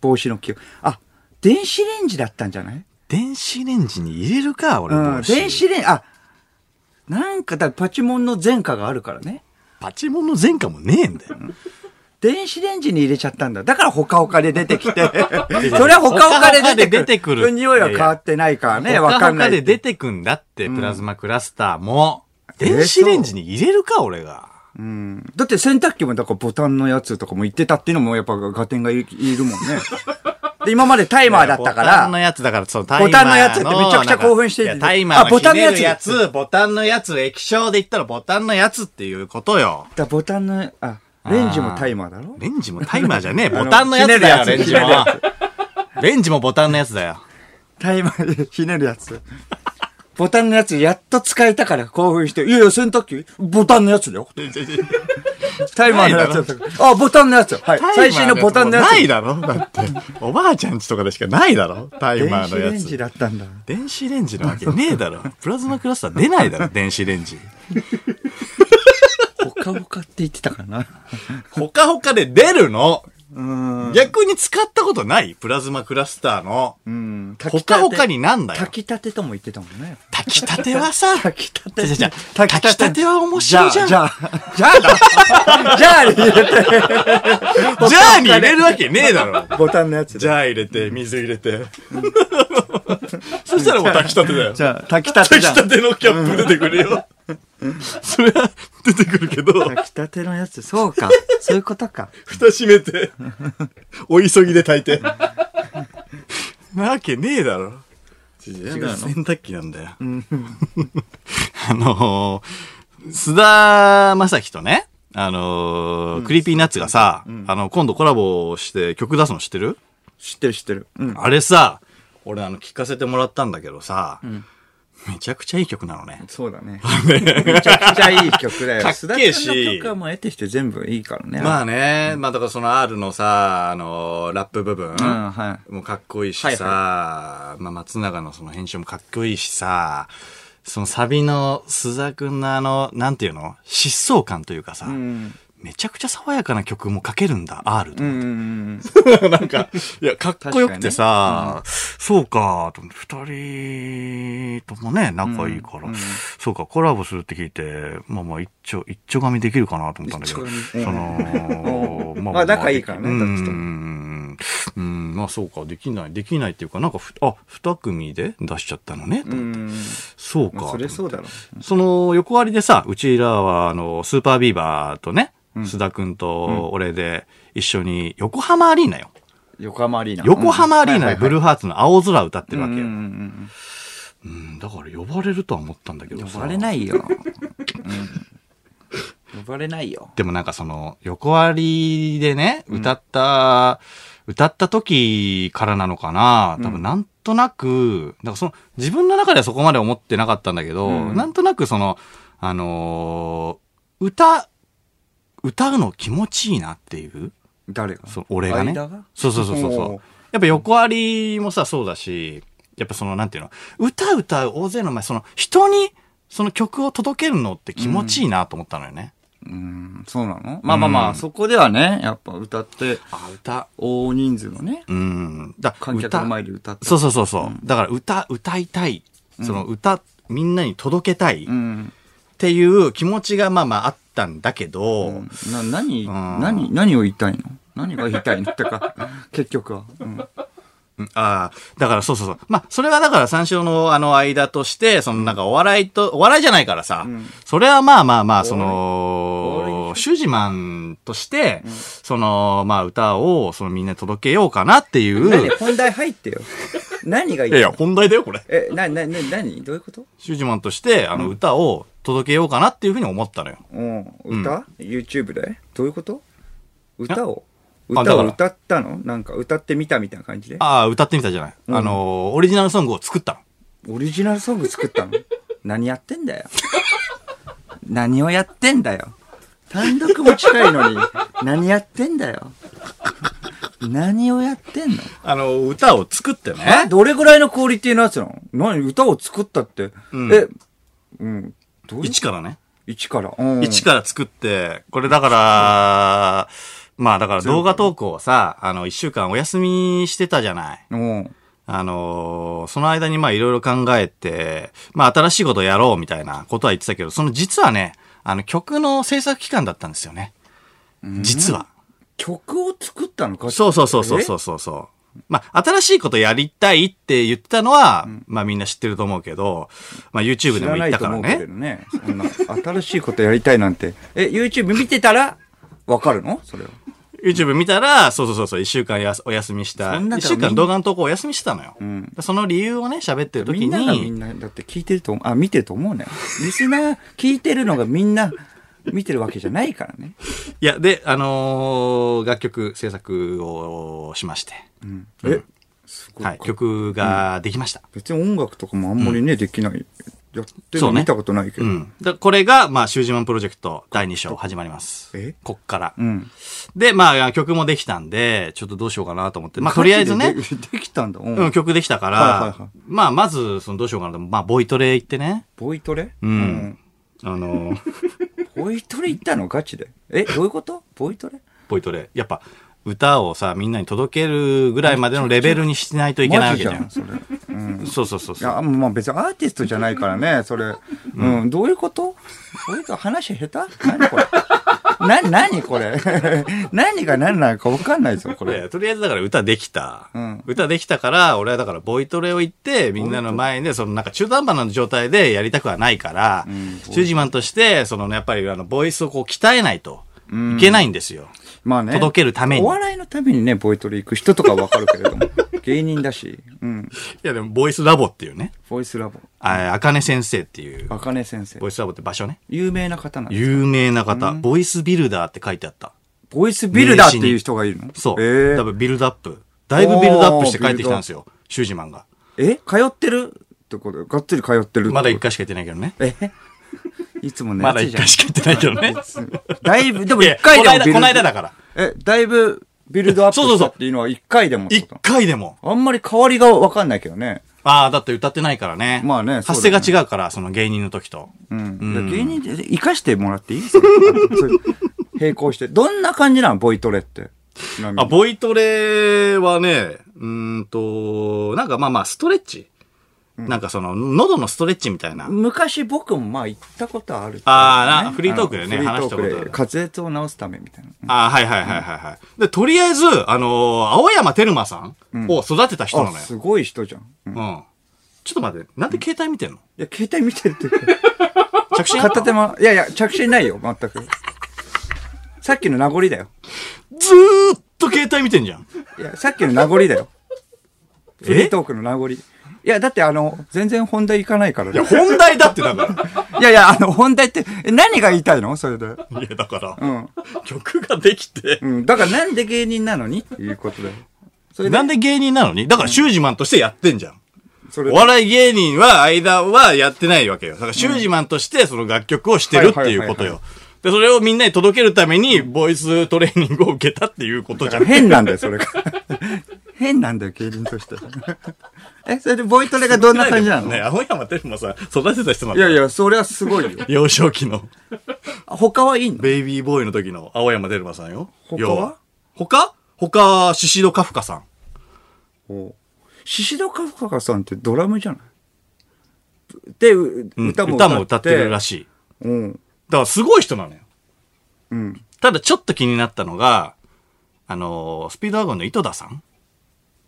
S2: 帽子の記憶。あ、電子レンジだったんじゃない
S1: 電子レンジに入れるか、俺
S2: うん、
S1: 帽子。
S2: 電子レンジ、あ、なんかだ、パチモンの前科があるからね。
S1: パチモンの前科もねえんだよ。
S2: 電子レンジに入れちゃったんだ。だからほかほかで出てき [laughs] て。それはほかほかで
S1: ほかほか
S2: 出てくる。
S1: で出てくる
S2: 匂いは変わってないからね、わ
S1: 他
S2: かんない。
S1: で出てくんだって、プラズマクラスターも。電子レンジに入れるか、俺が。
S2: うんだって洗濯機もだからボタンのやつとかも言ってたっていうのもやっぱガテンがいいる [laughs] もんね。で、今までタイマーだったか
S1: ボタンの
S2: ら、
S1: やつだから、そう、タイマー
S2: ボタンのやつってめちゃくちゃ興奮してて
S1: なんかいやタイマーのひねるや
S2: あボタンの
S1: つ、ボタンのやつ、液晶で言ったらボタンのやつっていうことよ。
S2: だボタンの、あ、レンジもタイマーだろ
S1: レンジもタイマーじゃねえ、ボタンのやつだよ、
S2: あの
S1: レンジ
S2: ひねるや
S1: も。レンジもボタンのやつだよ。
S2: タイマーでひねるやつ。 [laughs] ボタンのやつやっと使えたから興奮して、いやいや洗濯機ボタンのやつだ [laughs] よ。タイマーのやつだったからあ、ボタンのやつよ。はい。最新のボタンのやつ。
S1: ないだろだって、おばあちゃんちとかでしかないだろタイマー
S2: 電子
S1: の
S2: レ
S1: や
S2: ンジ
S1: つ。
S2: だったんだ。
S1: 電子レンジなわけねえだろ。プラズマクラスター出ないだろ、電子レンジ。
S2: ほかほかって言ってたからな。
S1: ほかほかで出るの。
S2: うん。
S1: 逆に使ったことないプラズマクラスターの。
S2: うん。
S1: ほかほかになんだよ。
S2: 炊きたてとも言ってたもんね。
S1: 炊きたてはさ、
S2: 炊きたて
S1: じゃじゃ炊きたては面
S2: じゃ
S1: 白
S2: あ、
S1: いじ
S2: じ
S1: ゃ
S2: ゃ
S1: ん。
S2: あ、
S1: じ
S2: じ
S1: ゃ
S2: ゃあ、 [laughs] じゃあに入れて、
S1: あに入れるわけねえだろ。
S2: ボタンのやつ
S1: じ
S2: で。
S1: ゃあ入れて、水入れて。そしたらもう炊きたてだよ。
S2: じゃあ、炊きたて
S1: 炊
S2: じゃ
S1: き
S2: ん。
S1: たてのキャップ出てくるよ。それは出てくるけど、
S2: 炊きたてのやつ、そうか。そういうことか。
S1: 蓋閉めて、お急ぎで炊いて。なわけねえだろ。違う
S2: の
S1: 洗濯機なんだよ。 [laughs] あのー、須田正樹とね、あのークリーピーナッツがさ、あの、今度コラボして曲出すの知ってる
S2: 知ってる知ってる。うん。
S1: あれさ、俺あの、聞かせてもらったんだけどさ、めちゃくちゃいい曲なのね。
S2: そうだね。めちゃくちゃいい曲だよ。
S1: かっけえし
S2: 須田君の曲はもう得てして全部いいからね。
S1: まあね、まあだからその R のさ、あのーラップ部分、
S2: んは
S1: もうかっこいいしさ、
S2: はい
S1: まあ松永のその編集もかっこいいしさ、そのサビの須田くんのあの、なんていうの疾走感というかさ、
S2: うん。
S1: めちゃくちゃ爽やかな曲も書けるんだ、R と
S2: うん。う。
S1: [laughs]
S2: ん。
S1: なんか、いや、かっこよくてさ、そうか、と思って二人ともね、仲いいから、そうか、コラボするって聞いて、まあまあ、一丁、一丁髪できるかなと思ったんだけど、
S2: 一
S1: そ
S2: 丁髪
S1: の、
S2: うん [laughs] まあ仲いいからね
S1: うん
S2: どっちとも
S1: うん、まあそうか、できない、できないっていうか、なんかふ、あ、二組で出しちゃったのね、と
S2: う
S1: 思って
S2: ん。
S1: そうか。
S2: まあ、それそうだろ
S1: その横割りでさ、うちらはあの、スーパービーバーとね、須田くんと俺で一緒に横浜アリーナよ。
S2: う。横浜アリーナ。
S1: 横浜アリーナでブル
S2: ー
S1: ーハーツの青空歌って
S2: て
S1: るわけよ。
S2: う
S1: うん
S2: ん
S1: だから呼ばれるとは思ったんだけ
S2: うん
S1: ど
S2: うん。
S1: さ。
S2: 呼ばれないよ。うん。呼ばれないよ。
S1: でもなんかその、横割りでね、歌った、歌った時からなのかな多分なんとなく、だからその、自分の中ではそこまで思ってなかったんだけど、
S2: うん
S1: なんとなくその、あのー歌、歌うの気持ちいいなっていう、
S2: 誰が
S1: そう俺がね。
S2: 間が
S1: そうそうそうそう
S2: お
S1: そ
S2: ー
S1: う。やっぱ横ありもさ、そうだし、やっぱその、なんていうの、歌歌う大勢の前、その、人に、その曲を届けるのって気持ちいいなと思ったのよね。
S2: うん、そうなのまあまあまあ、そこではね、やっぱ歌って、
S1: あ、歌。
S2: 大人数のね、
S1: うん。だ
S2: 観客の前で歌って。
S1: そうそうそうそう。だから歌、歌いたい。その歌、みんなに届けたいっ
S2: うん。
S1: ていう気持ちがまあまああったんだけど、
S2: な、何、
S1: ん
S2: 何、何を言いたいの何が言いたいのってか、 [laughs] 結局は。うん。
S1: うんああ、だからそうそうそう。まあ、それはだから三四郎のあの間として、そのなんかお笑いと、お笑いじゃないからさ、
S2: ん
S1: それはまあまあまあ、そ
S2: お笑い
S1: の、シュージマンとして、その、まあ歌を、そのみんなに届けようかなっていう。
S2: 何
S1: い
S2: 本題入ってよ。何が
S1: や
S2: 言
S1: い
S2: い
S1: や、
S2: たい
S1: 本題だよ、これ。
S2: え、な、な、な、何どういうこと
S1: シュージマンとして、あの歌を届けようかなっていうふうに思ったのよ。
S2: うん。歌 ?YouTube でどういうこと歌を
S1: あだ
S2: 歌
S1: か
S2: を
S1: ら
S2: 歌ったのなんか歌ってみたみたいな感じで
S1: ああ、歌ってみたじゃない。
S2: うん
S1: あの、オリジナルソングを作ったの。
S2: オリジナルソング作ったの何やってんだよ。何をやってんだよ。単独も近いのに、何やってんだよ。何をやってんの
S1: あの、歌を作ってね。
S2: えどれぐらいのクオリティのやつなの何歌を作ったって。
S1: うん
S2: え、うん。どういう
S1: 一からね。
S2: 一から。うん
S1: 一から作って、これだから、まあだから動画投稿をさ、あの、一週間お休みしてたじゃない。
S2: うん。
S1: あのーその間にまあいろいろ考えて、まあ新しいことやろうみたいなことは言ってたけど、その実はね、あの曲の制作期間だったんですよね。実は。
S2: 曲を作ったのか
S1: そうそうそうそうそうそうそう。まあ、新しいことやりたいって言ってたのは、まあみんな知ってると思うけど、まあ YouTube
S2: 知
S1: でも
S2: ら
S1: 言
S2: な
S1: っ
S2: い
S1: た
S2: と
S1: から
S2: 思うけ
S1: ね
S2: れ。どね。そんな、新しいことやりたいなんて。え、YouTube 見てたら、わかるのそれは。
S1: YouTube 見たら、そうそうそうそう、一週間やすお休みした。
S2: そんなの
S1: 一週
S2: み
S1: 間
S2: ん
S1: 動画の投稿お休みしてたのよ。
S2: ん
S1: その理由をね、喋ってる時
S2: みんながみ
S1: に、
S2: んな、だって聞いてると思う、あ、見てると思うね。リスナー聞いてるのがみんな見てるわけじゃないからね。
S1: いや、で、あのー楽曲制作をしまして、
S2: え、すごい。
S1: はい、曲ができました。
S2: 別に音楽とかもあんまりね、できない。やってる
S1: そう
S2: の
S1: ね
S2: 見たことないけ
S1: う
S2: ど。
S1: ん。でこれが、まあ、シュージマンプロジェクト第2章始まります。
S2: え
S1: こっから。
S2: うん。
S1: で、まあ、曲もできたんで、ちょっとどうしようかなと思って。まあ、とりあえずね
S2: で、でできたんだ。う
S1: うん、
S2: ん。
S1: 曲できたから、
S2: はいはいはい
S1: まあ、まず、その、どうしようかなと、まあ、ボイトレ行ってね。
S2: ボイトレ
S1: うん。あのー
S2: うんボイトレ行ったのガチで。え、どういうことボイトレ
S1: ボイトレ。やっぱ、歌をさ、みんなに届けるぐらいまでのレベルにしないといけないわ
S2: マ
S1: け
S2: ジ
S1: じ
S2: じ
S1: ゃ
S2: ゃん、
S1: ん。
S2: それ。うん。
S1: そうそうそう
S2: い
S1: そう。
S2: や、まあ別にアーティストじゃないからね、それ。うん、どういうこと俺と話下手何これな、何これ [laughs] 何が何なのか分かんないぞ、こ
S1: いやい
S2: れ。
S1: やとりあえずだから歌できた。
S2: うん
S1: 歌できたから、俺はだからボイトレを行って、みんなの前で、そのなんか中途半端な状態でやりたくはないから、
S2: ん
S1: シュージマンとして、そのね、やっぱりあの、ボイスをこう鍛えないといけないんですよ。
S2: まあね。
S1: 届けるために
S2: お笑いのためにね、ボイトレ行く人とかは分かるけれども。 [laughs] 芸人だし、うん。
S1: いやでも、ボイスラボっていうね、
S2: ボイスラボ。
S1: あ、あかね先生っていう、
S2: あかね先生
S1: ボ。イスラボって場所ね。
S2: 有名な方なんだ
S1: 有名な方、ボイスビルダーって書いてあった。
S2: ボイスビルダーっていう人がいるの
S1: そう。
S2: え
S1: 多
S2: ー、
S1: 分ビルドアップ。だいぶビルドアップして帰ってきたんですよ。シュージマンが。
S2: え通ってるってことがっつり通ってるってこと
S1: まだ一回しか行ってないけどね。
S2: えいつもね、
S1: まだ一回しか行ってないけどね。
S2: だいぶ、でも
S1: いや
S2: 一回
S1: この
S2: でも
S1: 間
S2: ビル
S1: この間だから。
S2: え、だいぶビルドアップ
S1: そうそう
S2: し
S1: そ
S2: た
S1: う
S2: っていうのは一回でもって
S1: 一
S2: こと
S1: 回でも。
S2: あんまり変わりがわかんないけどね。
S1: ああ、だって歌ってないからね。
S2: まあね
S1: 発声が違うから、その芸人の時と。
S2: うん。
S1: うん
S2: だから芸人で生かしてもらっていいですか [laughs] そういう並行して。どんな感じなのボイトレって。ちなみに
S1: あ、ボイトレはね、うーんと、なんかまあまあ、ストレッチ。なんかその、喉のストレッチみたいな。
S2: 昔僕もまあ行ったことある、
S1: あーなフリートークでね
S2: あのフリートークで
S1: 話したことあ
S2: 滑舌を直すためみたいな。
S1: ああ、はいはいはいはいはい。で、とりあえず、あのー青山テルマさんを育てた人な
S2: あ、
S1: のよ。
S2: すごい人じゃん。うん、い
S1: うん。ちょっと待って、なんで携帯見てんの
S2: や、携帯見てるっていうか
S1: 着信
S2: 片手間、いやいや、着信ないよ、全く。さっきの名残だよ。
S1: ずーっと携帯見てんじゃん。
S2: いや、さっきの名残だよ。
S1: え
S2: フリートークの名残。いや、だってあの、全然本題いかないから、
S1: い
S2: ね
S1: や、。本題だってだか
S2: いやいや、あの、本題って、え何が言いたいのそれで。
S1: ら。いや、だから、
S2: うん。
S1: 曲ができて、
S2: うん。だからなんで芸人なのにっていうことだよ。それで、
S1: なんで芸人なのにだから、シュージマンとしてやってんじゃん。
S2: それ
S1: お
S2: で
S1: 笑い芸人は、間はやってないわけよ。だから、シュージマンとして、その楽曲をしてるっていうこと
S2: は
S1: よ。で、それをみんなに届けるために、ボイストレーニングを受けたっていうことじゃん。
S2: 変なんだよ、それが。変なんだよ、競輪として。え、それでボイトレがどんな感じなの
S1: ね、青山テルマさん、育てた人なん
S2: い
S1: だ
S2: や
S1: よ。
S2: いや、それはすご
S1: [laughs]
S2: いよ。
S1: 幼少期の、
S2: 他はいいの
S1: ベイビーボーイの時の青山テルマさんよ。
S2: 他は
S1: 要他他、シシドカフカさん。
S2: シシドカフカさんってドラムじゃないで、う
S1: うん
S2: 歌も
S1: 歌も歌ってるら
S2: しい。
S1: しい。
S2: うん。
S1: だからすごい人なのよ。
S2: うん。
S1: ただちょっと気になったのが、あのースピードワゴンの糸田さん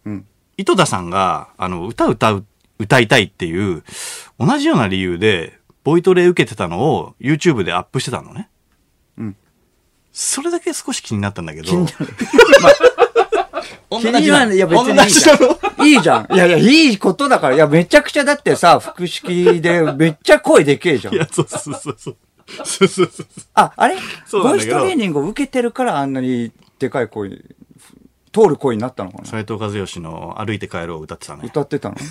S2: うん。
S1: 糸田さんが、あの、歌歌う、歌いたいっていう、同じような理由で、ボイトレ受けてたのを YouTube でアップしてたのね。
S2: うん。そ
S1: それだけ少し気になったんだけど。
S2: 気
S1: [laughs]
S2: にな
S1: 同
S2: [laughs] 気
S1: じ
S2: に
S1: なの
S2: はない、いや別にいい
S1: 同じ
S2: じゃ
S1: なの
S2: ん。いいじゃ
S1: [laughs]
S2: ん。いやいや、いいことだから。いや、めちゃくちゃだってさ、複式でめっちゃ声でけえじゃん
S1: い。や、そうそうそうそう。そうそうそうそう。
S2: あ、あれ
S1: そうなん
S2: ボイ
S1: だ
S2: ス
S1: けど
S2: トレーニングを受けてるからあんなにでかい声、通る声になったのかな
S1: 斎藤和義の歩いて帰ろうを歌ってたね。
S2: 歌ってたの [laughs]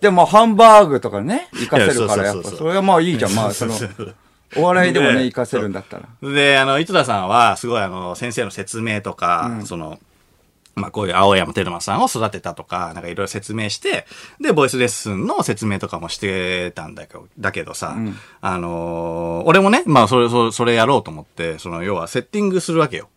S2: でもハンバーグとかね、活かせるから
S1: いや
S2: や
S1: そ
S2: っ
S1: うそうそう
S2: ぱ。
S1: そう
S2: それはまあいいじゃん。まあその、お笑いでもね、活かせるんだったら。
S1: で、あの、糸田さんは、すごい、あの、先生の説明とか、その、まあ、こういう青山テルマさんを育てたとか、なんかいろいろ説明して、で、ボイスレッスンの説明とかもしてたんだけど、だけどさ、あのー俺もね、まあ、それ、それ、それやろうと思って、その、要は、セッティングするわけよ。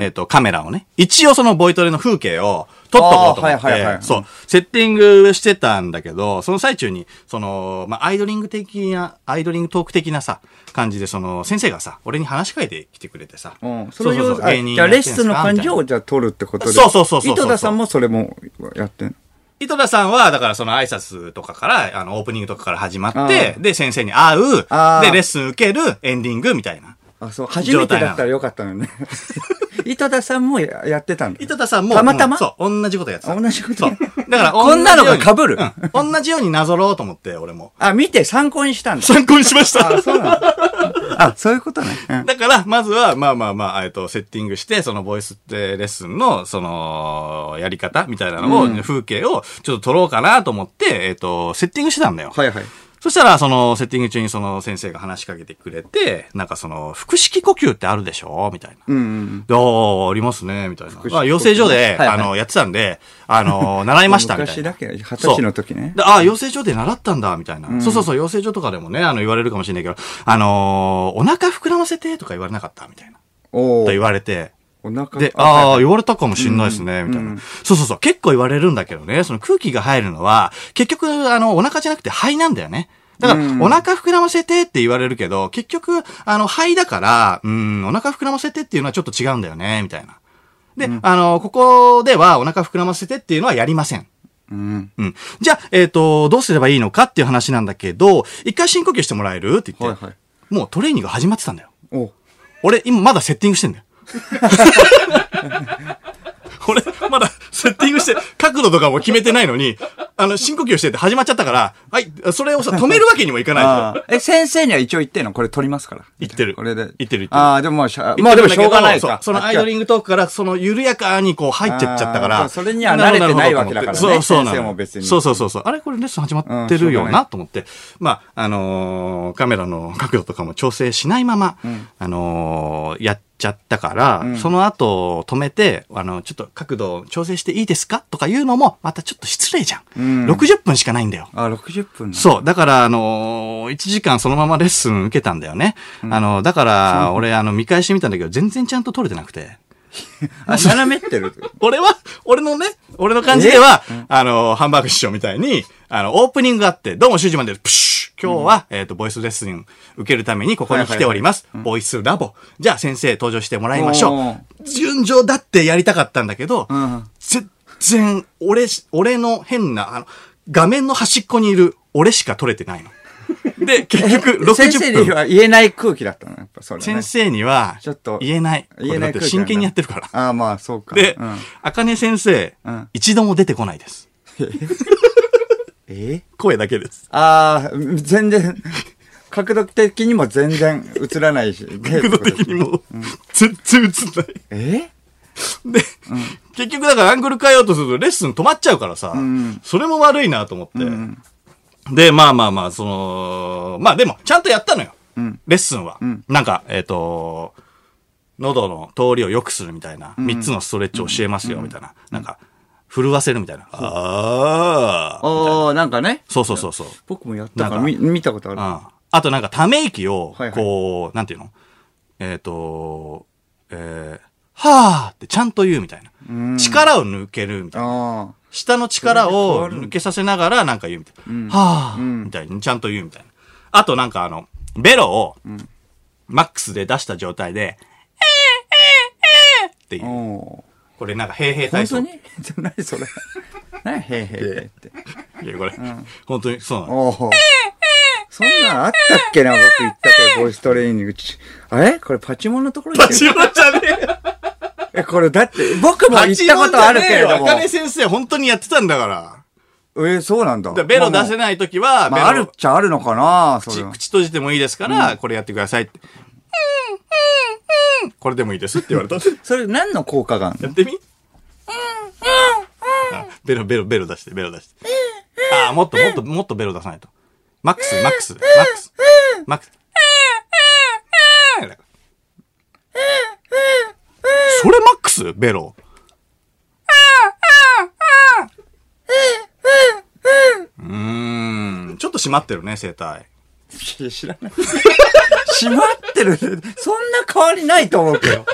S1: えっ、と、カメラをね。一応そのボイトレの風景を撮っとこうと思っ
S2: あーはいはいはい
S1: て、そう、セッティングしてたんだけど、その最中に、その、まあ、アイドリング的な、アイドリングトーク的なさ、感じで、その、先生がさ、俺に話しかけてきてくれてさ、
S2: うん。それを
S1: そうそうそう芸人
S2: じゃあレッスンの
S1: やってんす
S2: 感じ
S1: かみたい
S2: を
S1: な
S2: じゃあ取るってことで。
S1: そうそうそうそうそう
S2: 井戸田さんもそれもやってん
S1: 井戸田さんは、だからその挨拶とかから、あの、オープニングとかから始まって、
S2: う
S1: で、先生に会う、で
S2: あー、
S1: レッスン受ける、エンディングみたいな。
S2: あ、そう。初めてだったらよかったのね。井戸田さんもややってたんだ。
S1: 井戸田さんも、
S2: たまたま
S1: うんそう、同じことやってた。
S2: あ同じこと
S1: そう。だ [laughs] から、
S2: こんなのが被る
S1: うん同じようになぞろうと思って、俺も。
S2: あ、見て参考にしたんだ。
S1: 参考にしまし
S2: あ、そうなんだ。あ、そういうことね。うん
S1: だから、まずは、まあまあまあ、えっと、セッティングして、そのボイスってレッスンの、その、やり方みたいなのを、風景を、ちょっと撮ろうかなと思って、えっと、セッティングしてたんだよ。
S2: はいはい。
S1: そしたら、その、セッティング中にその先生が話しかけてくれて、なんかその、腹式呼吸ってあるでしょみたいな。
S2: うんうん。
S1: ああ、ありますね、みたいな。
S2: 式
S1: まあ、養成所で、
S2: はいはい
S1: あの、やってたんで、あの、習いました、みたい
S2: 昔
S1: な。
S2: だけど、二十歳の時ね。
S1: でああ、養成所で習ったんだ、みたいな。そうそうそう、養成所とかでもね、あの、言われるかもしれないけど、あのーお腹膨らませてとか言われなかった、みたいな。
S2: お
S1: と
S2: お。
S1: 言われて、
S2: お腹
S1: で、
S2: はい
S1: あ
S2: は
S1: あ、
S2: い
S1: 言われたかもしんないですね、みたいな。そうそうそう、結構言われるんだけどね、その空気が入るのは、結局、あの、お腹じゃなくて肺なんだよね。だから、お腹膨らませてって言われるけど、結局、あの、肺だから、うん、お腹膨らませてっていうのはちょっと違うんだよね、みたいな。で、あの、ここではお腹膨らませてっていうのはやりません。
S2: うん。
S1: うん。じゃあ、えっ、と、どうすればいいのかっていう話なんだけど、一回深呼吸してもらえるって言って、
S2: はいは
S1: もうトレーニング始まってたんだよ。
S2: お
S1: 俺、今まだセッティングしてんだよ。 [laughs] 俺、まだセッティングして、角度とかも決めてないのに、あの、深呼吸してて始まっちゃったから、はい、それをさ、止めるわけにもいかないじゃん
S2: ああ。え、先生には一応言ってんのこれ取りますから。
S1: 言ってる
S2: これで。
S1: 言ってる言ってる
S2: ああ、でもまあしゃ、まあでもしょうがない
S1: そう
S2: か。
S1: そのアイドリングトークから、その緩やかにこう入ってっちゃったか
S2: あ
S1: ら。
S2: ーそうそれには慣れてないわけだからね
S1: なるほどそうそうなの
S2: 先生も別に
S1: そうそうそうそう。あれこれレッスン始まってるよ
S2: うんしょうがな
S1: なと思って。まあ、あのーカメラの角度とかも調整しないまま、あのーやっちゃったから、その後止めて、あの、ちょっと角度を調整していいですかとかいうのも、またちょっと失礼じゃん。
S2: ん
S1: 60分しかないんだよ。
S2: あー、60分なの
S1: そう。だから、あのー、1時間そのままレッスン受けたんだよね。あの、だから、俺、あの、見返してみたんだけど、全然ちゃんと撮れてなくて。
S2: あ、斜めっ
S1: [laughs]
S2: てる。
S1: 俺は、俺のね、俺の感じでは、あの、ハンバーグ師匠みたいに、あの、オープニングがあって、どうも、シュージマンです。プシュ今日は、えっ、と、ボイスレッスン受けるためにここに来ております。ボイスラボ。じゃあ、先生登場してもらいまし
S2: お
S1: ょ
S2: ー
S1: う。順調だってやりたかったんだけど、
S2: ん
S1: 全然、俺し、俺の変な、あの、画面の端っこにいる俺しか撮れてないの。
S2: [laughs]
S1: で、結局、60分。
S2: 先生には言えない空気だったのやっぱそれはね。
S1: 先生には
S2: ちょっと、
S1: 言えない。
S2: 言えない
S1: これだって
S2: 空気
S1: 真剣にやってるから。
S2: ああ、まあ、そうか。
S1: で
S2: うん、
S1: あかね先生、
S2: うん
S1: 一度も出てこないです。
S2: え
S1: 声だけです。
S2: ああ、全然、角度的にも全然映らない
S1: [laughs]
S2: し。角
S1: 角度的にも、全然映んない。
S2: え
S1: で、結局だからアングル変えようとするとレッスン止まっちゃうからさ、
S2: ん
S1: それも悪いなと思って。で、まあまあまあ、その、まあでも、ちゃんとやったのよ。
S2: うん
S1: レッスンは。
S2: ん
S1: なんか、えっ、と、喉の通りを良くするみたいな、三つのストレッチを教えますよ、みたいな。なんか、震わせるみたいな。ああ。
S2: ああ、なんかね。
S1: そうそうそうそう。
S2: 僕もやったか
S1: な
S2: ら、
S1: んか
S2: み見たことある。
S1: ああとなんかため息を
S2: はいは、い
S1: こう、なんていうのえっ、と、えー、はーってちゃんと言うみたいな。力を抜けるみたいな。
S2: あ
S1: 下の力
S2: そ
S1: を
S2: れで変わる
S1: 抜けさせながらなんか言うみたいな。はーみたいにちゃんと言うみたいな。あとなんかあの、ベロを、マックスで出した状態で、えーえーえーって
S2: あ。
S1: いう。
S2: お
S1: これなんか平平
S2: ー本
S1: 体操。
S2: 当に [laughs] 何
S1: [laughs]
S2: それ。何へーへーへーって。
S1: いや、これ、本当にそう [laughs] なの。
S2: おお。そんなんあったっけ [laughs] な、僕言ったけど、ボイストレーニングち。あれこれパチモンのところ行
S1: パ
S2: って
S1: チ
S2: る。
S1: モンじゃねえよ
S2: え、これだって、僕も行ったことあるけれども。
S1: 茜先生本当にやってたんだから。
S2: え、そうなんだ。
S1: だからベロ出せないときは、
S2: まあ、あ
S1: ベ
S2: る
S1: ロ
S2: っちゃあるのかなそれ
S1: 口
S2: は
S1: 口閉じてもいいですから、これやってくださいって。うん、うん、うん。これでもいいですって言われた。や
S2: それ何の効果があるの
S1: ってみ。うん、うん、うん。ベロベロベロ出して、ベロ出して。ああ、もっともっともっとベロ出さないと。マックス、マックス、マックス、マックス。それマックスベロ。うーん、ちょっと締まってるね、声帯。
S2: いや知らない。閉まってる。そんな変わりないと思うけど。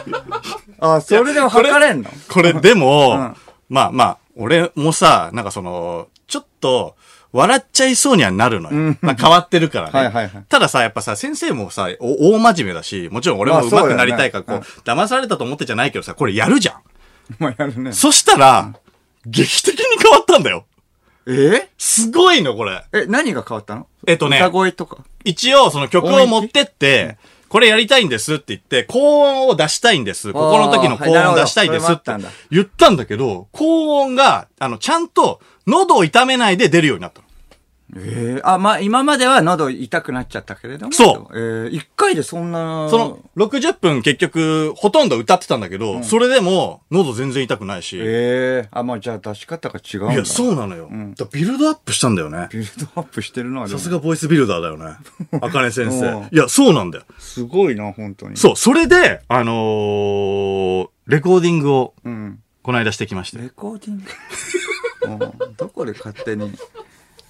S2: あ、そ [laughs] れでも測れんの
S1: これでも、
S2: ん
S1: まあまあ、俺もさ、なんかその、ちょっと、笑っちゃいそうにはなるのよ。まあ変わってるからね。
S2: はいはいはい
S1: たださ、やっぱさ、先生もさ、お大真面目だし、もちろん俺も
S2: まあ
S1: 上
S2: そうだよ
S1: 手
S2: ね
S1: くなりたいから、こう、
S2: うん
S1: 騙されたと思ってじゃないけどさ、これやるじゃん。
S2: まあやるね。
S1: そしたら、劇的に変わったんだよ。
S2: え
S1: すごいの、これ。
S2: え、何が変わったの
S1: えっとね
S2: 歌声とか。
S1: 一応、その曲を持ってって、これやりたいんですって言って、高音を出したいんです。ここの時の高音を出したいですって言ったんだけど、高音が、あの、ちゃんと喉を痛めないで出るようになったの。
S2: ええあ、まあ、今までは喉痛くなっちゃったけれども。。
S1: そう
S2: ええ一回でそんな。
S1: その、60分結局、ほとんど歌ってたんだけど、それでも、喉全然痛くないし。
S2: ええあ、まあ、じゃあ出し方が違うんだ。
S1: いや、そうなのよ。だからビルドアップしたんだよね。
S2: ビルドアップしてるな、で
S1: さ
S2: も
S1: すがボイスビルダーだよ
S2: [laughs]
S1: ね。あかね先
S2: うん
S1: 生。いや、そうなんだよ。
S2: すごいな、本当に。
S1: そう、それで、あのーレコーディングを、
S2: う。うん。
S1: この間してきまして。
S2: レコーディング [laughs] うんどこで勝手に。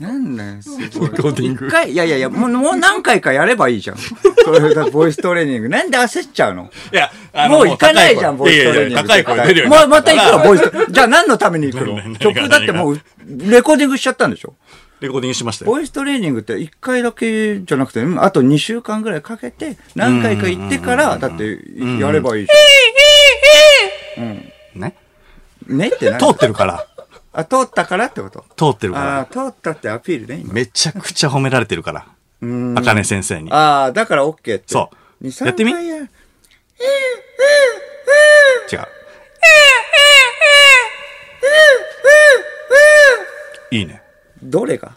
S2: なんだよ、すごい。レコ
S1: ーディング
S2: 一回、いやいやいや、もうもう何回かやればいいじゃん。それだ、ボイストレーニング。なんで焦っちゃうの
S1: いや、あの
S2: もう行かないじゃん、
S1: も
S2: ボ
S1: う
S2: イ
S1: 高い
S2: ス
S1: 声
S2: トレー
S1: い
S2: ニ
S1: やい
S2: ング。
S1: や、高い声出るように
S2: も
S1: な
S2: うまた行くの、
S1: ら
S2: ボイスト。じゃあ何のために行く
S1: 何
S2: の
S1: が
S2: 曲だってもう、レコーディングしちゃったんでしょ
S1: レコーディングしましたよ。
S2: ボイストレーニングって1回だけじゃなくて、うんあと2週間ぐらいかけて、何回か行ってから、だってやればいいじ
S1: ね。
S2: ゃん。ねって何
S1: 通ってるから。
S2: あ、通ったからってこと
S1: 通ってる
S2: ああ
S1: か
S2: ー、通ったってアピールね、今
S1: ら。。めちゃくちゃ褒められてるから。あかね先生に。
S2: ああ、だから OK って。
S1: そう
S2: 二
S1: やってみ
S2: 三回や
S1: 違う。いいね。
S2: どれが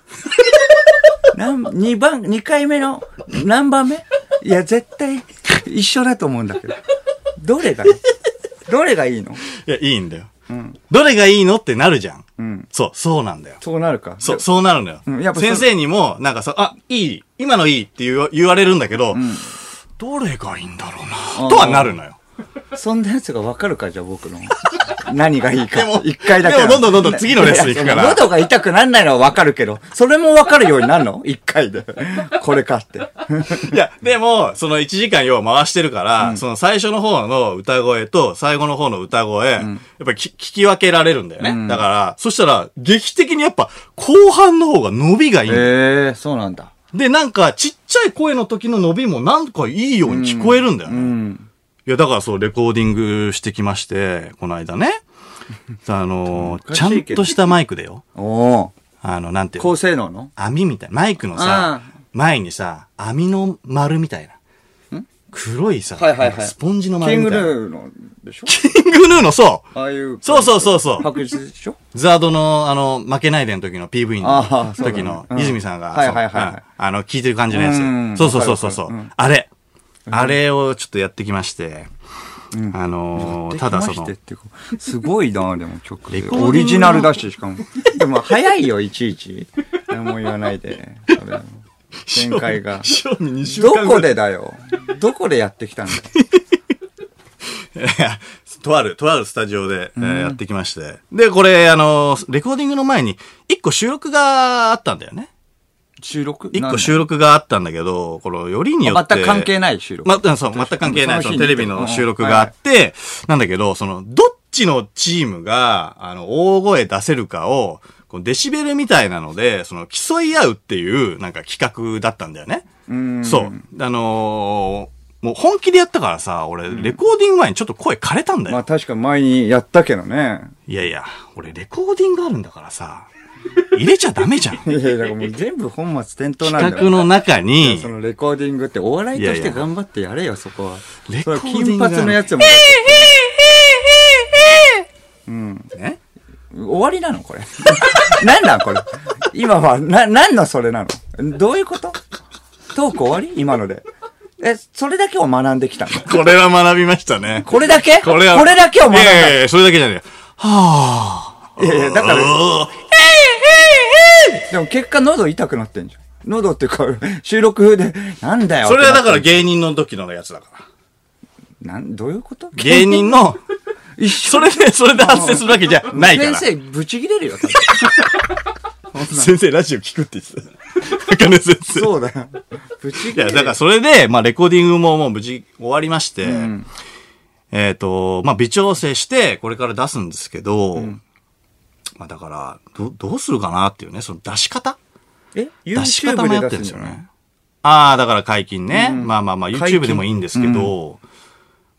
S2: [laughs] なん二番、二回目の何番目いや、絶対一緒だと思うんだけど。どれがいいどれがいいの
S1: いや、いいんだよ。どれがいいのってなるじゃん。そう、そうなんだよ。
S2: そうなるか。
S1: そう、そうなるのよ。
S2: うんやっぱそ
S1: 先生にも、なんかそう、あ、いい、今のいいって言わ言われるんだけど、どれがいいんだろうな、とはなるのよ。
S2: そんなやつがわかるか、じゃあ僕の。 [laughs] 何がいいか
S1: でも。
S2: 一回だけ。
S1: でもどんどんどんどん次のレッスン行くから
S2: いや喉が痛くなんないのはわかるけど、それもわかるようになるの一
S1: [laughs]
S2: 回で。これかって。
S1: いや、でも、その1時間要は回してるから、その最初の方の歌声と最後の方の歌声、やっぱりき聞き分けられるんだよね。だから、そしたら、劇的にやっぱ後半の方が伸びがいい。
S2: ええそうなんだ。
S1: で、なんかちっちゃい声の時の伸びもなんかいいように聞こえるんだよね。
S2: うん。
S1: いや、だからそう、レコーディングしてきまして、この間ね。あのー、
S2: おか
S1: ちゃ
S2: しい
S1: ん
S2: けど
S1: としたマイクだよ。
S2: おお。
S1: あの、なんていうの
S2: 高性能の
S1: 網みたい。マイクのさ
S2: あ、
S1: 前にさ、網の丸みたいな。黒いさ、
S2: はいはいはい
S1: スポンジの
S2: キ
S1: 丸
S2: ン
S1: み
S2: グ
S1: た
S2: ヌ
S1: いな。
S2: ーのでしょ
S1: キングヌーの、そ
S2: ああいう。
S1: そうそうそうそう
S2: 白日でしょ
S1: う。ザードの、あの、負けないでの時の PV
S2: あ
S1: の
S2: あそうだね
S1: 時の
S2: うん
S1: 泉さんが、
S2: はい
S1: そう
S2: はいはいはい
S1: うんあの、聞いてる感じのや
S2: うん
S1: つ。そうそうそうそうそう
S2: わかるわかるう。
S1: あれ。あれをちょっとやってきまして、あのー、ただそ
S2: できま
S1: の
S2: [laughs] してっ、てこすごいな、でも曲
S1: レ
S2: で。
S1: コーディングの
S2: オリジナルだし、しかも。でも早いよ、いちいち。何も言わないで。そ
S1: [laughs]
S2: れ展開が。
S1: 正味2週間
S2: ど
S1: ぐらい [laughs]
S2: こでだよ。どこでやってきたんだよ。
S1: いや [laughs] とある、とあるスタジオで、えーやってきまして。で、これ、あの、レコーディングの前に、一個収録があったんだよね。
S2: 収録
S1: 一個
S2: 録。
S1: 収録があったんだけど、この、よりによって。
S2: 全く関係ない収録。
S1: ま、うんそう、全く関係ない、
S2: そ
S1: そ
S2: の日
S1: の
S2: に
S1: テレビの収録があって、なんだけど、その、どっちのチームが、あの、大声出せるかを、このデシベルみたいなので、その、競い合うっていう、なんか企画だったんだよね。
S2: うん
S1: そう。あのーもう本気でやったからさ、俺、レコーディング前にちょっと声枯れたんだよ。
S2: まあ確か前にやったけどね。 [laughs]
S1: いやいや、俺、レコーディングあるんだからさ、入れちゃダメじ
S2: [laughs]
S1: ゃん。
S2: いやいや、だからもう全部本末転倒な
S1: 企
S2: んだ
S1: 画
S2: よ。
S1: の中に、
S2: そのレコーディングってお笑いとし
S1: いや
S2: て
S1: いや
S2: 頑張ってやれよ、そこは。
S1: レ
S2: そ
S1: コー
S2: れは
S1: ディング
S2: 金髪のやつも。うん。
S1: ね
S2: 終わりなのこれ。 [laughs] なんなんこれ。今は、な、なんのそれなのどういうことトーク終わり今ので。え、それだけを学んできたの
S1: これは学びましたね。
S2: これだけ
S1: これは、
S2: だけを学ん
S1: いやいや
S2: だ。
S1: いやそれだけじゃねえよ。
S2: いやいや、だから、
S1: う
S2: でも結果喉痛くなってんじゃん。喉っていうか、 [laughs] 収録風で、なんだよ。
S1: ーそれはだから
S2: って
S1: 芸人の時のやつだ
S2: [laughs]
S1: から。
S2: なって、なん、どういうこと
S1: 芸人の、
S2: 一緒
S1: それで、それで発生するわけじゃないから。
S2: 先生、ブチ切れるよ。多分
S1: 先生ラジオ聞くって言ってた。茜先生。
S2: [laughs] そうだよ。ブチ切
S1: いや、
S2: れる。
S1: だからそれで、まあ、レコーディングももう無事終わりまして、えっ、と、まあ、微調整して、これから出すんですけど、まあ、だから、ど、どうするかなっていうね、その出し方
S2: え
S1: 出し方
S2: ?YouTube
S1: 迷
S2: で
S1: ってる
S2: 出す
S1: ん
S2: ん
S1: です
S2: じ
S1: よ
S2: ゃない
S1: ね。ああ、だから解禁ね。まあまあまあ、
S2: 解禁
S1: YouTube でもいいんですけど、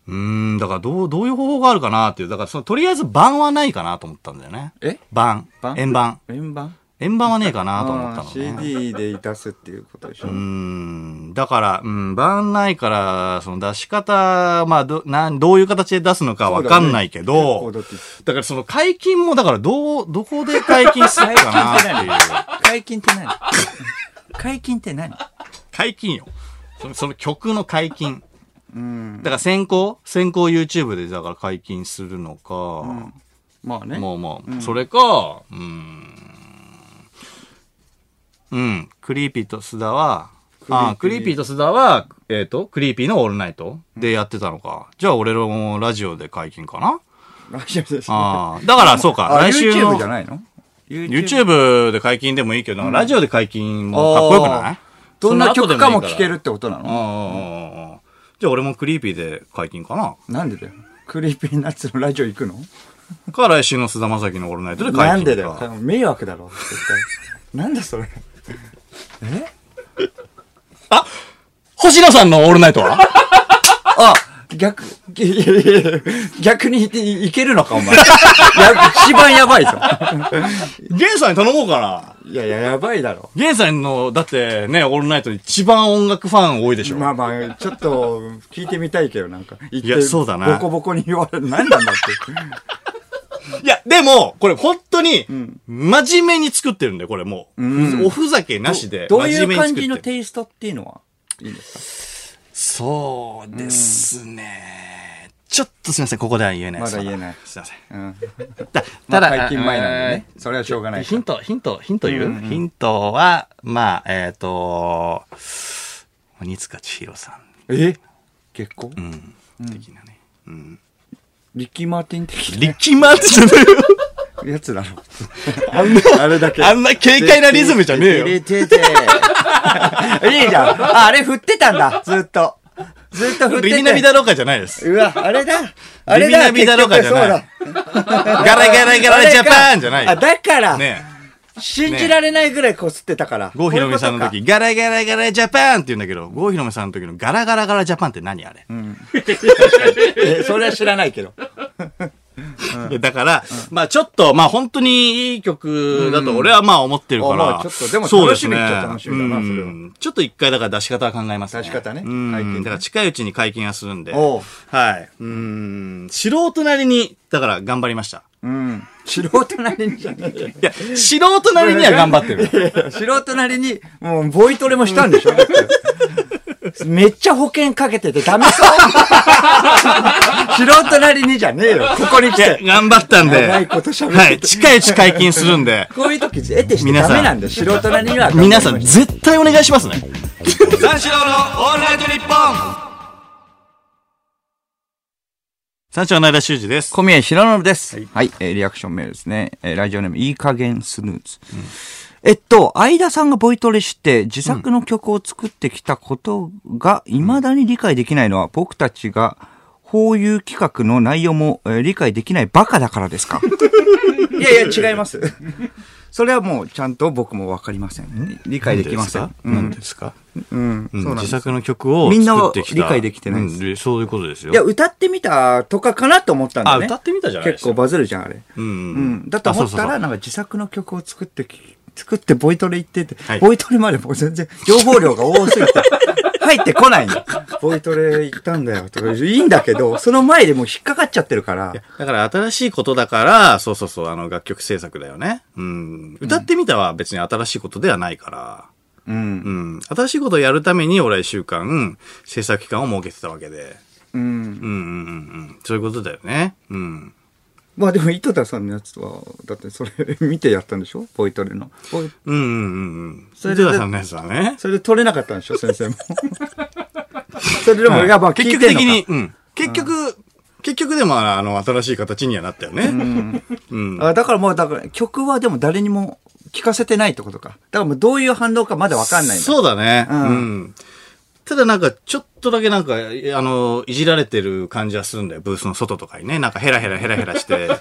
S1: うーん、だからどう、どういう方法があるかなっていう。だから、その、とりあえず版はないかなと思ったんだよね。
S2: え
S1: 版。
S2: 版
S1: 円盤。
S2: 円盤
S1: 円盤はねえかなと思った
S2: あ
S1: のね。
S2: ー CD で出すっていうことでしょ。
S1: うんだから、うん、バーンないから、その出し方、まあ、ど、なん、どういう形で出すのかわかんないけ
S2: そ
S1: ど、
S2: うだ
S1: だ
S2: ね
S1: からその解禁も、だからどう、どこで [laughs] 解禁するかなっていう。
S2: [laughs] 解禁って何解禁って何
S1: 解禁よ。そのその曲の解禁。
S2: うん。
S1: だから先行先行 YouTube でだから解禁するのか、
S2: まあね。
S1: もうもう、それか、うん。うん、クリーピーと須田は、あク
S2: ク
S1: リー
S2: リー
S1: ピ
S2: ピ
S1: ーと須田は、えっ、と、クリーピーのオールナイトでやってたのか。じゃあ俺らもラジオで解禁かな
S2: あ、いやいやいや
S1: ああ、
S2: [laughs]
S1: だからそうか、
S2: あ
S1: 来週
S2: YouTube
S1: の
S2: じゃないの
S1: YouTube で解禁でもいいけど、ラジオで解禁もかっこよくない
S2: どんな
S1: その後で
S2: 曲かも
S1: いい
S2: 聴
S1: ら
S2: けるってことな
S1: うんう
S2: の
S1: んうんうんじゃあ俺もクリーピーで解禁かな。
S2: なんでだよ。クリーピーナッツのラジオ行くの
S1: か、来週の菅田将暉のオールナイトで解禁か。
S2: なんでだよ。迷惑だろ、絶対。なんだそれ。え
S1: 星野さんのオールナイトは
S2: あ逆、いやいやいや逆にいいけるのか、お前。や [laughs] 一番やばいぞ。
S1: ゲンさんに頼もうかな。
S2: いやいや、やばいだろ。
S1: ゲンさんの、だってね、オールナイトで一番音楽ファン多いでしょ。
S2: まあまあ、ちょっと、聞いてみたいけど、なんか。い
S1: やそうだな
S2: ボコボコに言われる。何なんだっ
S1: いや、でも、これ本当に
S2: ん、
S1: 真面目に作ってるんだよ、これもう。
S2: うん
S1: おふざけなしで
S2: て。。どう
S1: 真面
S2: いう
S1: 目に作
S2: 感
S1: って
S2: じ
S1: る
S2: のテイストっていうのはいいんです
S1: そうですね。ちょっとすみません、ここでは言えないです。
S2: まだ言えない
S1: すいません。
S2: かうん。
S1: だ
S2: ま
S1: た
S2: あ
S1: だ、
S2: 解禁前なんでね
S1: え。ー
S2: それはしょうがないか
S1: ヒ
S2: ら。
S1: ント、ヒント、ヒント言う、
S2: うんうん
S1: ヒントは、まあ、えっ、と、鬼塚千尋さ
S2: え結婚
S1: ん、うん、的なね。うん。
S2: リッキー・マーティン的
S1: リッキーマーティンじゃねえよ
S2: な
S1: [laughs]
S2: やつだろ。あれだけ。
S1: あんな軽快なリズムじゃねえよ。
S2: ててていいじゃん。あ、あれ振ってたんだ。ずっと。ずっと振ってて。
S1: リミナビだろうかじゃないです。
S2: うわ、あれだ。あれだ。
S1: リミナビだろうかじゃない
S2: 結局そうだ。
S1: ガラガラガラ
S2: あれか
S1: ジャパンじゃない
S2: あ、だから、
S1: ね
S2: 信じられないぐらいこすってたから。
S1: え。郷ひろみさんの時、ガラガラガラジャパンって言うんだけど、郷ひろみさんの時のガラガラガラジャパンって何あれ、 [laughs]
S2: こういうことか。えそれは知らないけど。
S1: いやだから、まあちょっと、まあ本当にいい曲だと俺はまあ思ってるから。
S2: あまあちょっとでも
S1: そうすね
S2: 楽しみっちゃ楽しみだなそれは
S1: うんちょっと一回だから出し方は考えますね。
S2: 出し方ね
S1: うん
S2: 解禁ね
S1: だから近いうちに解禁はするんで。
S2: おう
S1: はい。うん。素人なりに、だから頑張りました。
S2: うん。素人なりにじゃねえよ。
S1: い
S2: [laughs]
S1: や、素人なりには頑張ってる。
S2: る。 [laughs] 素人なりに、もう、ボイトレもしたんでしょだってめっちゃ保険かけててダメ
S1: [laughs]
S2: そう素人なりにじゃねえよ。ここに来
S1: いや
S2: て。
S1: [laughs] 頑張ったんで。
S2: 長いこと喋ってて
S1: はい。近いうち解禁するんで。
S2: こういう時、得てして
S1: 皆さ
S2: ダ
S1: ん
S2: メなんだよ。素人なりには。
S1: 皆さん、絶対お願いしますね。三四郎のオールナイトニッポン三四郎の間修二です。
S2: 小宮平信です。はい、えーリアクションメールですね。えーラジオネーム、いい加減スヌーズ。えっと、相田さんがボイトレして自作の曲を作ってきたことが未だに理解できないのは、僕たちが、こういう企画の内容も、えー理解できないバカだからですか [laughs] いやいや、違います。 [laughs] それはもう、ちゃんと僕もわかりません。理解できません。う
S1: 何
S2: ん。
S1: ですか
S2: うん。
S1: うん
S2: そうなんで
S1: 自
S2: す。
S1: 作の曲を
S2: みんな
S1: 作ってきた。
S2: 理解できてないです
S1: うんそういうことですよ。
S2: いや、歌ってみたとかかなと思ったんだ
S1: あ、
S2: よね。
S1: 歌ってみたじゃないで
S2: 結
S1: すか。
S2: 構バズるじゃん、あれ。
S1: 構、うん。
S2: うん、だと思
S1: あ
S2: っ
S1: そうそう
S2: た
S1: そ
S2: ら、
S1: う
S2: なんか自作の曲を作ってき、作ってボイトレ行ってて、
S1: はい
S2: ボイトレまでもう全然情報量が多す [laughs] ぎて、入ってこないの。ボイトレ行ったんだよとか、いいんだけ [laughs] ど、その前でもう引っかかっちゃってるから
S1: いや、だから新しいことだから、そうそうそう、あの、楽曲制作だよね。うん。歌ってみたは別に新しいことではないから。
S2: うん、
S1: うん。新しいことをやるために、俺は一週間、制作期間を設けてたわけで。
S2: うん。
S1: うんうんうんうん。そういうことだよね。うん。
S2: まあでも、糸田さんのやつは、だってそれ見てやったんでしょボイトレの。ボイ
S1: うんうんうんうん。
S2: そ
S1: そ
S2: れ
S1: れ
S2: で
S1: ではさんのやつはね。
S2: それで取れなかったんでしょ先生も。 [laughs] それでも、
S1: うん
S2: やっぱ
S1: 結
S2: 聞い
S1: 局
S2: てん
S1: 的
S2: のか
S1: に、うん。結局、結局でも、あの、新しい形にはなったよね。うん。
S2: あだからもう、だから曲はでも誰にも聞かせてないってことか。だからもうどういう反応かまだわかんないんだ。
S1: そうだね。
S2: うん
S1: うん。ただなんか、ちょっとだけなんか、えあの、いじられてる感じはするんだよ。ブースの外とかにね。なんかヘラヘラヘラヘラして。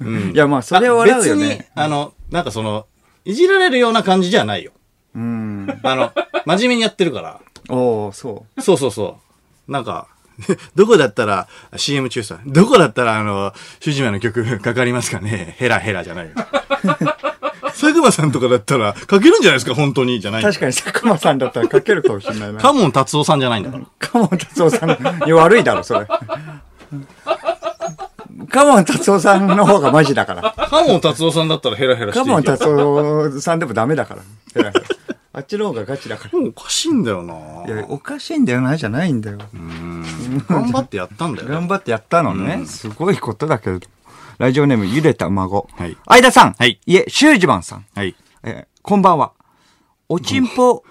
S1: うん
S2: いや、まあ、 [laughs] それを笑うよ
S1: あ別に
S2: ね。、
S1: あの、なんかその、いじられるような感じじゃないよ。
S2: うん。
S1: あの、真面目にやってるから。
S2: おおそ
S1: そうそうそう。なんか、 [laughs] どこだったら、CM 中さ、どこだったら、あの、主人公の曲かかりますかねヘラヘラじゃ
S2: [laughs]
S1: ないよ。佐久間さんとかだったら、かけるんじゃないですか本当に、じゃな
S2: う。
S1: いよ
S2: 確かに佐久間さんだったら書けるかもしれないな。
S1: カモン達夫さんじゃないんだから。
S2: カモン達夫さんに悪いだろ、それ。カモン達夫さんの方がマジだから。
S1: カモン達夫さんだったらヘラヘラして
S2: カ
S1: いい
S2: モン
S1: よ。
S2: 達夫さんでもダメだからヘラヘラ。あっちの方がガチだか
S1: もうおかしいんだよな
S2: ら。いや、おかしいんだよな、じゃないんだよ。
S1: 頑張ってやったんだよ。
S2: 頑張ってやったのね。すごいことだけど。ラジオネーム、ゆでた孫。
S1: はい
S2: 相田さん。
S1: はい
S2: いえ、修二番さん。
S1: はい。
S2: えーこんばんは。おちんぽ、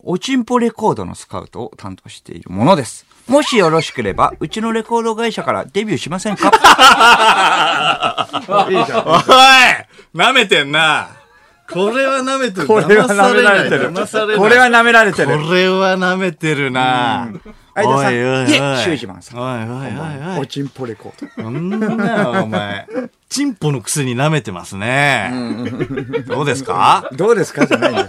S2: おちんぽレコードのスカウトを担当しているものです。もしよろしければ、うちのレコード会社からデビューしませ
S1: [laughs]
S2: んかいいじゃん。
S1: おい舐めてんなこれは舐めてる。
S2: これは舐められてる。
S1: 騙されない
S2: これは舐められてる。
S1: これは舐めてるな
S2: 相田さ
S1: おい
S2: ん
S1: おいおい
S2: いえ修二番さん
S1: おいおいお
S2: お
S1: い
S2: ちんぽレコー
S1: おい。なんだよ、お
S2: [laughs]
S1: 前。チンポのくせに舐めてますね。どうですか
S2: ド。どうですかじゃないんだよ。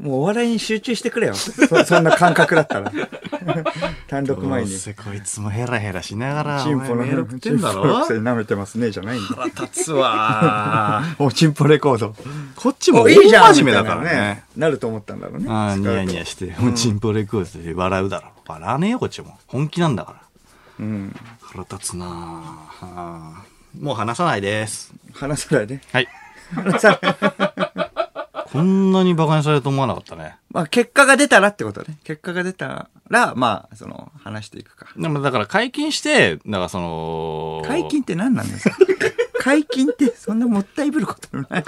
S2: もうお笑いに集中してくれよ。そそんな感覚だったら。単独
S1: ど
S2: 前
S1: う
S2: に。
S1: せこいつもヘラヘラしながら、
S2: チ
S1: お
S2: ン
S1: 前
S2: ポの
S1: メール送ってんだ
S2: チンポの
S1: ろ
S2: くせに舐めてますね、じゃないんだよ。
S1: 腹立つ
S2: [laughs]
S1: わ
S2: おちんぽレコード。
S1: こっちも
S2: お
S1: 大
S2: いいじゃん
S1: 真面目だから
S2: みたいな
S1: ね。
S2: なると思ったんだろうね。
S1: ああ、ニヤニ
S2: ヤ。
S1: ヤして、もうチンポレコードで笑うだろ。笑わねえよ、こっちも。本気なんだから。
S2: うん。
S1: 腹立つなあああもう話さないです。
S2: 話さないね。
S1: はい。
S2: 話さない。
S1: こんなに馬鹿にされると思わなかったね。
S2: [laughs] まあ、結果が出たらってことね。結果が出たら、まあ、その、話していくか。
S1: でもだから解禁して、だからその、
S2: 解禁って何なんです [laughs] か解禁ってそんなもったいぶることもない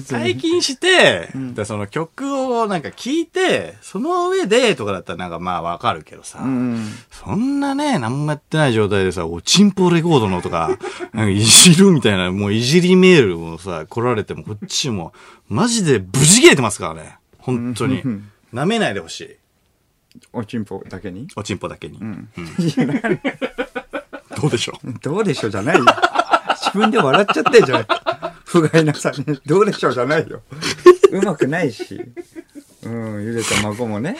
S2: し。
S1: 解禁して、だからその曲をなんか聞いて、その上でとかだったらなんかまあわかるけどさ、
S2: うん。
S1: そんなね、何もやってない状態でさ、おちんぽレコードのと
S2: [laughs]
S1: か、なんかいじるみたいな、もういじりメールをさ、来られても、こっちも、マジで無事切れてますからね。本当に
S2: うんうん。
S1: 舐めないでほしい。
S2: おちんぽだけに
S1: おちんぽだけに。どうでしょう
S2: [laughs] どうでしょうじゃないよ。自分で笑っちゃってんじゃん。不甲斐なさね。どうでしょうじゃないよ。 [laughs] うまくないし。うん、ゆでた孫もね。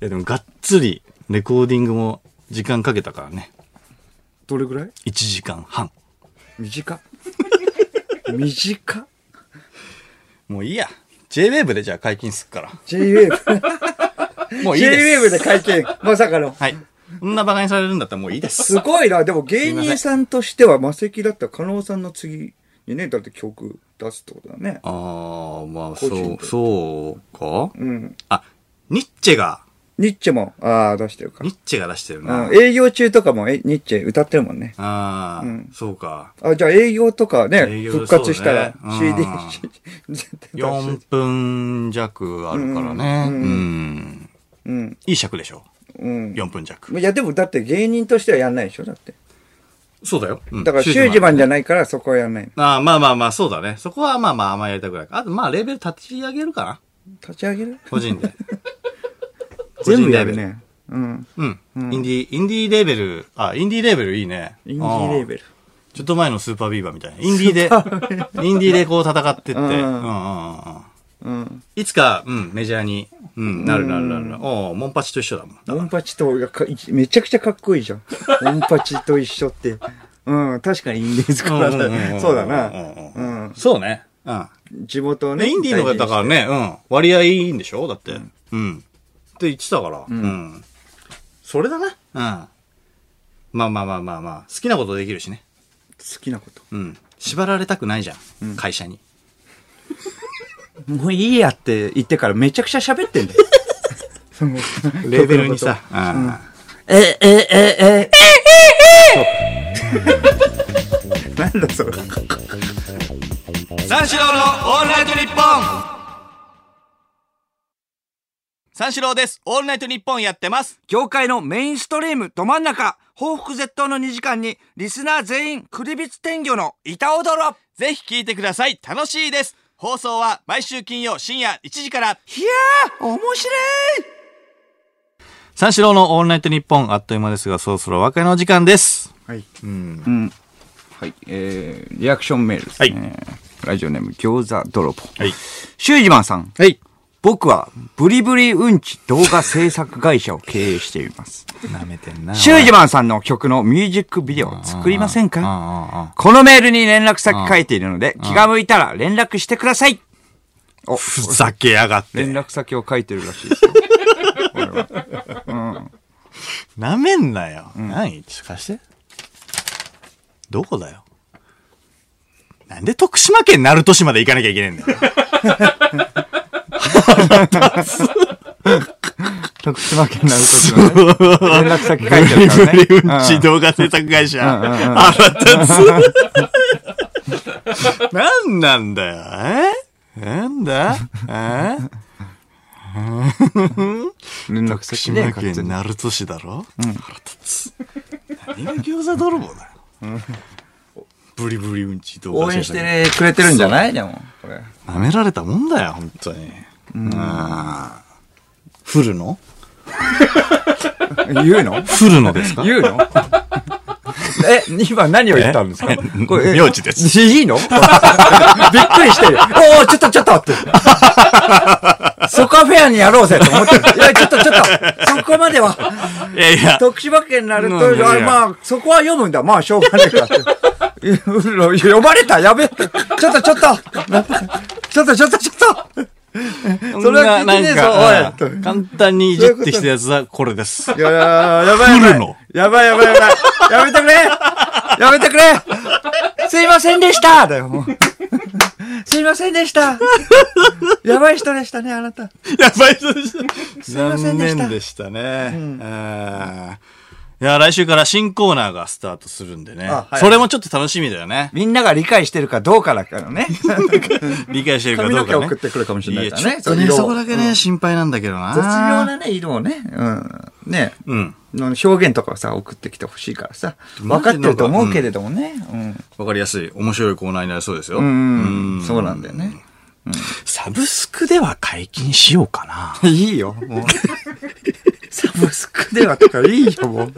S1: いやでもがっつり、レコーディングも時間かけたからね。
S2: どれぐらい
S1: 1時間半。
S2: 短っ短っ
S1: もういいや。JWAVE でじゃあ解禁すっから。
S2: J-Wave。
S1: もういいです。
S2: J-Wave で会見。まさかの。
S1: はい。こんな馬鹿にされるんだったらもういいです。
S2: すごいな。でも芸人さんとしては魔石だった加納さんの次にね、だって曲出すってことだね。
S1: ああ、まあ、
S2: 個人
S1: そう、
S2: で
S1: そうか
S2: うん。
S1: あ、ニッチェが、
S2: ニッチェも、ああ、出してるか
S1: ニ。ッチェが出してるな。
S2: うん、営業中とかもえニッチェ歌ってるもんね。
S1: ああ、
S2: うん
S1: そうか。
S2: あ、じゃあ営業とかね
S1: 営、業
S2: 復活したら
S1: そう
S2: CD
S1: ね、
S2: 絶対出してる
S1: 4分弱あるからね。
S2: う
S1: うんん。
S2: うん。
S1: いい尺でしょ。
S2: ううん
S1: 4分弱。
S2: いや、でもだって芸人としてはやんないでしょだって。
S1: そうだよ。うん
S2: だから、
S1: シュー
S2: シ
S1: ジ
S2: ュ
S1: マン
S2: ージマンじゃないからそこはやんない。
S1: ああ、まあまあまあ、そうだね。そこはまあまあ、あんまやりたくない。あと、まあ、レベル立ち上げるかな。
S2: 立ち上げる
S1: 個人で。個
S2: 全
S1: 人
S2: 部
S1: レ
S2: や
S1: ベ
S2: る
S1: ル。
S2: ね。うん。
S1: うん。インディー、インディーレベル、あ、インディーレベルいいね。
S2: インディーレ
S1: ル。
S2: ベル。
S1: ちょっと前のスーパービーバーみたいな。インディーで、インディーでこう戦ってって。うんんうんうんうん。
S2: うん。
S1: いつか、うん、メジャーに、うん、なるなるなるなる。おうモンパチと一緒だもん。
S2: モンパチと俺がか、めちゃくちゃかっこいい
S1: [laughs]
S2: じゃん。モンパチと一緒って。うん、確かにインディーズから
S1: うんうんんん
S2: だ。そうだな。
S1: ん
S2: う
S1: うん
S2: ん。
S1: そうね。うん。
S2: 地元をね。
S1: ね、インディーの方だからね、うん、割合いいんでしょだって、うん。って言ってたから、うん。それだな。うん。まあまあまあまあまあ、好きなことできるしね。
S2: 好きなこと。
S1: うん。縛られたくないじゃん。会社に。
S2: もういいやって言ってからめちゃくちゃ喋ってん
S1: [laughs]
S2: だよ。その
S1: レベルにさ。、うん。
S2: [laughs] え、え、え、え、え、え、え、なんだそれ。
S1: 三四郎のオールナイトニッポン三四郎です。オールナイトニッポンやってます。
S2: 業界のメインストリームど真ん中、報復絶倒の2時間に、リスナー全員、クリビツ天魚の板踊ろ
S1: ぜひ聞いてください。楽しいです。放送は毎週金曜深夜1時から。
S2: いやー、面白い
S1: 三四郎のオールナイトニッポン、あっという間ですが、そろそろお別れの時間です。
S2: はい。
S1: うん。
S2: うん。はい。えー、リアクションメールですね。
S1: は
S2: ラジオネーム、餃子泥棒。
S1: はい。
S2: シュージマンさん。
S1: はい。
S2: 僕は、ブリブリうんち動画制作会社を経営しています。
S1: 舐めてんな。
S2: シュージマンさんの曲のミュージックビデオを作りませ
S1: う
S2: ん
S1: んう
S2: か
S1: んうん。
S2: このメールに連絡先書いているので、気が向いたら連絡してくださいお、
S1: ふざけやがっ
S2: 連
S1: て。
S2: 絡先を書いてるらしいですよ。俺は
S1: 舐めんなよ。何ちょっと貸して。どこだよ。なんで徳島県鳴門市まで行かなきゃいけねえん
S2: [laughs]
S1: だよ。
S2: [laughs] 徳島県になるときのね、 [laughs] 連絡先書いて
S1: ブ
S2: る
S1: リ
S2: か
S1: ブ
S2: らね。
S1: リうんち動画制作会社。あらた
S2: [laughs]
S1: つ。なんなんだよ。えなんだえ
S2: 連絡
S1: 徳
S2: 先ね
S1: 島、
S2: 勝手
S1: 県
S2: に。
S1: 鳴門市だろ腹立つ。何が餃子泥棒だよ。ブリブリうんち動画
S2: 応
S1: 制
S2: 援
S1: 作
S2: してねくれてるんじゃないでも、これ。
S1: 舐められたもんだよ、本当に。うん。降るの
S2: 言うの
S1: 降るのですか
S2: 言うの [laughs] え、今何を言ったんですか
S1: え
S2: これえ
S1: 名字です
S2: いいの [laughs] びっくりしてる。おおちょっとちょっとって。 [laughs] そこはフェアにやろうぜと思ってる。いや、ちょっとちょっと。そこまでは。
S1: いやいや、
S2: 徳島県になると、
S1: うんいやいや
S2: あまあ、そこは読むんだ。まあ、しょうがねえか [laughs] って。呼ばれたやべえ。ちょっとちょっと。ちょっとちょっとちょっと。それは聞いてねえぞ
S1: なんか
S2: おい
S1: うん簡単にいじってきたやつはこれです。
S2: いやいや、やばいやば
S1: 来る
S2: い
S1: の。
S2: やばいやばいやばい。やめてくれやめてくれすいませんでしただよ、もうすいませんでしたやばい人でしたね、あなた。
S1: やばい人でした。
S2: いませ
S1: 残
S2: んでした
S1: 念でしたね。あーいや、来週から新コーナーがスタートするんでね
S2: あ。はい
S1: それもちょっと楽しみだよね。
S2: みんなが理解してるかどうかだからね。
S1: 理解してるかどうか
S2: 髪の
S1: ね。
S2: 毛送ってくるかもしれないからね
S1: やちょっと
S2: その
S1: ね、
S2: 色を
S1: そこだけね、心配なんだけどな。
S2: 絶妙なね、色をね、うん。ね。
S1: うん。
S2: の表現とかをさ、送ってきてほしいからさ。分かってると思うけれどもね。
S1: わかりやすい、面白いコーナーになりそうですよ。
S2: うん。うん。うん、そうなんだよね。
S1: サブスクでは解禁しようかな。
S2: [laughs] いいよ、もう。サブスクではとかいいよ、もう。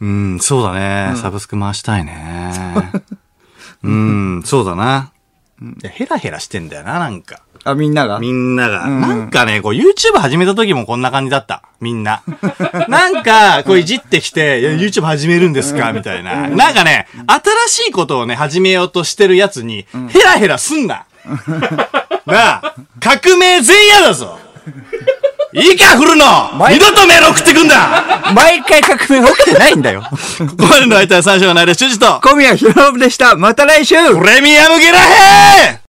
S1: うん、そうだね。サブスク回したい [laughs] ね。うん、そうだな。いやヘラヘラしてんだよな、なんか。
S2: あ、みんなが
S1: みんなが。
S2: ん
S1: なんかね、こう YouTube 始めた時もこんな感じだった。みんな。 [laughs] なんか、こういじってきて、いや YouTube 始めるんですかみたいな。なんかね、新しいことをね、始めようとしてるやつに、ヘラヘラすん [laughs] な。なあ、革命前夜だぞ。いいか、振るの
S2: 前
S1: 二度とメール送ってくん [laughs] だ
S2: 毎回革命起きてないんだよ。
S1: ここまでの相手は三章の間、主人と、
S2: 小宮浩信でした。また来週
S1: プレミアムゲラヘー